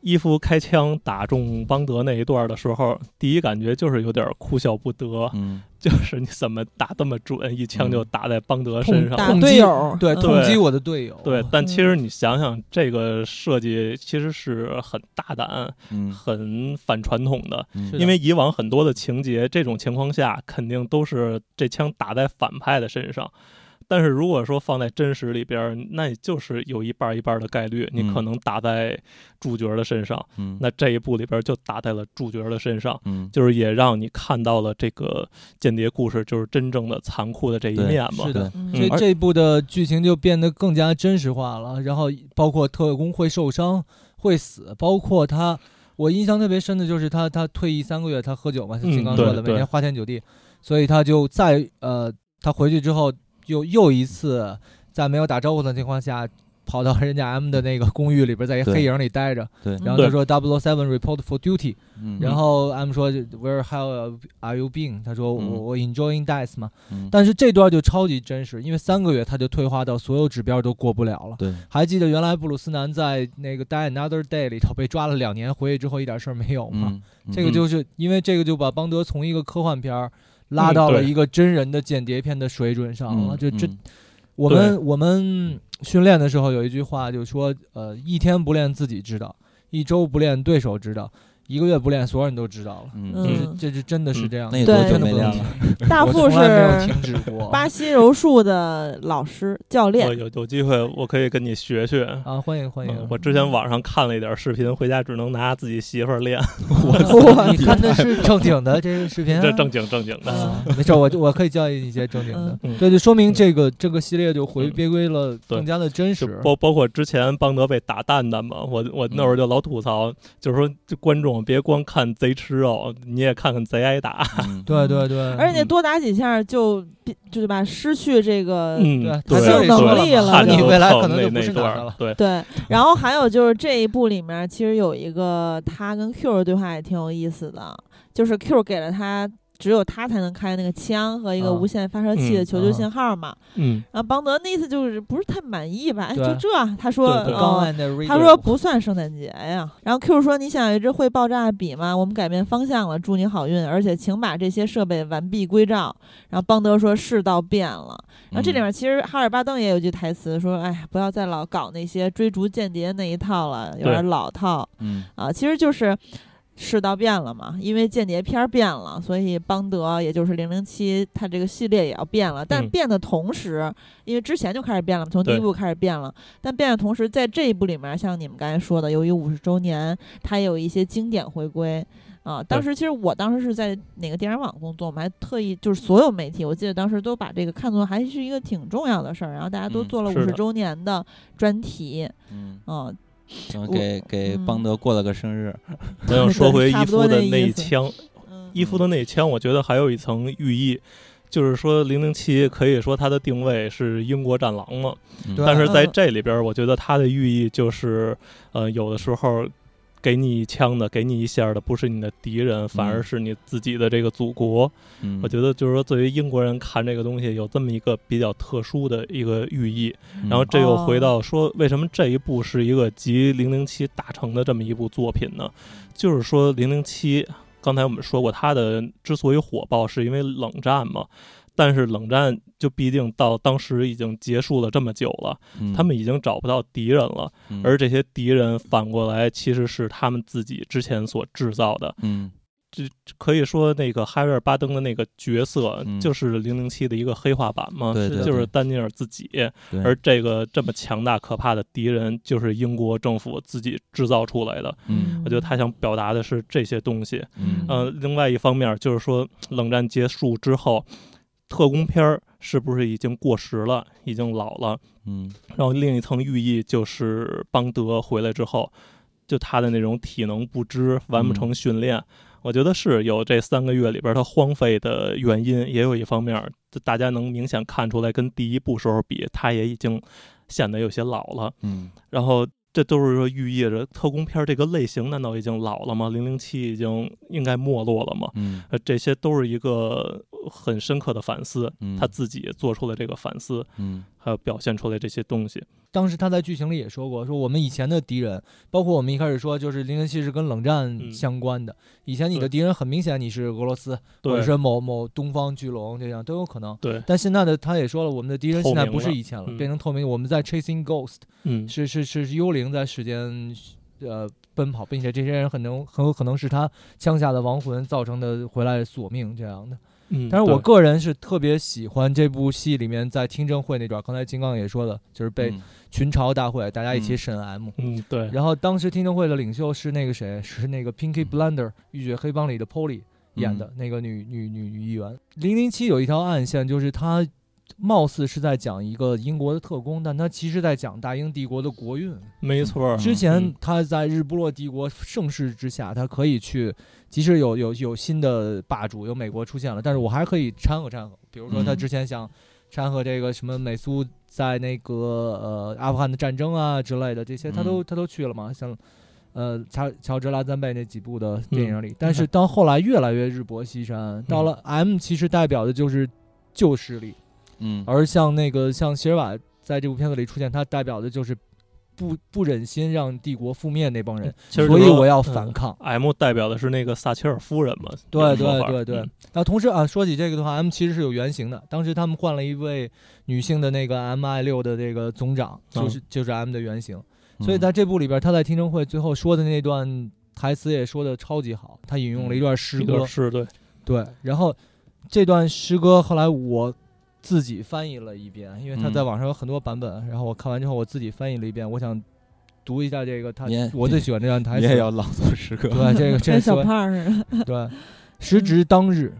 [SPEAKER 3] 伊夫开枪打中邦德那一段的时候，第一感觉就是有点哭笑不得，
[SPEAKER 1] 嗯，
[SPEAKER 3] 就是你怎么打这么准，一枪就打在邦德身
[SPEAKER 4] 痛
[SPEAKER 3] 上。
[SPEAKER 5] 打
[SPEAKER 4] 痛
[SPEAKER 5] 队
[SPEAKER 4] 击
[SPEAKER 5] 友
[SPEAKER 4] 对
[SPEAKER 5] 嗯
[SPEAKER 4] 痛击我的队友，
[SPEAKER 3] 对，但其实你想想，这个设计其实是很大胆、
[SPEAKER 1] 嗯
[SPEAKER 3] 很反传统的，
[SPEAKER 1] 嗯
[SPEAKER 4] 是的
[SPEAKER 3] 因为以往很多的情节，这种情况下肯定都是这枪打在反派的身上。但是如果说放在真实里边儿，那也就是有一半儿一半儿的概率，你
[SPEAKER 1] 嗯
[SPEAKER 3] 可能打在主角的身上。
[SPEAKER 1] 嗯
[SPEAKER 3] 那这一部里边儿就打在了主角的身上，
[SPEAKER 1] 嗯，
[SPEAKER 3] 就是也让你看到了这个间谍故事就是真正的残酷的这一
[SPEAKER 1] 对
[SPEAKER 3] 面嘛
[SPEAKER 4] 是。的。
[SPEAKER 5] 嗯
[SPEAKER 4] 所以
[SPEAKER 1] 嗯而
[SPEAKER 4] 这一部的剧情就变得更加真实化了，然后包括特工会受伤、会死，包括他，我印象特别深的就是他，他退役三个月，他喝酒嘛，像
[SPEAKER 3] 嗯
[SPEAKER 4] 金刚说
[SPEAKER 3] 对
[SPEAKER 4] 的，每天
[SPEAKER 3] 对
[SPEAKER 4] 花天酒地，所以他就在呃，他回去之后又又一次在没有打招呼的情况下，跑到人家 M 的那个公寓里边，在一
[SPEAKER 1] 对
[SPEAKER 4] 黑影里待着，
[SPEAKER 1] 对，
[SPEAKER 4] 然后他
[SPEAKER 3] 对
[SPEAKER 4] 说 Double Seven report for duty，
[SPEAKER 1] 嗯
[SPEAKER 4] 然后 M 说 Where how are you being？他说我
[SPEAKER 1] 嗯
[SPEAKER 4] 我 enjoying death 嘛。
[SPEAKER 1] 嗯
[SPEAKER 4] 但是这段就超级真实，因为三个月他就退化到所有指标都过不了了。
[SPEAKER 1] 对，
[SPEAKER 4] 还记得原来布鲁斯南在那个《Die Another Day》里头被抓了两年，回去之后一点事儿没有嘛？
[SPEAKER 1] 嗯，嗯
[SPEAKER 4] 这个就是因为这个就把邦德从一个科幻片儿拉到了
[SPEAKER 3] 对
[SPEAKER 4] 一个真人的间谍片的水准上
[SPEAKER 1] 嗯
[SPEAKER 4] 了。就这，
[SPEAKER 1] 嗯
[SPEAKER 4] 我
[SPEAKER 3] 对
[SPEAKER 4] 们我们训练的时候有一句话就说，呃，一天不练自己知道，一周不练对手知道，一个月不练所有人都知道了。
[SPEAKER 1] 嗯
[SPEAKER 5] 嗯
[SPEAKER 4] 这是这是真的是这样
[SPEAKER 1] 那
[SPEAKER 4] 的，
[SPEAKER 1] 也
[SPEAKER 5] 对
[SPEAKER 1] 多
[SPEAKER 4] 真
[SPEAKER 1] 久
[SPEAKER 4] 的
[SPEAKER 1] 没
[SPEAKER 4] 不能
[SPEAKER 1] 练 了？
[SPEAKER 4] 停
[SPEAKER 5] 大
[SPEAKER 4] 我
[SPEAKER 5] 副
[SPEAKER 4] 从来没有
[SPEAKER 5] 是
[SPEAKER 4] 停止过。
[SPEAKER 5] 巴西柔术的老师教
[SPEAKER 3] 我
[SPEAKER 5] 练，
[SPEAKER 3] 有有机会，我可以跟你学学。
[SPEAKER 4] 啊，欢迎欢迎！
[SPEAKER 3] 嗯我之前网上看了一点视频，回家只能拿自己媳妇儿练，
[SPEAKER 4] 你看的是正经的这个视频、啊，
[SPEAKER 3] 这正经正经的。
[SPEAKER 4] 啊，没事，我我可以教一些正经的。
[SPEAKER 3] 嗯
[SPEAKER 4] 对，就说明这个这个系列就回归归了
[SPEAKER 3] 对
[SPEAKER 4] 更加的 真
[SPEAKER 3] 就
[SPEAKER 4] 实。
[SPEAKER 3] 包包括之前邦德被打蛋蛋嘛，我我那会儿就老吐槽，就是说这观众别光看贼吃肉，你也看看贼挨打。
[SPEAKER 1] 嗯
[SPEAKER 4] 对对对，
[SPEAKER 2] 而且多打几下就就是吧，失去这个
[SPEAKER 3] 嗯，
[SPEAKER 4] 对
[SPEAKER 3] 对，
[SPEAKER 2] 有
[SPEAKER 4] 他
[SPEAKER 2] 能力
[SPEAKER 3] 对
[SPEAKER 2] 了
[SPEAKER 3] 看着
[SPEAKER 2] 就
[SPEAKER 3] 都
[SPEAKER 4] 未来可
[SPEAKER 3] 疼
[SPEAKER 4] 能就不
[SPEAKER 3] 那
[SPEAKER 4] 是
[SPEAKER 3] 那
[SPEAKER 4] 男
[SPEAKER 3] 段
[SPEAKER 4] 的
[SPEAKER 3] 儿
[SPEAKER 4] 了，
[SPEAKER 3] 对，
[SPEAKER 2] 对，然后还有就是这一部里面，其实有一个他跟 Q 的对话也挺有意思的，就是 Q 给了他只有他才能开那个枪和一
[SPEAKER 4] 啊
[SPEAKER 2] 个无线发射器的
[SPEAKER 3] 嗯
[SPEAKER 2] 求救
[SPEAKER 4] 啊
[SPEAKER 2] 信号嘛。
[SPEAKER 3] 嗯，
[SPEAKER 2] 然后邦德那意思就是不是太满意吧？哎
[SPEAKER 4] 对
[SPEAKER 2] 就这，他说，
[SPEAKER 3] 对对
[SPEAKER 2] 呃
[SPEAKER 4] 刚才那 reader，
[SPEAKER 2] 他说不算圣诞节呀。然后 Q 说：“你想有一支会爆炸的笔吗？我们改变方向了，祝你好运，而且请把这些设备完璧归赵。”然后邦德说：“世道变了。”然后
[SPEAKER 1] 嗯
[SPEAKER 2] 这里面其实哈尔巴登也有句台词说：“哎，不要再老搞那些追逐间谍那一套了，有点
[SPEAKER 3] 对
[SPEAKER 2] 老套
[SPEAKER 1] 嗯
[SPEAKER 2] 啊。”其实就是。世道变了嘛，因为间谍片儿变了，所以邦德也就是零零七，它这个系列也要变了。但
[SPEAKER 3] 嗯
[SPEAKER 2] 变的同时，因为之前就开始变了嘛，从第
[SPEAKER 3] 对
[SPEAKER 2] 一部开始变了。但变的同时，在这一部里面，像你们刚才说的，由于五十周年，它也有一些经典回归。啊，当时其实我当时是在哪个电视网工作，我们还特意就是所有媒体，我记得当时都把这个看作还是一个挺重要的事儿，然后大家都
[SPEAKER 1] 嗯
[SPEAKER 2] 做了五
[SPEAKER 3] 是
[SPEAKER 2] 十
[SPEAKER 3] 的
[SPEAKER 2] 周年的专题，
[SPEAKER 1] 嗯，
[SPEAKER 2] 嗯，
[SPEAKER 1] 然后
[SPEAKER 2] 我
[SPEAKER 1] 给给
[SPEAKER 2] 嗯
[SPEAKER 1] 邦德过了个生日，
[SPEAKER 3] 咱要说回
[SPEAKER 2] 差
[SPEAKER 3] 伊
[SPEAKER 2] 不多
[SPEAKER 3] 夫的
[SPEAKER 2] 那
[SPEAKER 3] 那
[SPEAKER 2] 意
[SPEAKER 3] 一
[SPEAKER 2] 思
[SPEAKER 3] 枪，
[SPEAKER 2] 嗯
[SPEAKER 3] 伊夫的那一枪，我觉得还有一层寓意，就是说零零七可以说它的定位是英国战狼嘛，
[SPEAKER 1] 嗯
[SPEAKER 4] 对
[SPEAKER 3] 但是在
[SPEAKER 2] 嗯
[SPEAKER 3] 这里边儿，我觉得它的寓意就是，呃，有的时候给你一枪的，给你一下儿的，不是你的敌人，反而
[SPEAKER 1] 嗯
[SPEAKER 3] 是你自己的这个祖国。
[SPEAKER 1] 嗯
[SPEAKER 3] 我觉得就是说，作为英国人看这个东西，有这么一个比较特殊的一个寓意。
[SPEAKER 1] 嗯
[SPEAKER 3] 然后这又回
[SPEAKER 2] 哦
[SPEAKER 3] 到说，为什么这一部是一个集零零七大成的这么一部作品呢？
[SPEAKER 1] 嗯
[SPEAKER 3] 就是说零零七，刚才我们说过，它的之所以火爆，是因为冷战嘛。但是冷战就毕竟到当时已经结束了这么久了，
[SPEAKER 1] 嗯
[SPEAKER 3] 他们已经找不到敌人了，
[SPEAKER 1] 嗯
[SPEAKER 3] 而这些敌人反过来其实是他们自己之前所制造的。
[SPEAKER 1] 嗯
[SPEAKER 3] 可以说，那个哈维尔·巴登的那个角色
[SPEAKER 1] 嗯
[SPEAKER 3] 就是《零零七》的一个黑化版嘛，
[SPEAKER 1] 对
[SPEAKER 3] 是
[SPEAKER 1] 对
[SPEAKER 3] 就是
[SPEAKER 1] 对
[SPEAKER 3] 丹尼尔自己。
[SPEAKER 1] 对
[SPEAKER 3] 而这个这么强大可怕的敌人，就是英国政府自己制造出来的。
[SPEAKER 1] 嗯
[SPEAKER 3] 我觉得他想表达的是这些东西。
[SPEAKER 1] 嗯
[SPEAKER 5] 嗯
[SPEAKER 3] 呃，另外一方面就是说，冷战结束之后，特工片儿是不是已经过时了，已经老了？
[SPEAKER 1] 嗯
[SPEAKER 3] 然后另一层寓意就是邦德回来之后，就他的那种体能不支，完不成训练。我觉得是有这三个月里边他荒废的原因，也有一方面，就大家能明显看出来，跟第一部时候比，他也已经显得有些老了。
[SPEAKER 1] 嗯
[SPEAKER 3] 然后这都是说寓意着特工片这个类型难道已经老了吗？零零七已经应该没落了吗？
[SPEAKER 1] 嗯
[SPEAKER 3] 呃，这些都是一个很深刻的反思，
[SPEAKER 1] 嗯
[SPEAKER 3] 他自己做出了这个反思，
[SPEAKER 1] 嗯
[SPEAKER 3] 还有表现出来这些东西。
[SPEAKER 4] 当时他在剧情里也说过，说我们以前的敌人，包括我们一开始说，就是零零七是跟冷战
[SPEAKER 3] 嗯
[SPEAKER 4] 相关的。以前你的
[SPEAKER 3] 对
[SPEAKER 4] 敌人很明显你是俄罗斯，或
[SPEAKER 3] 对
[SPEAKER 4] 者，是某某东方巨龙这样都有可能。
[SPEAKER 3] 对，
[SPEAKER 4] 但现在的他也说了，我们的敌人
[SPEAKER 3] 透
[SPEAKER 4] 现
[SPEAKER 3] 明
[SPEAKER 4] 在不是
[SPEAKER 3] 了
[SPEAKER 4] 以前了，
[SPEAKER 3] 嗯
[SPEAKER 4] 变成透明。我们在 chasing ghost，
[SPEAKER 3] 嗯，
[SPEAKER 4] 是是是是幽灵在时间，呃奔跑，并且这些人很能很有可能是他枪下的亡魂造成的回来索命这样的。
[SPEAKER 3] 嗯，
[SPEAKER 4] 但是我
[SPEAKER 3] 对
[SPEAKER 4] 个人是特别喜欢这部戏里面在听证会那段，刚才金刚也说了，就是被
[SPEAKER 1] 嗯
[SPEAKER 4] 群嘲大会，大家一起
[SPEAKER 1] 嗯
[SPEAKER 4] 审 M。
[SPEAKER 3] 嗯，对，
[SPEAKER 4] 然后当时听证会的领袖是那个谁， 是那个 Pinky Blender《浴血黑帮》里的 Polly 演的那个女女女女议员。零零七有一条暗线，就是她貌似是在讲一个英国的特工，但她其实在讲大英帝国的国运。
[SPEAKER 3] 没错儿，
[SPEAKER 4] 之前
[SPEAKER 3] 嗯
[SPEAKER 4] 他在日不落帝国盛世之下，他可以去，即使有有有新的霸主，有美国出现了，但是我还可以掺和掺和。比如说他
[SPEAKER 1] 嗯
[SPEAKER 4] 之前想掺和这个什么美苏在那个呃阿富汗的战争啊之类的这些，他都
[SPEAKER 1] 嗯
[SPEAKER 4] 他都去了嘛，像。呃，乔乔治拉赞贝那几部的电影里，但
[SPEAKER 3] 嗯
[SPEAKER 4] 是到后来越来越日薄西山，到了 M 其实代表的就是旧势力，
[SPEAKER 1] 嗯
[SPEAKER 4] 而像那个像希尔瓦在这部片子里出现，他代表的就是不不忍心让帝国覆灭那帮人，
[SPEAKER 3] 其实
[SPEAKER 4] 所
[SPEAKER 3] 嗯就
[SPEAKER 4] 以
[SPEAKER 3] 说
[SPEAKER 4] 我要反。抗。
[SPEAKER 3] 嗯 M 代表的是那个撒切尔夫人嘛？
[SPEAKER 4] 对
[SPEAKER 3] 有这么
[SPEAKER 4] 对
[SPEAKER 3] 说法
[SPEAKER 4] 对对
[SPEAKER 3] 嗯，
[SPEAKER 4] 那同时啊，说起这个的话，M 其实是有原型的。当时他们换了一位女性的那个 MI 六的这个总长，
[SPEAKER 3] 嗯
[SPEAKER 4] 就是就是 M 的原型。
[SPEAKER 1] 嗯
[SPEAKER 4] 所以在这部里边，他在听证会最后说的那段台词也说的超级好，他引用了一段诗
[SPEAKER 3] 一
[SPEAKER 4] 歌
[SPEAKER 3] 段，是对，
[SPEAKER 4] 对，然后这段诗歌后来我自己翻译了一遍，因为它在
[SPEAKER 1] 嗯
[SPEAKER 4] 网上有很多版本，然后我看完之后我自己翻译了一遍，我想读一下这个他
[SPEAKER 1] 你也
[SPEAKER 4] 我最喜欢这段台
[SPEAKER 1] 你
[SPEAKER 4] 词。
[SPEAKER 1] 也要朗诵诗歌，
[SPEAKER 4] 对这个
[SPEAKER 5] 嗯
[SPEAKER 4] 这
[SPEAKER 5] 跟小
[SPEAKER 4] 说
[SPEAKER 5] 胖儿似的。
[SPEAKER 1] 嗯
[SPEAKER 4] 对，时值当日，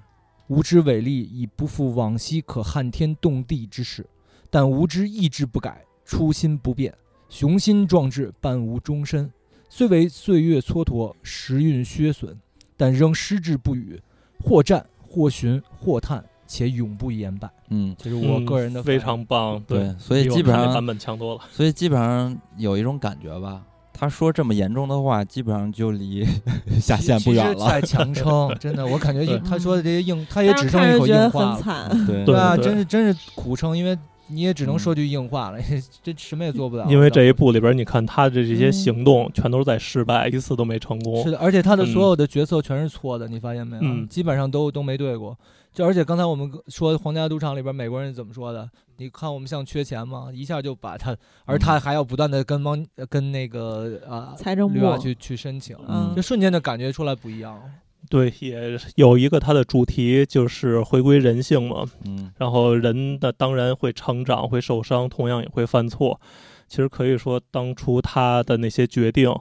[SPEAKER 4] 无知伟力已不复往昔可撼天动地之势，但无知意志不改，初心不变，雄心壮志伴无终身。虽为岁月蹉跎，时运削损，但仍矢志不渝，或战或寻或探，且永不言败。
[SPEAKER 1] 嗯，
[SPEAKER 4] 这是我
[SPEAKER 3] 嗯
[SPEAKER 4] 个人的
[SPEAKER 3] 非
[SPEAKER 4] 反应
[SPEAKER 3] 常棒，
[SPEAKER 1] 对，所以
[SPEAKER 3] 比我
[SPEAKER 1] 基本
[SPEAKER 3] 看那
[SPEAKER 1] 上
[SPEAKER 3] 版本强多了。
[SPEAKER 1] 所以基本上有一种感觉吧，他说这么严重的话，基本上就离 下
[SPEAKER 4] 其
[SPEAKER 1] 线不
[SPEAKER 4] 其实
[SPEAKER 1] 远了。
[SPEAKER 4] 在强撑，真的，我感觉
[SPEAKER 3] 对
[SPEAKER 4] 他说的这些硬，他也
[SPEAKER 5] 但
[SPEAKER 4] 只
[SPEAKER 5] 是
[SPEAKER 4] 剩
[SPEAKER 5] 看
[SPEAKER 4] 一
[SPEAKER 5] 着
[SPEAKER 4] 口
[SPEAKER 5] 觉
[SPEAKER 4] 硬
[SPEAKER 5] 得
[SPEAKER 4] 话了
[SPEAKER 5] 很。惨，
[SPEAKER 1] 对
[SPEAKER 4] 对啊，
[SPEAKER 3] 对
[SPEAKER 4] 真是真是苦撑，因为你也只能说句硬话了， 这什么也做不了。
[SPEAKER 3] 嗯因为这一
[SPEAKER 4] 步
[SPEAKER 3] 部里边，你看他的这些
[SPEAKER 5] 嗯
[SPEAKER 3] 行动全都是在失败，一次都没成功
[SPEAKER 4] 是。的，而且他的
[SPEAKER 3] 嗯
[SPEAKER 4] 所有的决策全是错的，你发现没有？
[SPEAKER 3] 嗯
[SPEAKER 4] 基本上都都没对过。就而且刚才我们说《皇家赌场》里边美国人怎么说的？你看我们像缺钱吗？一下就把他，而
[SPEAKER 3] 嗯
[SPEAKER 4] 他还要不断的跟帮跟那个啊
[SPEAKER 5] 财政
[SPEAKER 4] 绿瓦
[SPEAKER 5] 部，
[SPEAKER 4] 去去申请，
[SPEAKER 1] 嗯
[SPEAKER 5] 嗯
[SPEAKER 4] 就，瞬间就感觉出来不一
[SPEAKER 3] 嗯
[SPEAKER 4] 样。
[SPEAKER 3] 对，也有一个它的主题就是回归人性嘛。
[SPEAKER 1] 嗯
[SPEAKER 3] 然后人的当然会成长，会受伤，同样也会犯错。其实可以说，当初他的那些决定，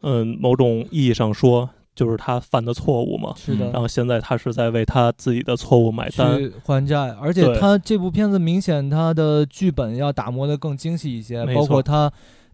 [SPEAKER 3] 嗯，某种意义上说，就是他犯的错误嘛。
[SPEAKER 4] 是
[SPEAKER 1] 是
[SPEAKER 4] 的
[SPEAKER 1] 的，
[SPEAKER 3] 然后现在他是在为他自己的错误买单，
[SPEAKER 4] 去还债，而且
[SPEAKER 3] 对
[SPEAKER 4] 他这部片子明显他的剧本要打磨的更精细一些，
[SPEAKER 3] 没
[SPEAKER 4] 包
[SPEAKER 3] 错
[SPEAKER 4] 括他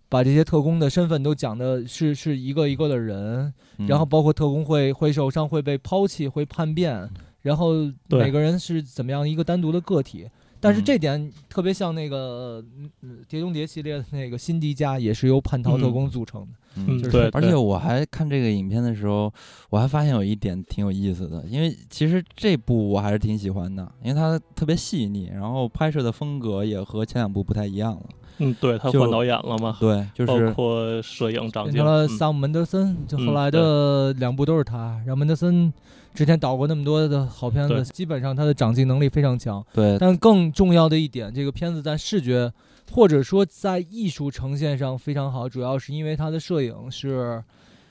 [SPEAKER 4] 把这些特工的身份都讲的是是一个一个的人，
[SPEAKER 1] 嗯
[SPEAKER 4] 然后包括特工会会受伤、会被抛弃、会叛变，然后
[SPEAKER 3] 嗯对
[SPEAKER 4] 每个人是怎么样一个单独的个体。但是
[SPEAKER 1] 嗯
[SPEAKER 4] 这点特别像那个呃《碟中谍》系列的那个辛迪加，也是由叛逃特
[SPEAKER 3] 嗯
[SPEAKER 4] 工组成的。
[SPEAKER 1] 嗯
[SPEAKER 3] 嗯，
[SPEAKER 4] 就是
[SPEAKER 3] 对，
[SPEAKER 1] 而
[SPEAKER 3] 对
[SPEAKER 1] 且我还看这个影片的时候，我还发现有一点挺有意思的，因为其实这部我还是挺喜欢的，因为它特别细腻，然后拍摄的风格也和前两部不太一样了。
[SPEAKER 3] 嗯，对他
[SPEAKER 1] 就
[SPEAKER 3] 换导演了嘛，
[SPEAKER 1] 对，就
[SPEAKER 3] 包
[SPEAKER 1] 是
[SPEAKER 3] 括摄影长
[SPEAKER 4] 变
[SPEAKER 3] 镜
[SPEAKER 4] 成了
[SPEAKER 3] 嗯
[SPEAKER 4] 萨姆·门德森，就后
[SPEAKER 3] 嗯
[SPEAKER 4] 来的两部都是他。然后门德森之前导过那么多的好片子，
[SPEAKER 3] 对
[SPEAKER 4] 基本上他的掌镜能力非常强。
[SPEAKER 1] 对，
[SPEAKER 4] 但更重要的一点，这个片子在视觉或者说在艺术呈现上非常好，主要是因为他的摄影是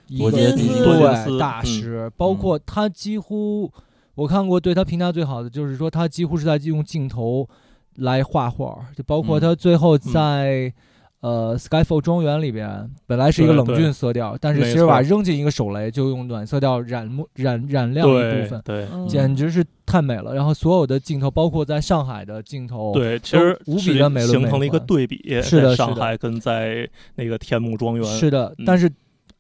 [SPEAKER 4] 一
[SPEAKER 1] 多
[SPEAKER 4] 个
[SPEAKER 1] 杰金斯
[SPEAKER 5] 多
[SPEAKER 3] 杰
[SPEAKER 4] 对
[SPEAKER 3] 斯
[SPEAKER 4] 大
[SPEAKER 3] 嗯
[SPEAKER 4] 师，包括他几乎我看过对他评价最好的就是说他几乎是在用镜头来画画，就包括
[SPEAKER 1] 嗯
[SPEAKER 4] 他最后在、呃，Skyfall 庄园里边本来是一个
[SPEAKER 3] 对
[SPEAKER 4] 冷
[SPEAKER 3] 对
[SPEAKER 4] 峻色调，但是
[SPEAKER 3] 没
[SPEAKER 4] 希尔瓦
[SPEAKER 3] 错
[SPEAKER 4] 扔进一个手雷，就用暖色调染墨染染亮一部分
[SPEAKER 3] 对。对
[SPEAKER 5] 嗯
[SPEAKER 4] 简直是太美了。然后所有的镜头，包括在上海的镜头，，
[SPEAKER 3] 对，其实
[SPEAKER 4] 哦无比
[SPEAKER 3] 是
[SPEAKER 4] 地美轮
[SPEAKER 3] 形
[SPEAKER 4] 美
[SPEAKER 3] 成了一个
[SPEAKER 4] 奂
[SPEAKER 3] 对比，
[SPEAKER 4] 是的
[SPEAKER 3] 在
[SPEAKER 4] 是
[SPEAKER 3] 上
[SPEAKER 4] 的
[SPEAKER 3] 海跟在那个天幕庄园，
[SPEAKER 4] 是的。
[SPEAKER 3] 嗯
[SPEAKER 4] 但是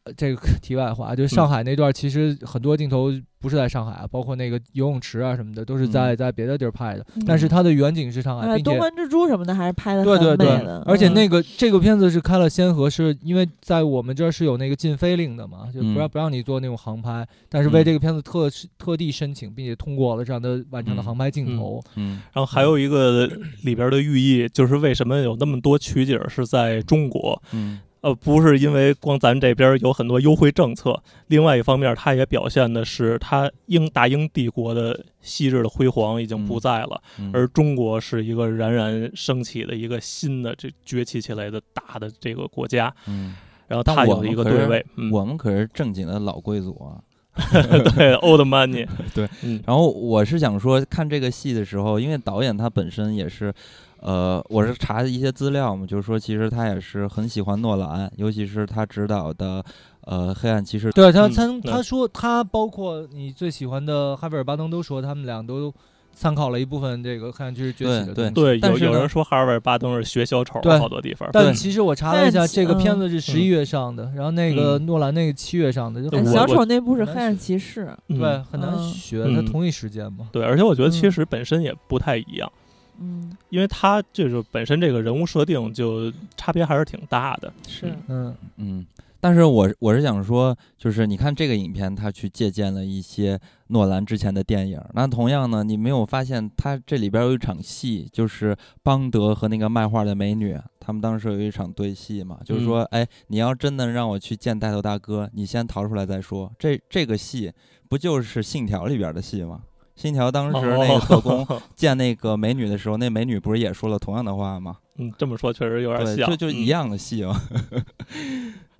[SPEAKER 4] 呃这个题外话，
[SPEAKER 1] 嗯
[SPEAKER 4] 就上海那段，其实很多镜头不是在上海啊，包括那个游泳池啊什么的，都是
[SPEAKER 1] 嗯
[SPEAKER 4] 在、在别的地儿拍的。但是它的远景是上海，
[SPEAKER 2] 啊
[SPEAKER 5] 哎，
[SPEAKER 4] 啊并
[SPEAKER 5] 东
[SPEAKER 4] 且
[SPEAKER 5] 方之珠什么的还是拍的
[SPEAKER 4] 对对对
[SPEAKER 5] 的，
[SPEAKER 4] 而且
[SPEAKER 5] 嗯
[SPEAKER 4] 那个、这个片子是开了先河，是因为在我们这儿是有那个禁飞令的嘛，就不让、
[SPEAKER 1] 嗯
[SPEAKER 4] 不让你做那种航拍，但是
[SPEAKER 1] 嗯
[SPEAKER 4] 为这个片子特、特地申请，并且通过了这样的完成
[SPEAKER 1] 嗯
[SPEAKER 4] 了航拍镜头。
[SPEAKER 1] 嗯
[SPEAKER 3] 然后还有一个里边的寓意，就是为什么有那么多取景是在中国？
[SPEAKER 1] 嗯
[SPEAKER 3] 呃，不是因为光咱这边有很多优惠政策，另外一方面，它也表现的是它英大英帝国的昔日的辉煌已经不在了，
[SPEAKER 1] 嗯，
[SPEAKER 3] 而中国是一个冉冉升起的一个新的这崛起起来的大的这个国家，
[SPEAKER 1] 嗯，
[SPEAKER 3] 然后
[SPEAKER 1] 但
[SPEAKER 3] 它
[SPEAKER 1] 我
[SPEAKER 3] 有
[SPEAKER 1] 们
[SPEAKER 3] 一个
[SPEAKER 1] 可是
[SPEAKER 3] 对位，嗯，
[SPEAKER 1] 我们可是正经的老贵族啊。
[SPEAKER 3] 对 old money，
[SPEAKER 1] 对，
[SPEAKER 3] 嗯
[SPEAKER 1] 然后我是想说，看这个戏的时候，因为导演他本身也是，呃，我是查一些资料嘛，就是说其实他也是很喜欢诺兰，尤其是他执导的呃《黑暗骑士》。
[SPEAKER 4] 对他，
[SPEAKER 3] 嗯
[SPEAKER 4] 他
[SPEAKER 3] 对
[SPEAKER 4] 他说他包括你最喜欢的哈维尔巴登都说他们俩都参考了一部分这个黑暗骑士崛起的东
[SPEAKER 1] 对
[SPEAKER 4] 西。
[SPEAKER 3] 对，
[SPEAKER 1] 但
[SPEAKER 3] 有
[SPEAKER 1] 是
[SPEAKER 3] 有
[SPEAKER 1] 呢
[SPEAKER 3] 人说哈尔尔巴登是学小丑，
[SPEAKER 4] 对
[SPEAKER 3] 好多地方，嗯
[SPEAKER 4] 但
[SPEAKER 1] 对
[SPEAKER 4] 其实我查了一下，
[SPEAKER 5] 但
[SPEAKER 4] 这个片
[SPEAKER 5] 嗯
[SPEAKER 4] 子是十一月上的，然后那个诺兰那个七月上的，
[SPEAKER 3] 嗯
[SPEAKER 4] 就
[SPEAKER 3] 对
[SPEAKER 5] 哎
[SPEAKER 4] 很
[SPEAKER 3] 我
[SPEAKER 5] 小
[SPEAKER 4] 难
[SPEAKER 5] 丑那部是
[SPEAKER 4] 很难
[SPEAKER 5] 黑暗骑士，
[SPEAKER 3] 嗯
[SPEAKER 4] 对很难
[SPEAKER 5] 嗯
[SPEAKER 4] 学，
[SPEAKER 3] 嗯
[SPEAKER 4] 它同一时间嘛。
[SPEAKER 3] 对，而且我觉得其
[SPEAKER 5] 嗯
[SPEAKER 3] 实本身也不太一样，
[SPEAKER 5] 嗯，
[SPEAKER 3] 因为他就是本身这个人物设定就差别还是挺大的。
[SPEAKER 5] 是
[SPEAKER 4] 嗯，
[SPEAKER 1] 嗯，但是我我是想说，就是你看这个影片，它去借鉴了一些诺兰之前的电影。那同样呢，你没有发现它这里边有一场戏，就是邦德和那个卖画的美女，他们当时有一场对戏
[SPEAKER 3] 嗯
[SPEAKER 1] 嘛，就是说，哎，你要真的让我去见带头大哥，你先逃出来再说。这这个戏不就是《信条》里边的戏吗？《信条》当时
[SPEAKER 3] 哦
[SPEAKER 1] 那个特工见那个美女的时候，那美女不是也说了同样的话吗？
[SPEAKER 3] 嗯，这么说确 实有点
[SPEAKER 1] 对，
[SPEAKER 3] 像，
[SPEAKER 1] 就就一
[SPEAKER 3] 嗯，
[SPEAKER 1] 样的戏嘛。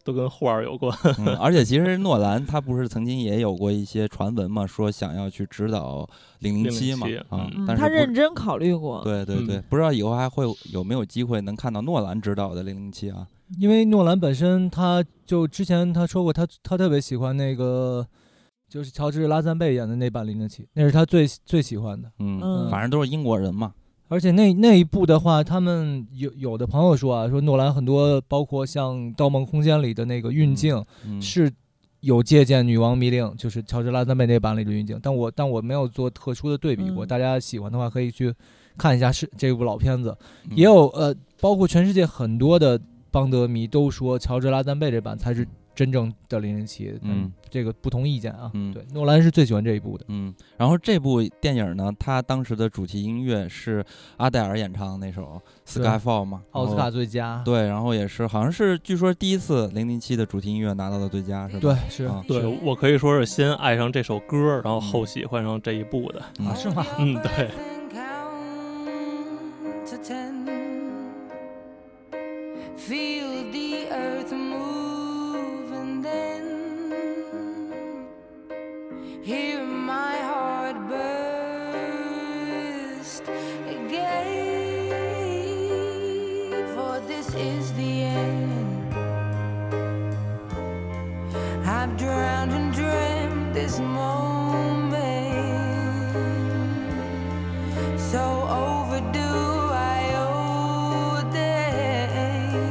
[SPEAKER 3] 都跟画儿有关。
[SPEAKER 1] 嗯，而且其实诺兰他不是曾经也有过一些传闻嘛，说想要去指导《零零七》嘛
[SPEAKER 3] 007，
[SPEAKER 1] 啊
[SPEAKER 5] 嗯，
[SPEAKER 1] 但是
[SPEAKER 5] 他
[SPEAKER 1] 不
[SPEAKER 5] 认真考虑过，
[SPEAKER 1] 对对对，
[SPEAKER 3] 嗯
[SPEAKER 1] 不知道以后还会有没有机会能看到诺兰指导的《零零七》啊？
[SPEAKER 4] 因为诺兰本身他就之前他说过他，他特别喜欢那个就是乔治拉赞贝演的那版《零零七》，那是他最最喜欢的。
[SPEAKER 1] 嗯，
[SPEAKER 5] 嗯，
[SPEAKER 1] 反正都是英国人嘛，
[SPEAKER 4] 而且那那一部的话，他们有有的朋友说啊，说诺兰很多包括像《盗梦空间》里的那个运镜、
[SPEAKER 1] 嗯，
[SPEAKER 4] 是有借鉴《女王密令》，就是乔治拉赞贝那版里的运镜，但我但我没有做特殊的对比过，
[SPEAKER 5] 嗯
[SPEAKER 4] 大家喜欢的话可以去看一下是这部老片子，
[SPEAKER 1] 嗯
[SPEAKER 4] 也有呃，包括全世界很多的邦德迷都说乔治拉赞贝这版才是真正的零零七，
[SPEAKER 1] 嗯，
[SPEAKER 4] 这个不同意见啊，
[SPEAKER 1] 嗯
[SPEAKER 4] 对，诺兰是最喜欢这一部的，
[SPEAKER 1] 嗯，然后这部电影呢，它当时的主题音乐是阿黛尔演唱的那首《
[SPEAKER 4] 对
[SPEAKER 1] Skyfall》嘛，
[SPEAKER 4] 奥斯
[SPEAKER 1] 然
[SPEAKER 4] 卡
[SPEAKER 1] 后。
[SPEAKER 4] 最佳，
[SPEAKER 1] 哦对，然后也是，好像是据说第一次《零零七》的主题音乐拿到了最佳，是吧？
[SPEAKER 4] 对是
[SPEAKER 1] 啊
[SPEAKER 3] 对
[SPEAKER 4] 是
[SPEAKER 3] 我可以说是先爱上这首歌，然后后喜欢上这一部的。
[SPEAKER 1] 嗯
[SPEAKER 4] 啊是吗？
[SPEAKER 3] 嗯，对，
[SPEAKER 6] Count to ten. Feel the earth move and then hear my heart burst again. For this is the end. I've drowned and dreamt this moment. So overdue, I ordain.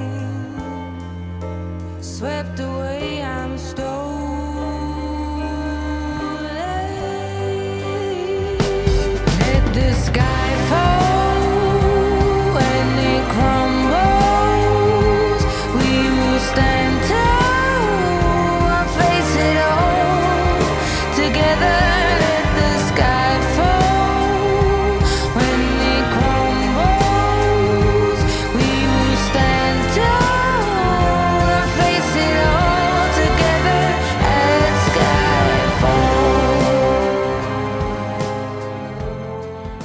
[SPEAKER 6] Swept away, I'm stolen. Let the sky fall when it crumbles. We will stand tall and face it all together. Let the sky fall when it crumbles. We will stand tall and face it all together. Let sky fall.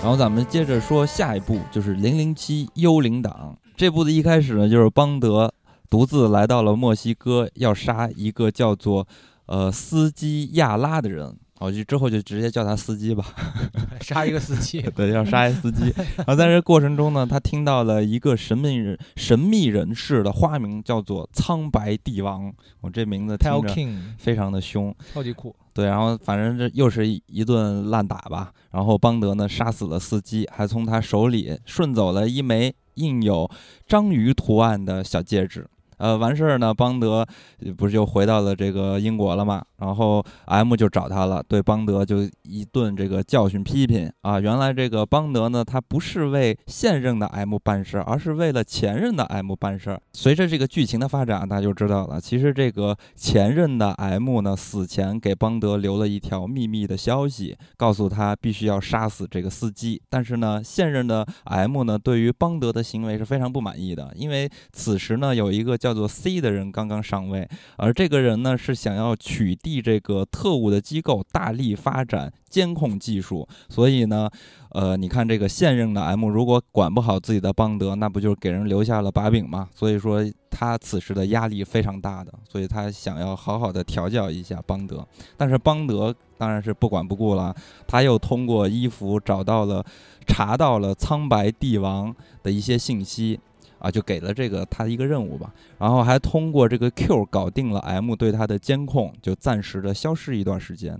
[SPEAKER 1] 然后咱们接着说下一部，就是《零零七：幽灵党》这部的一开始呢，就是邦德独自来到了墨西哥，要杀一个叫做呃斯基亚拉的人。我就之后就直接叫他司机吧，
[SPEAKER 4] 杀一个司 机，
[SPEAKER 1] 对，要杀一司机。然后在这过程中呢，他听到了一个神秘人神秘人士的花名叫做苍白帝王，我、这名字
[SPEAKER 4] t
[SPEAKER 1] 听
[SPEAKER 4] e l
[SPEAKER 1] 着
[SPEAKER 4] King
[SPEAKER 1] 非常的凶。
[SPEAKER 4] 超级酷，
[SPEAKER 1] 对，然后反正这又是一一顿烂打吧。然后邦德呢杀死了司机，还从他手里顺走了一枚印有章鱼图案的小戒指。啊、呃，完事儿呢，邦德呃不是又回到了这个英国了嘛？然后 M 就找他了，对邦德就一顿这个教训批评啊。原来这个邦德呢，他不是为现任的 M 办事儿，而是为了前任的 M 办事儿。随着这个剧情的发展，大家就知道了，其实这个前任的 M 呢，死前给邦德留了一条秘密的消息，告诉他必须要杀死这个司机。但是呢，现任的 M 呢，对于邦德的行为是非常不满意的，因为此时呢，有一个叫做 C 的人刚刚上位，而这个人呢是想要取缔这个特务的机构，大力发展监控技术。所以呢，呃，你看这个现任的 M 如果管不好自己的邦德，那不就是给人留下了把柄吗？所以说他此时的压力非常大的，所以他想要好好的调教一下邦德。但是邦德当然是不管不顾了，他又通过衣服找到了、查到了苍白帝王的一些信息。啊，就给了这个他一个任务吧，然后还通过这个 Q 搞定了 M 对他的监控，就暂时的消失一段时间。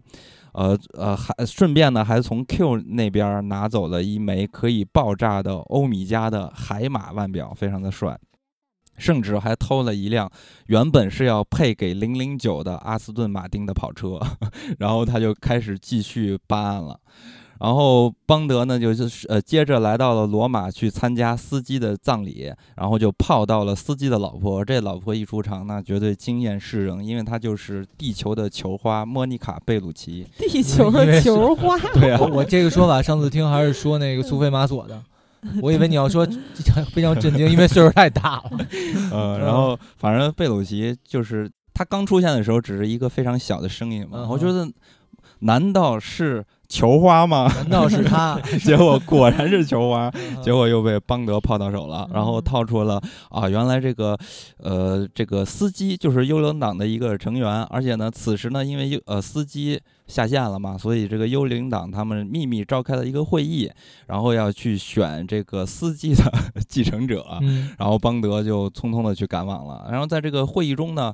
[SPEAKER 1] 呃呃，还顺便呢，还从 Q 那边拿走了一枚可以爆炸的欧米茄的海马腕表，非常的帅。甚至还偷了一辆原本是要配给零零九的阿斯顿马丁的跑车， 然后他就开始继续办案了。然后邦德呢，就是呃，接着来到了罗马去参加司机的葬礼，然后就泡到了司机的老婆。这老婆一出场，那绝对惊艳世人，因为她就是地球的球花莫妮卡·贝鲁奇。
[SPEAKER 2] 地球的球花，
[SPEAKER 1] 对 啊
[SPEAKER 4] 我我这个说法上次听还是说那个苏菲玛索的， 我以为你要说非常震惊，因为岁数太大了。
[SPEAKER 1] 呃，然后反正贝鲁奇就是他刚出现的时候，只是一个非常小的声音嘛。
[SPEAKER 4] 嗯
[SPEAKER 1] 我觉得，难道是球花吗？
[SPEAKER 4] 难道是 他？
[SPEAKER 1] 结果果然是球花，结
[SPEAKER 4] 果
[SPEAKER 1] 果又被邦德泡到手了，然后套出了啊，原来这个呃这个司机就是幽灵党的一个成员，而且呢，此时呢，因为幽呃司机下线了嘛，所以这个幽灵党他们秘密召开了一个会议，然后要去选这个司机的 继承者，
[SPEAKER 4] 嗯，
[SPEAKER 1] 然后邦德就匆匆的去赶往了。然后在这个会议中呢，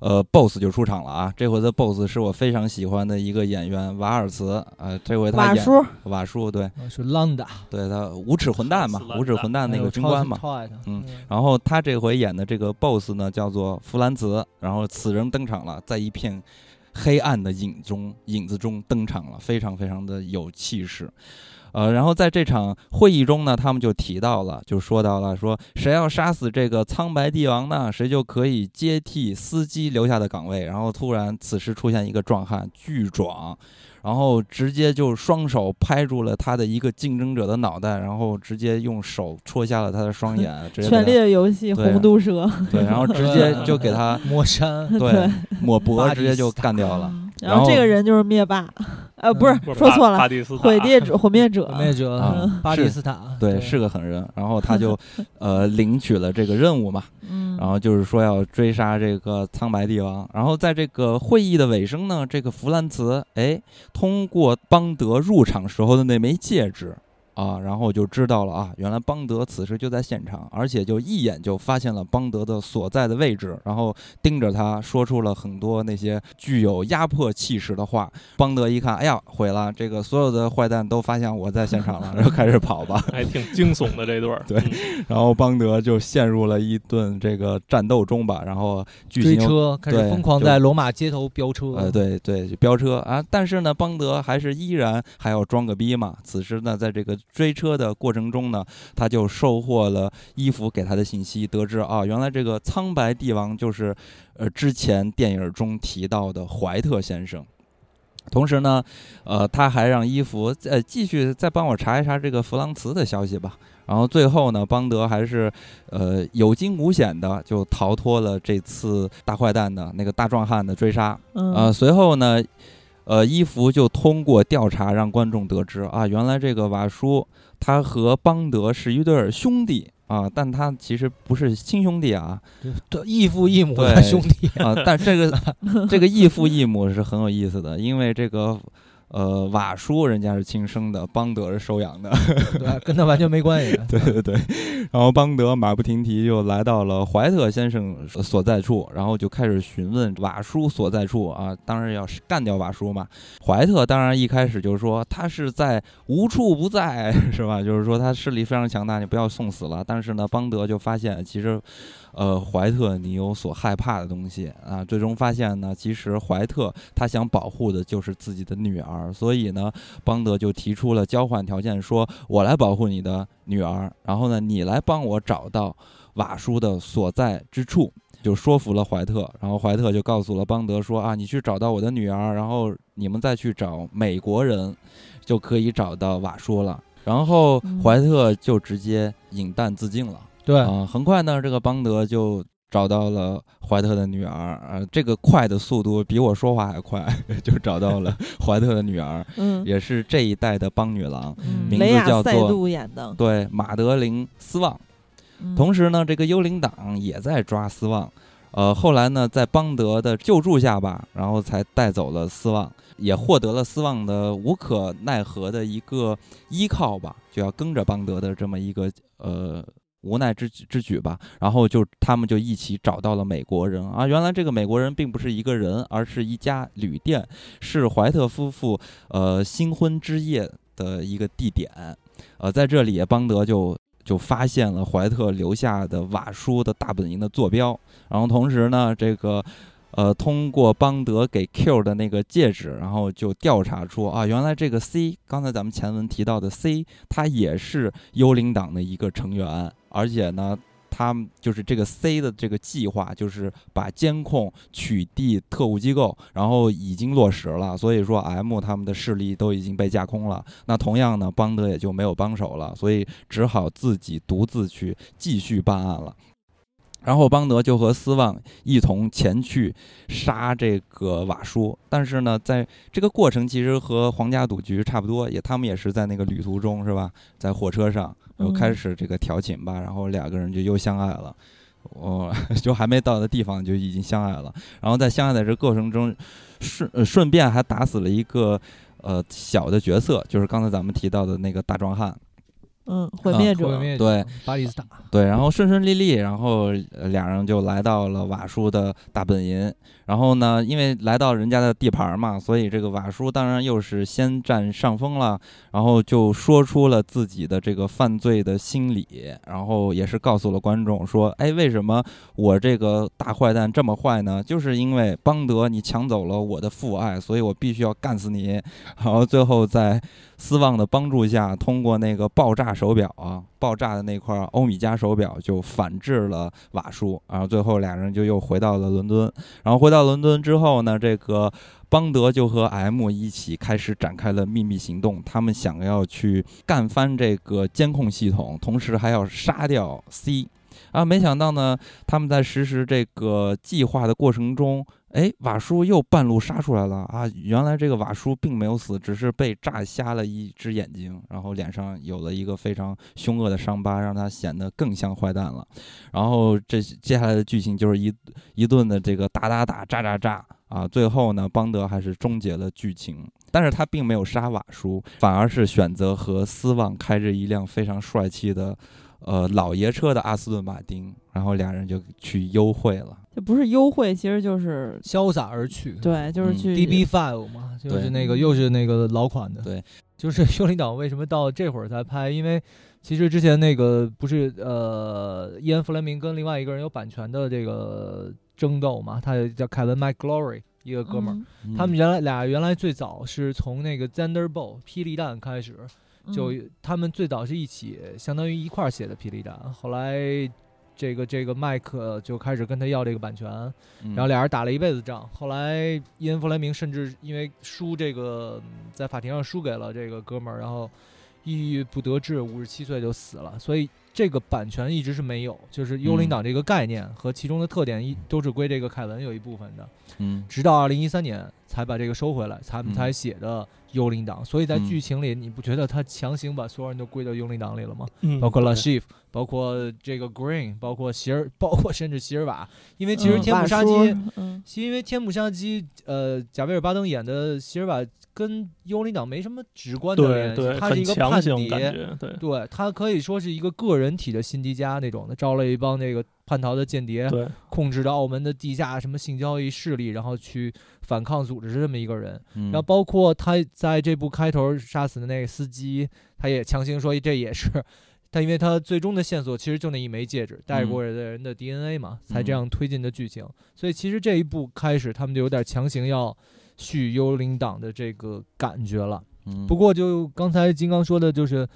[SPEAKER 1] 呃，BOSS 就出场了啊！这回的 BOSS 是我非常喜欢的一个演员瓦尔茨，呃，这回他
[SPEAKER 2] 瓦
[SPEAKER 1] 演
[SPEAKER 2] 叔，
[SPEAKER 1] 瓦叔，对
[SPEAKER 4] 啊是浪达
[SPEAKER 1] 对，他无耻混蛋嘛
[SPEAKER 3] 瓦尔，茨
[SPEAKER 1] 无耻混蛋那
[SPEAKER 4] 哎
[SPEAKER 1] 个
[SPEAKER 4] 我
[SPEAKER 1] 军
[SPEAKER 4] 超
[SPEAKER 1] 官嘛。
[SPEAKER 4] 超爱他。
[SPEAKER 1] 嗯，然后他这回演的这个 BOSS 呢，叫做弗兰茨，然后此人登场了，在一片黑暗的影中影子中登场了，非常非常的有气势。呃，然后在这场会议中呢，他们就提到了，就说到了，说谁要杀死这个苍白帝王呢，谁就可以接替司机留下的岗位。然后突然，此时出现一个壮汉，巨壮，然后直接就双手拍住了他的一个竞争者的脑袋，然后直接用手戳瞎了他的双眼，直接给
[SPEAKER 2] 权
[SPEAKER 1] 他
[SPEAKER 2] 力的游戏，
[SPEAKER 1] 对啊
[SPEAKER 2] 红毒蛇，
[SPEAKER 1] 对，然后直接就给他
[SPEAKER 4] 魔山，
[SPEAKER 1] 对抹脖，
[SPEAKER 4] 巴
[SPEAKER 1] 直接
[SPEAKER 4] 蒂
[SPEAKER 1] 就
[SPEAKER 4] 斯塔
[SPEAKER 1] 干掉了。
[SPEAKER 5] 嗯
[SPEAKER 1] 然
[SPEAKER 2] 然
[SPEAKER 1] 后
[SPEAKER 2] 后这个人就是灭霸，呃，不是
[SPEAKER 3] 不是
[SPEAKER 2] 说
[SPEAKER 3] 帕
[SPEAKER 2] 错了
[SPEAKER 3] 帕，蒂斯塔
[SPEAKER 2] 毁灭者，毁灭者
[SPEAKER 4] 毁，灭者
[SPEAKER 1] 啊
[SPEAKER 4] 巴
[SPEAKER 1] 是
[SPEAKER 4] 蒂斯塔，
[SPEAKER 1] 对，是个狠人，然后他就呃领取了这个任务嘛，
[SPEAKER 5] 嗯，
[SPEAKER 1] 然后就是说要追杀这个苍白帝王。然后在这个会议的尾声呢，这个弗兰茨哎，通过邦德入场时候的那枚戒指啊，然后就知道了啊，原来邦德此时就在现场，而且就一眼就发现了邦德的所在的位置，然后盯着他说出了很多那些具有压迫气势的话。邦德一看，哎呀，毁了！这个所有的坏蛋都发现我在现场了，然后开始跑吧。
[SPEAKER 3] 还挺惊悚的这对儿。
[SPEAKER 1] 对然后邦德就陷入了一顿这个战斗中吧，然后剧
[SPEAKER 4] 追
[SPEAKER 1] 情又
[SPEAKER 4] 车，开始
[SPEAKER 1] 对
[SPEAKER 4] 疯狂
[SPEAKER 1] 就
[SPEAKER 4] 在罗马街头飙车。
[SPEAKER 1] 呃，对对，就飙车啊！但是呢，邦德还是依然还要装个逼嘛。此时呢，在这个追车的过程中呢，他就收获了伊芙给他的信息，得知啊，原来这个苍白帝王就是呃之前电影中提到的怀特先生。同时呢，呃，他还让伊芙呃继续再帮我查一查这个弗朗茨的消息吧。然后最后呢，邦德还是呃有惊无险的就逃脱了这次大坏蛋的那个大壮汉的追杀。呃，
[SPEAKER 5] 嗯，
[SPEAKER 1] 随后呢，呃，伊芙就通过调查让观众得知啊，原来这个瓦叔他和邦德是一对儿兄弟啊，但他其实不是亲兄弟啊
[SPEAKER 4] 对，异父异母的
[SPEAKER 1] 对
[SPEAKER 4] 兄弟，
[SPEAKER 1] 啊，但这个这个异父异母是很有意思的，因为这个。呃，瓦叔人家是亲生的，邦德是收养的。
[SPEAKER 4] 对，跟他完全 没关系。
[SPEAKER 1] 对对对，然后邦德马不停蹄就来到了怀特先生所在处，然后就开始询问瓦叔所在处啊，当然要是干掉瓦叔嘛。怀特当然一开始就说他是在无处不 在，是吧？就是说他势力非常强大，你不要送死了。但是呢，邦德就发现其实，呃，怀特你有所害怕的东西啊。最终发现呢，其实怀特他想保护的就是自己的女儿，所以呢，邦德就提出了交换条件，说我来保护你的女儿，然后呢，你来帮我找到瓦叔的所在之处。就说服了怀特，然后怀特就告诉了邦德说啊，你去找到我的女儿，然后你们再去找美国人，就可以找到瓦叔了。然后
[SPEAKER 5] 嗯
[SPEAKER 1] 怀特就直接引弹自尽了。
[SPEAKER 4] 对，
[SPEAKER 1] 啊、很快呢，这个邦德就找到了怀特的女儿，呃，这个快的速度比我说话还快， 就找到了怀特的女儿，
[SPEAKER 5] 嗯，
[SPEAKER 1] 也是这一代的邦女郎，
[SPEAKER 5] 嗯
[SPEAKER 1] 名
[SPEAKER 5] 雷
[SPEAKER 1] 字
[SPEAKER 5] 亚
[SPEAKER 1] 叫
[SPEAKER 5] 塞
[SPEAKER 1] 做
[SPEAKER 5] 杜演的，
[SPEAKER 1] 对，马德琳·斯旺。
[SPEAKER 5] 嗯
[SPEAKER 1] 同时呢，这个幽灵党也在抓斯旺。呃，后来呢，在邦德的救助下吧，然后才带走了斯旺，也获得了斯旺的无可奈何的一个依靠吧，就要跟着邦德的这么一个呃无奈之举之举吧。然后就他们就一起找到了美国人啊，原来这个美国人并不是一个人，而是一家旅店，是怀特夫妇呃新婚之夜的一个地点。呃，在这里，邦德就就发现了怀特留下的瓦叔的大本营的坐标，然后同时呢，这个。呃，通过邦德给 Q 的那个戒指，然后就调查出啊，原来这个 C，刚才咱们前文提到的 C，他也是幽灵党的一个成员，而且呢，他们就是这个 C 的这个计划，就是把监控取缔特务机构，然后已经落实了，所以说 M 他们的势力都已经被架空了。那同样呢，邦德也就没有帮手了，所以只好自己独自去继续办案了。然后邦德就和斯旺一同前去杀这个瓦叔，但是呢，在这个过程其实和皇家赌局差不多，也他们也是在那个旅途中是吧，在火车上
[SPEAKER 5] 嗯
[SPEAKER 1] 又开始这个调情吧，然后两个人就又相爱了。我、 就还没到的地方就已经相爱了，然后在相爱的这过程中，顺、呃、顺便还打死了一个呃小的角色，就是刚才咱们提到的那个大壮汉。
[SPEAKER 5] 嗯，毁
[SPEAKER 1] 啊
[SPEAKER 5] 灭
[SPEAKER 4] 毁
[SPEAKER 5] 者，
[SPEAKER 4] 灭
[SPEAKER 1] 对
[SPEAKER 4] 者巴里斯塔，
[SPEAKER 1] 对，然后顺顺利利，然后呃俩人就来到了瓦叔的大本营。然后呢，因为来到人家的地盘儿嘛，所以这个瓦叔当然又是先占上风了，然后就说出了自己的这个犯罪的心理，然后也是告诉了观众说，哎，为什么我这个大坏蛋这么坏呢？就是因为邦德你抢走了我的父爱，所以我必须要干死你。然后最后在斯旺的帮助下，通过那个爆炸手表啊，爆炸的那块欧米茄手表就反制了瓦叔，然后最后俩人就又回到了伦敦。然后回到伦敦之后呢，这个邦德就和 M 一起开始展开了秘密行动，他们想要去干翻这个监控系统，同时还要杀掉 C。啊，没想到呢，他们在实施这个计划的过程中，哎，瓦叔又半路杀出来了啊！原来这个瓦叔并没有死，只是被炸瞎了一只眼睛，然后脸上有了一个非常凶恶的伤疤，让他显得更像坏蛋了。然后这接下来的剧情就是一一顿的这个打打打、炸炸炸啊！最后呢，邦德还是终结了剧情，但是他并没有杀瓦叔，反而是选择和斯旺开着一辆非常帅气的呃老爷车的阿斯顿马丁，然后俩人就去幽会了。
[SPEAKER 2] 这不是优惠，其实就是
[SPEAKER 4] 潇洒而去。
[SPEAKER 2] 对，就是
[SPEAKER 1] 嗯
[SPEAKER 2] 去
[SPEAKER 4] DB Five 嘛，就是
[SPEAKER 1] 对
[SPEAKER 4] 那个又是那个老款的，
[SPEAKER 1] 对，
[SPEAKER 4] 就是 幽灵党为什么到这会儿才拍？因为其实之前那个不是呃，伊恩·弗莱明跟另外一个人有版权的这个争斗嘛，他也叫凯文·麦 Glory 一个哥们儿，
[SPEAKER 5] 嗯
[SPEAKER 4] 他们原来俩原来最早是从那个 Thunderbolt 霹雳弹开始，
[SPEAKER 5] 嗯
[SPEAKER 2] 嗯
[SPEAKER 4] 就他们最早是一起，相当于一块儿写的霹雳弹，后来这个这个麦克就开始跟他要这个版权，
[SPEAKER 1] 嗯，
[SPEAKER 4] 然后俩人打了一辈子仗。后来伊恩·弗莱明甚至因为输这个嗯在法庭上输给了这个哥们儿，然后抑郁不得志，五十七岁就死了。所以这个版权一直是没有，就是幽
[SPEAKER 1] 嗯
[SPEAKER 4] 灵党这个概念和其中的特点一都是归这个凯文有一部分的，
[SPEAKER 1] 嗯，
[SPEAKER 4] 直到二零一三年才把这个收回来，他们
[SPEAKER 1] 嗯
[SPEAKER 4] 才写的幽灵党。所以在
[SPEAKER 1] 嗯
[SPEAKER 4] 剧情里，你不觉得他强行把所有人都归到幽灵党里了吗？
[SPEAKER 3] 嗯，
[SPEAKER 4] 包括
[SPEAKER 3] 对
[SPEAKER 4] La Chief，包括这个 Green，包括席尔，包括甚至席尔瓦，因为其实
[SPEAKER 5] 嗯
[SPEAKER 4] 天
[SPEAKER 2] 瓦
[SPEAKER 4] 幕杀
[SPEAKER 2] 叔
[SPEAKER 4] 机。
[SPEAKER 5] 嗯
[SPEAKER 4] 是因为《天幕杀机》呃，贾维尔巴登演的席尔瓦跟幽灵党没什么直观的
[SPEAKER 3] 对
[SPEAKER 4] 联系，
[SPEAKER 3] 对，
[SPEAKER 4] 他是
[SPEAKER 3] 很
[SPEAKER 4] 一个
[SPEAKER 3] 强
[SPEAKER 4] 叛
[SPEAKER 3] 行感
[SPEAKER 4] 谍，
[SPEAKER 3] 觉，对
[SPEAKER 4] 对他可以说是一个个人体的新迪加那种的，招了一帮这个叛逃的间谍，
[SPEAKER 3] 对，
[SPEAKER 4] 控制着澳门的地下什么性交易势力，然后去反抗组织这么一个人。
[SPEAKER 1] 然
[SPEAKER 4] 然后包括他在这部开头杀死的那个司机，他也强行说这也是但因为他最终的线索其实就那一枚戒指，带过的人的 DNA 嘛，才这样推进的剧情。所以其实这一部开始，他们就有点强行要续幽灵党的这个感觉了。
[SPEAKER 1] 嗯
[SPEAKER 4] 不过就刚才金刚说的，就是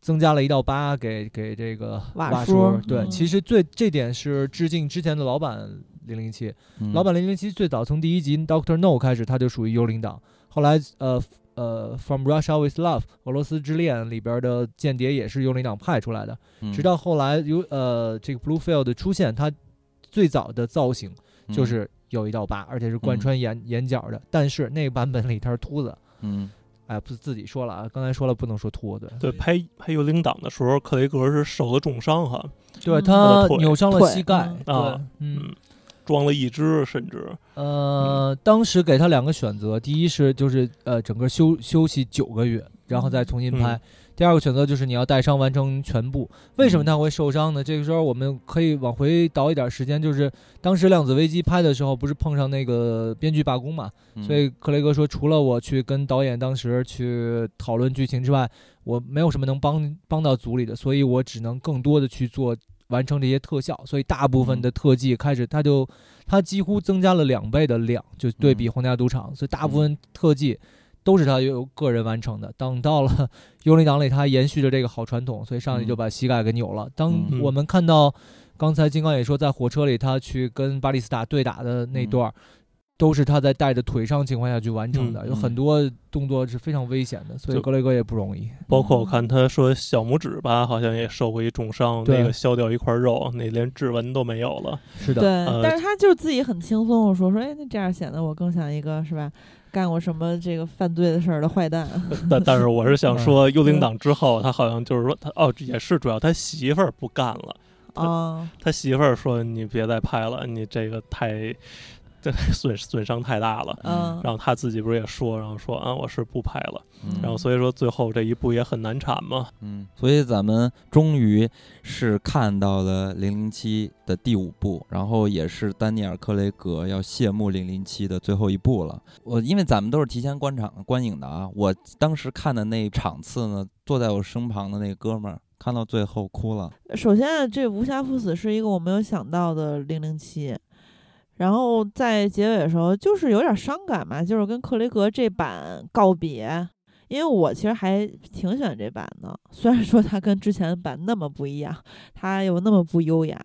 [SPEAKER 4] 增加了一到八给给这个
[SPEAKER 2] 瓦
[SPEAKER 4] 瓦
[SPEAKER 2] 叔
[SPEAKER 4] 叔。对，
[SPEAKER 5] 嗯
[SPEAKER 4] 其实最这点是致敬之前的老版零零七。
[SPEAKER 1] 嗯
[SPEAKER 4] 老版零零七最早从第一集 Doctor No 开始，它就属于幽灵党。后来呃呃，From Russia with Love 俄罗斯之恋里边的间谍也是幽灵党派出来的。
[SPEAKER 1] 嗯
[SPEAKER 4] 直到后来有呃这个 Bluefield 的出现，它最早的造型
[SPEAKER 1] 嗯
[SPEAKER 4] 就是有一道疤，而且是贯
[SPEAKER 1] 嗯
[SPEAKER 4] 穿眼、眼角的。但是那个版本里他是秃子，
[SPEAKER 1] 嗯
[SPEAKER 4] 哎，不是自己说了啊，刚才说了不能说秃，对
[SPEAKER 3] 对，拍拍幽灵党的时候，克雷格是受了重伤哈，
[SPEAKER 4] 对，
[SPEAKER 5] 嗯
[SPEAKER 4] 他
[SPEAKER 3] 腿
[SPEAKER 4] 扭伤了
[SPEAKER 2] 腿
[SPEAKER 4] 膝盖
[SPEAKER 5] 嗯，
[SPEAKER 4] 对
[SPEAKER 3] 啊，
[SPEAKER 4] 嗯，
[SPEAKER 3] 装了一只，甚至
[SPEAKER 4] 呃，当时给他两个选择，第一是就是呃整个休休息九个月，然后再重新拍。
[SPEAKER 3] 嗯
[SPEAKER 4] 第二个选择就是你要带伤完成全部。为什么他会受伤呢？这个时候我们可以往回倒一点时间，就是当时《量子危机》拍的时候，不是碰上那个编剧罢工嘛？
[SPEAKER 1] 嗯
[SPEAKER 4] 所以克雷格说，除了我去跟导演当时去讨论剧情之外，我没有什么能帮帮到组里的，所以我只能更多的去做完成这些特效。所以大部
[SPEAKER 1] 嗯
[SPEAKER 4] 分的特技开始，他就他几乎增加了两倍的量，就对比
[SPEAKER 1] 嗯
[SPEAKER 4] 皇家赌场，所以大部分特技。都是他由个人完成的。等到了《幽灵党》里，他延续着这个好传统，所以上去就
[SPEAKER 1] 嗯
[SPEAKER 4] 把膝盖给扭了。当
[SPEAKER 1] 嗯
[SPEAKER 4] 我们看到刚才金刚也说，在火车里他去跟巴里斯塔对打的那
[SPEAKER 1] 嗯
[SPEAKER 4] 段儿，都是他在带着腿伤情况下去完成的，
[SPEAKER 3] 嗯
[SPEAKER 4] 有很
[SPEAKER 1] 嗯
[SPEAKER 4] 多动作是非常危险的，所以
[SPEAKER 3] 就
[SPEAKER 4] 格雷格也不容易。
[SPEAKER 3] 包括我
[SPEAKER 1] 嗯
[SPEAKER 3] 看他说小拇指吧，好像也受过一重伤，
[SPEAKER 4] 对
[SPEAKER 3] 那个削掉一块肉，那连指纹都没有 了。
[SPEAKER 4] 是
[SPEAKER 5] 对，
[SPEAKER 4] 的，
[SPEAKER 3] 呃
[SPEAKER 5] 但是他就是自己很轻松的说说，哎，那这样显得我更像一个是吧，干过什么这个犯罪的事儿的坏蛋。
[SPEAKER 3] 但但是我是
[SPEAKER 1] 嗯
[SPEAKER 3] 想说，幽灵党之后，他好像就是说他哦，也是主要他媳妇儿不干了，
[SPEAKER 5] 哦，
[SPEAKER 3] 他媳妇儿说你别再拍了，你这个太这损损伤太大了。
[SPEAKER 5] 嗯，
[SPEAKER 3] 然后他自己不是也说，然后说啊，我是不拍了。
[SPEAKER 1] 嗯
[SPEAKER 3] 然后所以说最后这一部也很难产嘛。
[SPEAKER 1] 嗯，所以咱们终于是看到了《零零七》的第五部，然后也是丹尼尔·克雷格要谢幕《零零七》的最后一部了。我因为咱们都是提前观场观影的啊，我当时看的那场次呢，坐在我身旁的那哥们儿看到最后哭了。
[SPEAKER 5] 首先这无暇赴死是一个我没有想到的零零七，然后在结尾的时候就是有点伤感嘛，就是跟克雷格这版告别。因为我其实还挺喜欢这版的，虽然说它跟之前的版那么不一样，它又那么不优雅，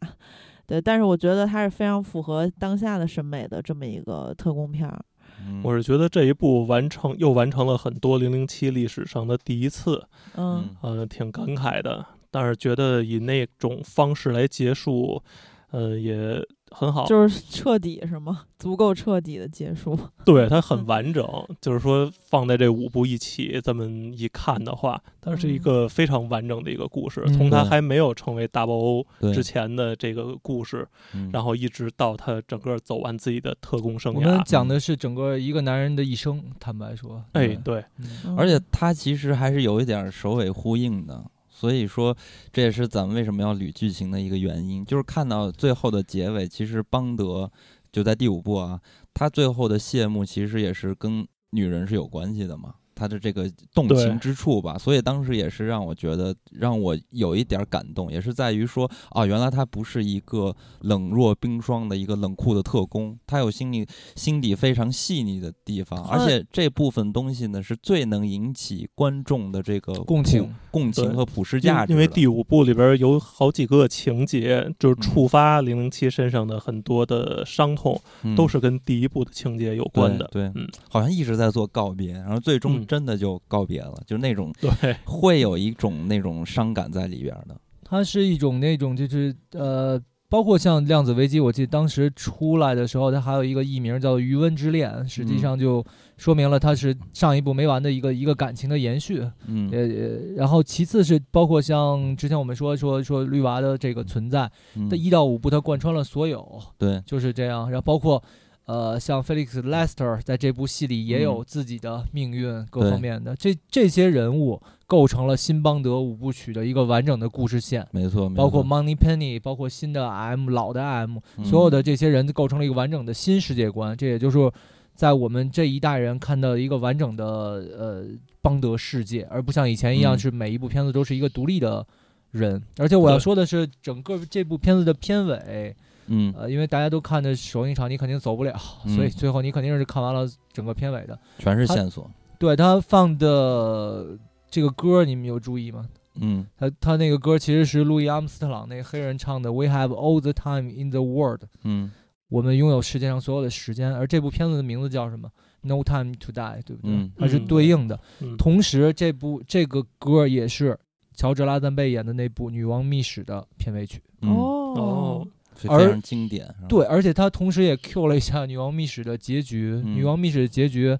[SPEAKER 5] 对，但是我觉得它是非常符合当下的审美的这么一个特工片儿。
[SPEAKER 1] 嗯、
[SPEAKER 3] 我是觉得这一部完成又完成了很多零零七历史上的第一次，
[SPEAKER 5] 嗯，
[SPEAKER 1] 嗯
[SPEAKER 3] 呃，挺感慨的。但是觉得以那种方式来结束，呃，也很好，
[SPEAKER 5] 就是彻底是吗？足够彻底的结束。
[SPEAKER 3] 对它
[SPEAKER 1] 嗯
[SPEAKER 3] 很完整。就是说放在这五部一起这么一看的话，它是一个非常完整的一个故事，
[SPEAKER 4] 嗯
[SPEAKER 3] 从它
[SPEAKER 1] 嗯对
[SPEAKER 3] 还没有成为大爆欧
[SPEAKER 1] 对
[SPEAKER 3] 之前的这个故事，
[SPEAKER 1] 嗯
[SPEAKER 3] 然后一直到它整个走完自己的特工生
[SPEAKER 4] 我们
[SPEAKER 3] 涯。
[SPEAKER 4] 讲的是整个一个男人的一生，坦白说，
[SPEAKER 3] 哎，
[SPEAKER 4] 嗯，
[SPEAKER 3] 对，
[SPEAKER 4] 嗯
[SPEAKER 5] 嗯
[SPEAKER 1] 而且它其实还是有一点儿首尾呼应的，所以说这也是咱们为什么要捋剧情的一个原因，就是看到最后的结尾，其实邦德就在第五部啊，他最后的谢幕其实也是跟女人是有关系的嘛。他的这个动情
[SPEAKER 3] 对
[SPEAKER 1] 之处吧，所以当时也是让我觉得让我有一点儿感动，也是在于说啊，原来他不是一个冷若冰霜的一个冷酷的特工，他有心里心底非常细腻的地方，而且这部分东西呢是最能引起观众的这个
[SPEAKER 4] 共情
[SPEAKER 1] 呃共、共情
[SPEAKER 3] 对
[SPEAKER 1] 和普世
[SPEAKER 3] 因
[SPEAKER 1] 价值
[SPEAKER 3] 因为
[SPEAKER 1] 的嗯
[SPEAKER 3] 第五部里边有好几个情节，就是触发零零七身上的很多的伤痛，
[SPEAKER 1] 嗯
[SPEAKER 3] 都是跟第一部的情节有关的。
[SPEAKER 1] 对，对
[SPEAKER 3] 嗯
[SPEAKER 1] 好像一直在做告别，然后最终
[SPEAKER 3] 嗯
[SPEAKER 1] 真的就告别了，就那种
[SPEAKER 3] 对，
[SPEAKER 1] 会有一种那种伤感在里边的。
[SPEAKER 4] 它是一种那种就是呃，包括像《量子危机》，我记得当时出来的时候，它还有一个艺名叫《余温之恋》，实际
[SPEAKER 1] 嗯
[SPEAKER 4] 上就说明了它是上一部没完的一个一个感情的延续。
[SPEAKER 1] 嗯，
[SPEAKER 4] 呃，然后其次是包括像之前我们说说说绿娃的这个存在，
[SPEAKER 1] 嗯
[SPEAKER 4] 它一到五部它贯穿了所有，
[SPEAKER 1] 对，
[SPEAKER 4] 就是这样。然后包括呃，像 Felix Lester 在这部戏里也有自己的命运各
[SPEAKER 1] 嗯对
[SPEAKER 4] 方面的，这这些人物构成了新邦德五部曲的一个完整的故事线。
[SPEAKER 1] 没错，没
[SPEAKER 4] 包括
[SPEAKER 1] 错
[SPEAKER 4] Money Penny，包括新的 M、老的 M，、
[SPEAKER 1] 嗯
[SPEAKER 4] 所有的这些人构成了一个完整的新世界观。这也就是在我们这一代人看到一个完整的呃邦德世界，而不像以前一样
[SPEAKER 1] 嗯
[SPEAKER 4] 是每一部片子都是一个独立的人。而且我要
[SPEAKER 3] 对
[SPEAKER 4] 说的是，整个这部片子的片尾，
[SPEAKER 1] 嗯
[SPEAKER 4] 呃，因为大家都看的首映场，你肯定走不了，
[SPEAKER 1] 嗯
[SPEAKER 4] 所以最后你肯定是看完了整个片尾的。
[SPEAKER 1] 全是
[SPEAKER 4] 他
[SPEAKER 1] 线索，
[SPEAKER 4] 对他放的这个歌，你们有注意吗？
[SPEAKER 1] 嗯
[SPEAKER 4] 他他那个歌其实是路易阿姆斯特朗那个黑人唱的，We have all the time in the world，
[SPEAKER 1] 嗯
[SPEAKER 4] 我们拥有世界上所有的时间。而这部片子的名字叫什么？No time to die，对不对？
[SPEAKER 1] 嗯
[SPEAKER 4] 它是
[SPEAKER 3] 嗯
[SPEAKER 4] 对应的。
[SPEAKER 3] 嗯
[SPEAKER 4] 同时，这部这个歌也是乔治拉赞贝演的那部《女王秘史》的片尾曲。
[SPEAKER 1] 嗯，
[SPEAKER 3] 哦，
[SPEAKER 1] 非
[SPEAKER 4] 而
[SPEAKER 1] 常经典，是吧，
[SPEAKER 4] 对，而且他同时也 Q 了一下《女王秘史》的结局，
[SPEAKER 1] 嗯
[SPEAKER 4] 女王秘史》的结局。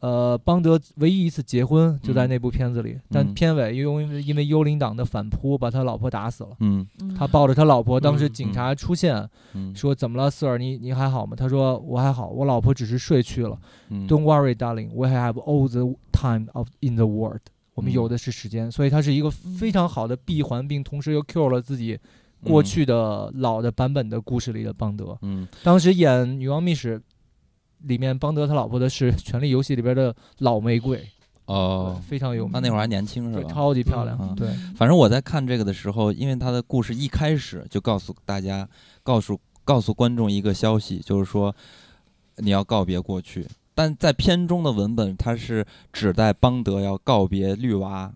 [SPEAKER 4] 呃，邦德唯一一次结婚就在
[SPEAKER 1] 嗯
[SPEAKER 4] 那部片子里，但
[SPEAKER 1] 嗯
[SPEAKER 4] 片尾又因为因为幽灵党的反扑把他老婆打死了。
[SPEAKER 1] 嗯
[SPEAKER 4] 他抱着他老婆，当时
[SPEAKER 3] 嗯
[SPEAKER 4] 警察出现、
[SPEAKER 1] 嗯，
[SPEAKER 4] 说：“怎么了，四儿？你你还好吗？”他说：“我还好，我老婆只是睡去了。
[SPEAKER 1] 嗯
[SPEAKER 4] Don't worry, darling, we have all the time of in the world。我们
[SPEAKER 1] 嗯
[SPEAKER 4] 有的是时间，所以它是一个非常好的闭环，并同时又 cue 了自己过，去的老的版本的故事里的邦德。
[SPEAKER 1] 嗯
[SPEAKER 4] 当时演《女王秘史》里面邦德他老婆的是《权力游戏》里边的老玫瑰，
[SPEAKER 1] 嗯哦
[SPEAKER 4] 对，非常有
[SPEAKER 1] 他
[SPEAKER 4] 名，
[SPEAKER 1] 那会儿还年轻是
[SPEAKER 4] 对，
[SPEAKER 1] 吧？
[SPEAKER 4] 超级漂亮，
[SPEAKER 1] 嗯啊
[SPEAKER 4] 对，
[SPEAKER 1] 反正我在看这个的时候，因为他的故事一开始就告诉大家，告诉告诉观众一个消息，就是说你要告别过去。但在片中的文本，它是指代邦德要告别绿娃，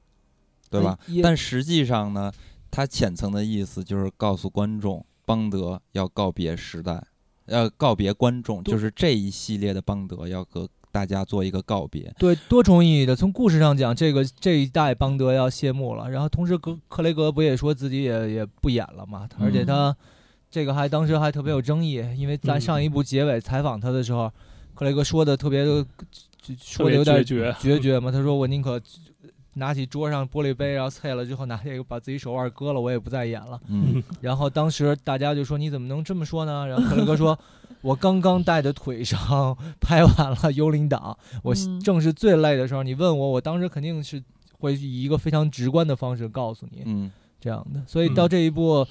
[SPEAKER 1] 对吧？
[SPEAKER 4] 哎也
[SPEAKER 1] 但实际上呢，它浅层的意思就是告诉观众，邦德要告别时代，要告别观众，
[SPEAKER 4] 对
[SPEAKER 1] 就是这一系列的邦德要和大家做一个告别。
[SPEAKER 4] 对，多重意义的。从故事上讲，这个这一代邦德要谢幕了，然后同时格克雷格不也说自己也也不演了嘛？而且他、这个还当时还特别有争议，因为在
[SPEAKER 3] 嗯
[SPEAKER 4] 上一部结尾采访他的时候，克雷格说的特别的，就
[SPEAKER 3] 特
[SPEAKER 4] 说的
[SPEAKER 3] 别
[SPEAKER 4] 有
[SPEAKER 3] 决
[SPEAKER 4] 点
[SPEAKER 3] 绝，
[SPEAKER 4] 决绝嘛。他说我宁可呃拿起桌上玻璃杯，然后碎了之后拿这个把自己手腕割了，我也不再演了。
[SPEAKER 1] 嗯
[SPEAKER 4] 然后当时大家就说你怎么能这么说呢？然后克雷格说， 我刚刚带着腿伤拍完了《幽灵党》，我
[SPEAKER 5] 嗯
[SPEAKER 4] 正是最累的时候，你问我，我当时肯定是会以一个非常直观的方式告诉你
[SPEAKER 1] 嗯
[SPEAKER 4] 这样的。所以到这一步，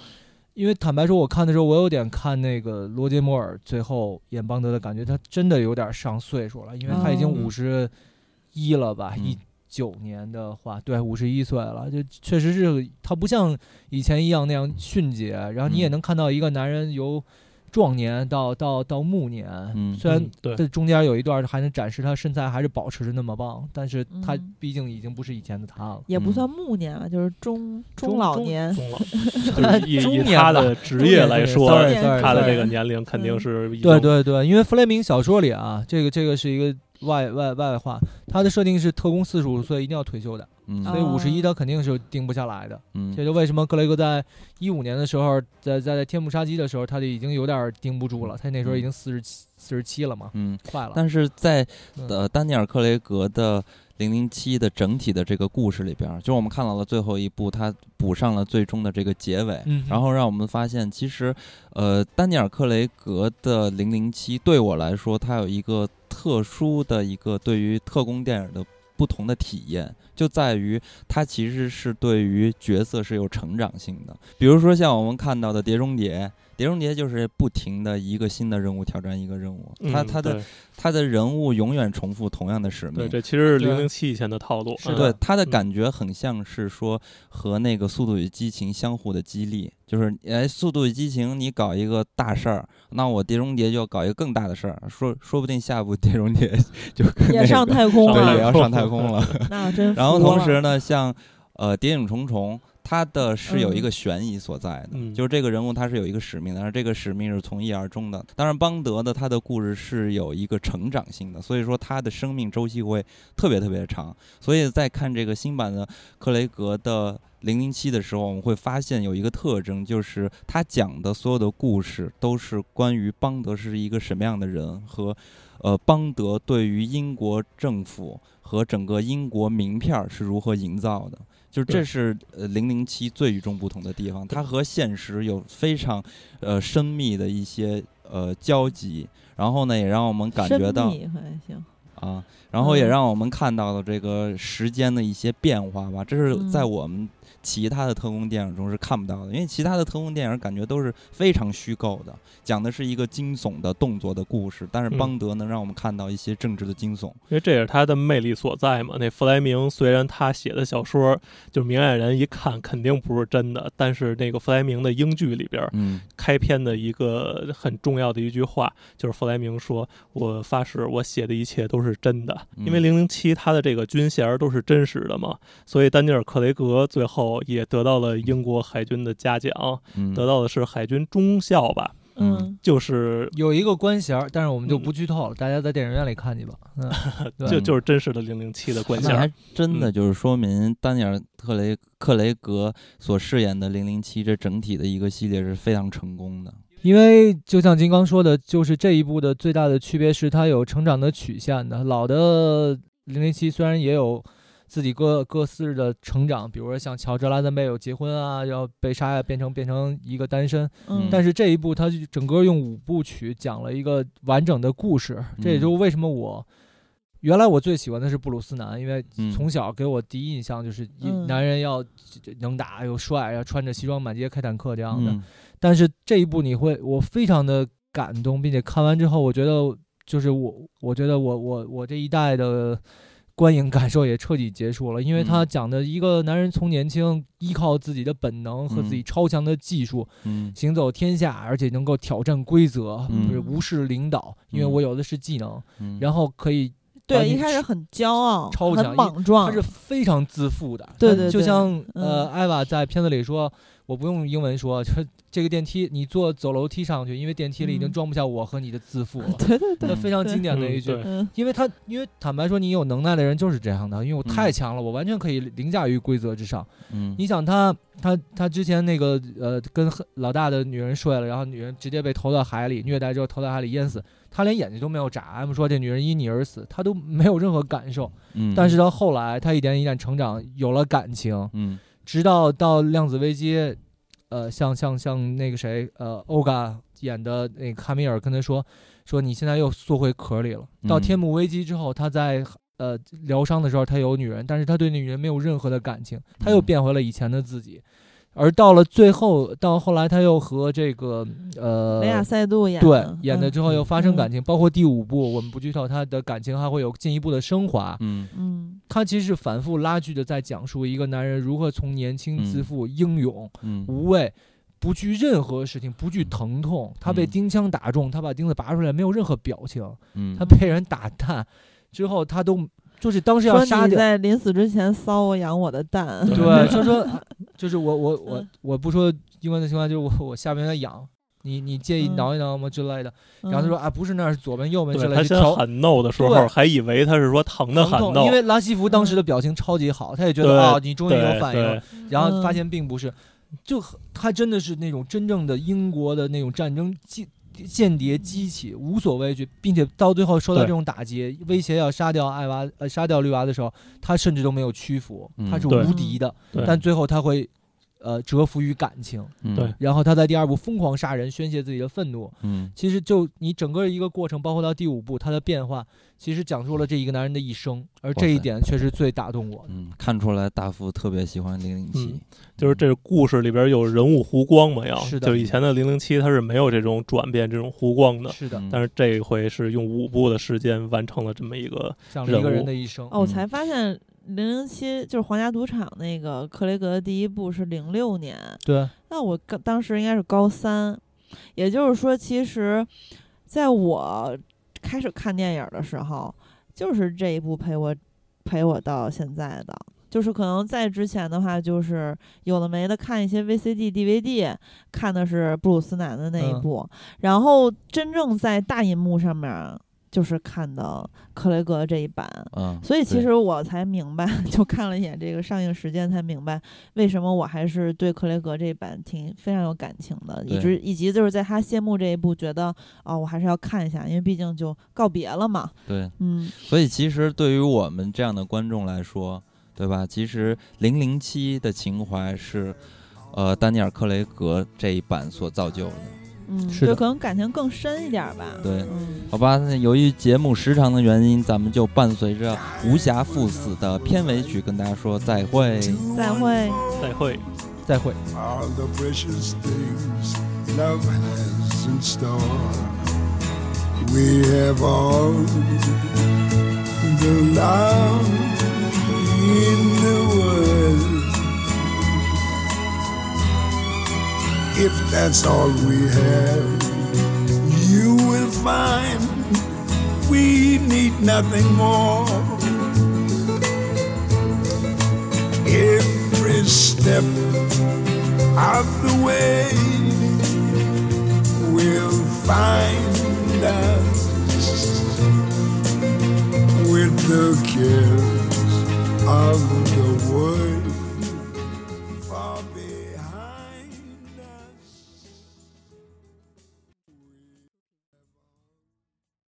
[SPEAKER 4] 因为坦白说，我看的时候，我有点看那个罗杰摩尔最后演邦德的感觉，他真的有点上岁数了，因为他已经
[SPEAKER 5] 哦
[SPEAKER 4] 五十一了吧，
[SPEAKER 1] 嗯
[SPEAKER 4] 一九年的话，对，五十一岁了，就确实是他不像以前一样那样迅捷，然后你也
[SPEAKER 1] 嗯
[SPEAKER 4] 能看到一个男人由壮年到到到暮年，
[SPEAKER 1] 嗯
[SPEAKER 4] 虽然
[SPEAKER 3] 嗯对
[SPEAKER 4] 这中间有一段还能展示他身材还是保持着那么棒，但是他
[SPEAKER 5] 嗯
[SPEAKER 4] 毕竟已经不是以前的他了。
[SPEAKER 5] 也不
[SPEAKER 1] 嗯
[SPEAKER 5] 算暮年啊，就是中
[SPEAKER 4] 中
[SPEAKER 5] 老
[SPEAKER 4] 中
[SPEAKER 5] 年，
[SPEAKER 3] 中老， 就是
[SPEAKER 4] 中
[SPEAKER 3] 以以
[SPEAKER 4] 年
[SPEAKER 3] 他
[SPEAKER 4] 吧
[SPEAKER 3] 的职业来说，
[SPEAKER 4] sorry
[SPEAKER 5] 中年
[SPEAKER 4] sorry，
[SPEAKER 3] 他的
[SPEAKER 4] sorry
[SPEAKER 3] 这个年龄肯定是已经
[SPEAKER 4] 对对对，因为弗雷明小说里啊，这个这个是一个外外外话，他的设定是特工四十五岁一定要退休的，
[SPEAKER 1] 嗯
[SPEAKER 4] 所以
[SPEAKER 5] 哦
[SPEAKER 4] 五十一他肯定是定不下来的。这
[SPEAKER 1] 嗯
[SPEAKER 4] 就为什么克雷格在一五年的时候，在在在天幕杀机的时候，他就已经有点儿盯不住了，他那时候已经四十七四十七了嘛，
[SPEAKER 1] 嗯，
[SPEAKER 4] 快了。
[SPEAKER 1] 但是在
[SPEAKER 4] 嗯
[SPEAKER 1] 呃丹尼尔·克雷格的《零零七》的整体的这个故事里边儿，就是我们看到了最后一部，他补上了最终的这个结尾，
[SPEAKER 4] 嗯哼
[SPEAKER 1] 然后让我们发现，其实呃丹尼尔·克雷格的《零零七》对我来说，它有一个特殊的一个对于特工电影的不同的体验，就在于它其实是对于角色是有成长性的。比如说像我们看到的《碟中谍》，《碟中谍》就是不停的一个新的任务挑战一个任务，
[SPEAKER 3] 嗯，
[SPEAKER 1] 它它的
[SPEAKER 3] 对
[SPEAKER 1] 他的人物永远重复同样的使
[SPEAKER 3] 对，
[SPEAKER 1] 命。
[SPEAKER 3] 这其实是
[SPEAKER 4] 对
[SPEAKER 3] 零零七以前的套路，
[SPEAKER 4] 是的
[SPEAKER 1] 对
[SPEAKER 3] 嗯
[SPEAKER 1] 他的感觉很像是说和那个《速度与激情》相互的激励，就是哎，《速度与激情》你搞一个大事儿，那我《碟中谍》就要搞一个更大的事儿，说说不定下部《碟中谍》就跟那
[SPEAKER 5] 也
[SPEAKER 1] 个
[SPEAKER 5] 上太空
[SPEAKER 3] 上
[SPEAKER 1] 对也
[SPEAKER 5] 了，
[SPEAKER 1] 要上太空了。
[SPEAKER 5] 那 真
[SPEAKER 1] 然后
[SPEAKER 5] 服
[SPEAKER 1] 同
[SPEAKER 5] 了
[SPEAKER 1] 时呢，像呃《谍影重重》，它的是
[SPEAKER 5] 嗯
[SPEAKER 1] 有一个悬疑所在的，
[SPEAKER 3] 嗯
[SPEAKER 1] 就是这个人物他是有一个使命的，但是这个使命是从一而终的。当然，邦德的他的故事是有一个成长性的，所以说他的生命周期会特别特别长。所以在看这个新版的克雷格的《零零七》的时候，我们会发现有一个特征，就是他讲的所有的故事都是关于邦德是一个什么样的人和。呃，邦德对于英国政府和整个英国名片儿是如何营造的？就是这
[SPEAKER 3] 对
[SPEAKER 1] 是呃零零七最与众不同的地方，它和现实有非常呃深密的一些呃交集，然后呢，也让我们感
[SPEAKER 5] 深
[SPEAKER 1] 觉到
[SPEAKER 5] 密还行，
[SPEAKER 1] 啊，然后也
[SPEAKER 2] 嗯
[SPEAKER 1] 让我们看到了这个时间的一些变化吧。这是在
[SPEAKER 2] 嗯
[SPEAKER 1] 我们其他的特工电影中是看不到的，因为其他的特工电影感觉都是非常虚构的，讲的是一个惊悚的动作的故事，但是
[SPEAKER 3] 嗯
[SPEAKER 1] 邦德能让我们看到一些政治的惊悚。
[SPEAKER 3] 因为这也是他的魅力所在嘛。那弗莱明虽然他写的小说，就明眼人一看肯定不是真的，但是那个弗莱明的英剧里边
[SPEAKER 1] 嗯
[SPEAKER 3] 开篇的一个很重要的一句话，就是弗莱明说：“我发誓，我写的一切都是真的。”因为
[SPEAKER 1] 嗯
[SPEAKER 3] 零零七他的这个军衔儿都是真实的嘛，所以丹尼尔·克雷格最后也得到了英国海军的嘉奖，
[SPEAKER 1] 嗯，
[SPEAKER 3] 得到的是海军中校吧，
[SPEAKER 1] 嗯
[SPEAKER 2] 嗯，
[SPEAKER 3] 就是
[SPEAKER 4] 有一个官衔儿，但是我们就不剧透了，大家在电影院里看 去吧。嗯，对
[SPEAKER 3] 就就是真实的零零七的官衔
[SPEAKER 1] 那
[SPEAKER 3] 儿。
[SPEAKER 1] 还真的
[SPEAKER 3] 嗯
[SPEAKER 1] 就是说明丹尼尔·特雷克雷格所饰演的《零零七》这整体的一个系列是非常成功的。
[SPEAKER 4] 因为就像金刚说的，就是这一部的最大的区别是它有成长的曲线的。老的零零七虽然也有自己各各式的成长，比如说像乔治拉赞贝有结婚啊，要被杀呀，变成变成一个单身。
[SPEAKER 1] 嗯
[SPEAKER 2] 嗯，
[SPEAKER 4] 但是这一部它就整个用五部曲讲了一个完整的故事，这也
[SPEAKER 1] 嗯
[SPEAKER 4] 就是为什么我。原来我最喜欢的是布鲁斯南，因为
[SPEAKER 1] 嗯
[SPEAKER 4] 从小给我第一印象就是一
[SPEAKER 2] 嗯
[SPEAKER 4] 男人要能打又帅，要穿着西装满街开坦克这样的。
[SPEAKER 1] 嗯
[SPEAKER 4] 但是这一部你会，我非常的感动，并且看完之后，我觉得就是我，我觉得我我我这一代的观影感受也彻底结束了，因为他
[SPEAKER 1] 嗯
[SPEAKER 4] 讲的一个男人从年轻依靠自己的本能和自己
[SPEAKER 1] 嗯
[SPEAKER 4] 超强的技术、
[SPEAKER 1] 嗯
[SPEAKER 4] 行走天下，而且能够挑战规则，
[SPEAKER 1] 嗯
[SPEAKER 4] 不是无视领导，因为
[SPEAKER 1] 嗯
[SPEAKER 4] 我有的是技能，
[SPEAKER 1] 嗯，
[SPEAKER 4] 然后可以把
[SPEAKER 2] 对，
[SPEAKER 4] 你
[SPEAKER 2] 一开始很骄傲，
[SPEAKER 4] 呃超
[SPEAKER 2] 很
[SPEAKER 4] 强一
[SPEAKER 2] 莽撞，
[SPEAKER 4] 他是非常自负的。
[SPEAKER 2] 对
[SPEAKER 4] 他
[SPEAKER 2] 啊对
[SPEAKER 4] 就
[SPEAKER 2] 对
[SPEAKER 4] 像、呃，
[SPEAKER 2] 嗯
[SPEAKER 4] 艾娃在片子里说，我不用英文说，就是这个电梯，你坐走楼梯上去，因为电梯里已经
[SPEAKER 2] 嗯
[SPEAKER 4] 装不下我和你的自负了。
[SPEAKER 2] 对对
[SPEAKER 4] 那
[SPEAKER 2] 对，
[SPEAKER 4] 非常经典的
[SPEAKER 3] 嗯
[SPEAKER 4] 一句。
[SPEAKER 3] 对
[SPEAKER 2] 嗯
[SPEAKER 4] 因为他，因为坦白说，你有能耐的人就是这样的。因为我太
[SPEAKER 1] 嗯
[SPEAKER 4] 强了，我完全可以凌驾于规则之上。
[SPEAKER 1] 嗯
[SPEAKER 4] 你想他，他，他之前那个呃，跟老大的女人睡了，然后女人直接被投到海里，虐待之后投到海里淹死，他连眼睛都没有眨。按说这女人因你而死，他都没有任何感受。
[SPEAKER 1] 嗯，
[SPEAKER 4] 但是到后来，他一点一点成长，有了感情，
[SPEAKER 1] 嗯
[SPEAKER 4] 直到到量子危机，呃，像像像那个谁，呃，欧嘎演的那个卡米尔跟他说，说你现在又缩回壳里了。到
[SPEAKER 1] 嗯
[SPEAKER 4] 天幕危机之后，他在呃疗伤的时候，他有女人，但是他对那女人没有任何的感情，他又
[SPEAKER 1] 嗯
[SPEAKER 4] 变回了以前的自己。而到了最后，到后来他又和这个呃
[SPEAKER 2] 雷亚塞杜演
[SPEAKER 4] 对
[SPEAKER 2] 的
[SPEAKER 4] 演的
[SPEAKER 2] 嗯
[SPEAKER 4] 之后又发生感
[SPEAKER 2] 嗯
[SPEAKER 4] 情，包括第五部我们不剧透，他的感情还会有进一步的升华。
[SPEAKER 1] 嗯
[SPEAKER 2] 嗯
[SPEAKER 4] 他其实是反复拉锯的在讲述一个男人如何从年轻、自负、英勇、
[SPEAKER 1] 嗯
[SPEAKER 4] 无畏，不惧任何事情，不惧疼痛。他被
[SPEAKER 1] 嗯
[SPEAKER 4] 钉枪打中，他把钉子拔出来，没有任何表情。
[SPEAKER 1] 嗯，
[SPEAKER 4] 他被人打蛋之后，他都就是当时要
[SPEAKER 2] 说
[SPEAKER 4] 杀
[SPEAKER 2] 你
[SPEAKER 4] 掉。
[SPEAKER 2] 在临死之前搔我痒我的蛋，
[SPEAKER 4] 对，他说就是我我我
[SPEAKER 2] 嗯
[SPEAKER 4] 我不说英文的情况，就是我我下边有点痒，你你介意
[SPEAKER 2] 嗯
[SPEAKER 4] 挠一挠吗之类的。
[SPEAKER 2] 嗯
[SPEAKER 4] 然 后他说啊，不是那儿，是左边右边之
[SPEAKER 3] 对
[SPEAKER 4] 类
[SPEAKER 3] 他
[SPEAKER 4] 的，就
[SPEAKER 3] 先
[SPEAKER 4] 调
[SPEAKER 3] 喊 no 的时
[SPEAKER 4] 对
[SPEAKER 3] 候，还以为他是说疼的喊
[SPEAKER 4] 疼痛。
[SPEAKER 3] no，
[SPEAKER 4] 因为拉西弗当时的表情超级好，他也觉
[SPEAKER 3] 嗯
[SPEAKER 4] 得
[SPEAKER 3] 对
[SPEAKER 4] 啊，你终于有
[SPEAKER 3] 对
[SPEAKER 4] 反应了
[SPEAKER 3] 对。
[SPEAKER 4] 然后
[SPEAKER 2] 嗯
[SPEAKER 4] 发现并不是，就很他真的是那种真正的英国的那种战争机间谍机器，无所畏惧，并且到最后受到
[SPEAKER 3] 对
[SPEAKER 4] 这种打击，威胁要杀掉艾娃呃杀掉绿娃的时候，他甚至都没有屈服，
[SPEAKER 1] 嗯
[SPEAKER 4] 他是
[SPEAKER 3] 对
[SPEAKER 4] 无敌的，
[SPEAKER 3] 对
[SPEAKER 4] 但最后他会呃折服于感情，
[SPEAKER 1] 嗯
[SPEAKER 3] 对
[SPEAKER 4] 然后他在第二部疯狂杀人，宣泄自己的愤怒。
[SPEAKER 1] 嗯
[SPEAKER 4] 其实就你整个一个过程，包括到第五部他的变化，其实讲述了这一个男人的一生，而这一
[SPEAKER 1] 哇塞
[SPEAKER 4] 点确实最打动我的。
[SPEAKER 1] 嗯，看出来大副特别喜欢零零七
[SPEAKER 3] 嗯，就是这故事里边有人物弧光嘛，要
[SPEAKER 4] 是的
[SPEAKER 3] 就是以前的零零七它是没有这种转变、这种弧光的，
[SPEAKER 4] 是的，
[SPEAKER 1] 嗯
[SPEAKER 3] 但是这一回是用五部的时间完成了这么一个，
[SPEAKER 4] 讲了一个
[SPEAKER 3] 人
[SPEAKER 4] 人
[SPEAKER 3] 物
[SPEAKER 4] 的一生。
[SPEAKER 2] 哦，我
[SPEAKER 1] 嗯
[SPEAKER 2] 才发现零零七就是皇家赌场那个克雷格的第一部是零六年，
[SPEAKER 4] 对，啊
[SPEAKER 2] 那我刚当时应该是高三，也就是说，其实在我开始看电影儿的时候，就是这一部陪我陪我到现在的。就是可能在之前的话，就是有的没的看一些 VCD、DVD，看的是布鲁斯南的那一
[SPEAKER 4] 嗯
[SPEAKER 2] 部，然后真正在大银幕上面儿就是看的克雷格这一版，
[SPEAKER 1] 嗯，
[SPEAKER 2] 所以其
[SPEAKER 1] 对
[SPEAKER 2] 实我才明白， 就看了一眼这个上映时间，才明白为什么我还是对克雷格这一版挺非常有感情的，以
[SPEAKER 1] 对
[SPEAKER 2] 及以及就是在他谢幕这一部，觉得啊、我还是要看一下，因为毕竟就告别了嘛。
[SPEAKER 1] 对，
[SPEAKER 2] 嗯，
[SPEAKER 1] 所以其实对于我们这样的观众来说，对吧？其实零零七的情怀是，呃，丹尼尔·克雷格这一版所造就的。
[SPEAKER 5] 嗯，
[SPEAKER 4] 是
[SPEAKER 5] 就
[SPEAKER 4] 的
[SPEAKER 5] 可能感情更深一点儿吧。
[SPEAKER 1] 对
[SPEAKER 5] 嗯，
[SPEAKER 1] 好吧，那由于节目时长的原因，咱们就伴随着《无暇赴死》的片尾曲跟大家说再会。
[SPEAKER 5] 再会。
[SPEAKER 3] 再会。
[SPEAKER 4] 再会。
[SPEAKER 7] all the precious things love has in store. We have all the love in the world. If that's all we have, you will find we need nothing more. Every step of the way will find us with the cares of the world far behind.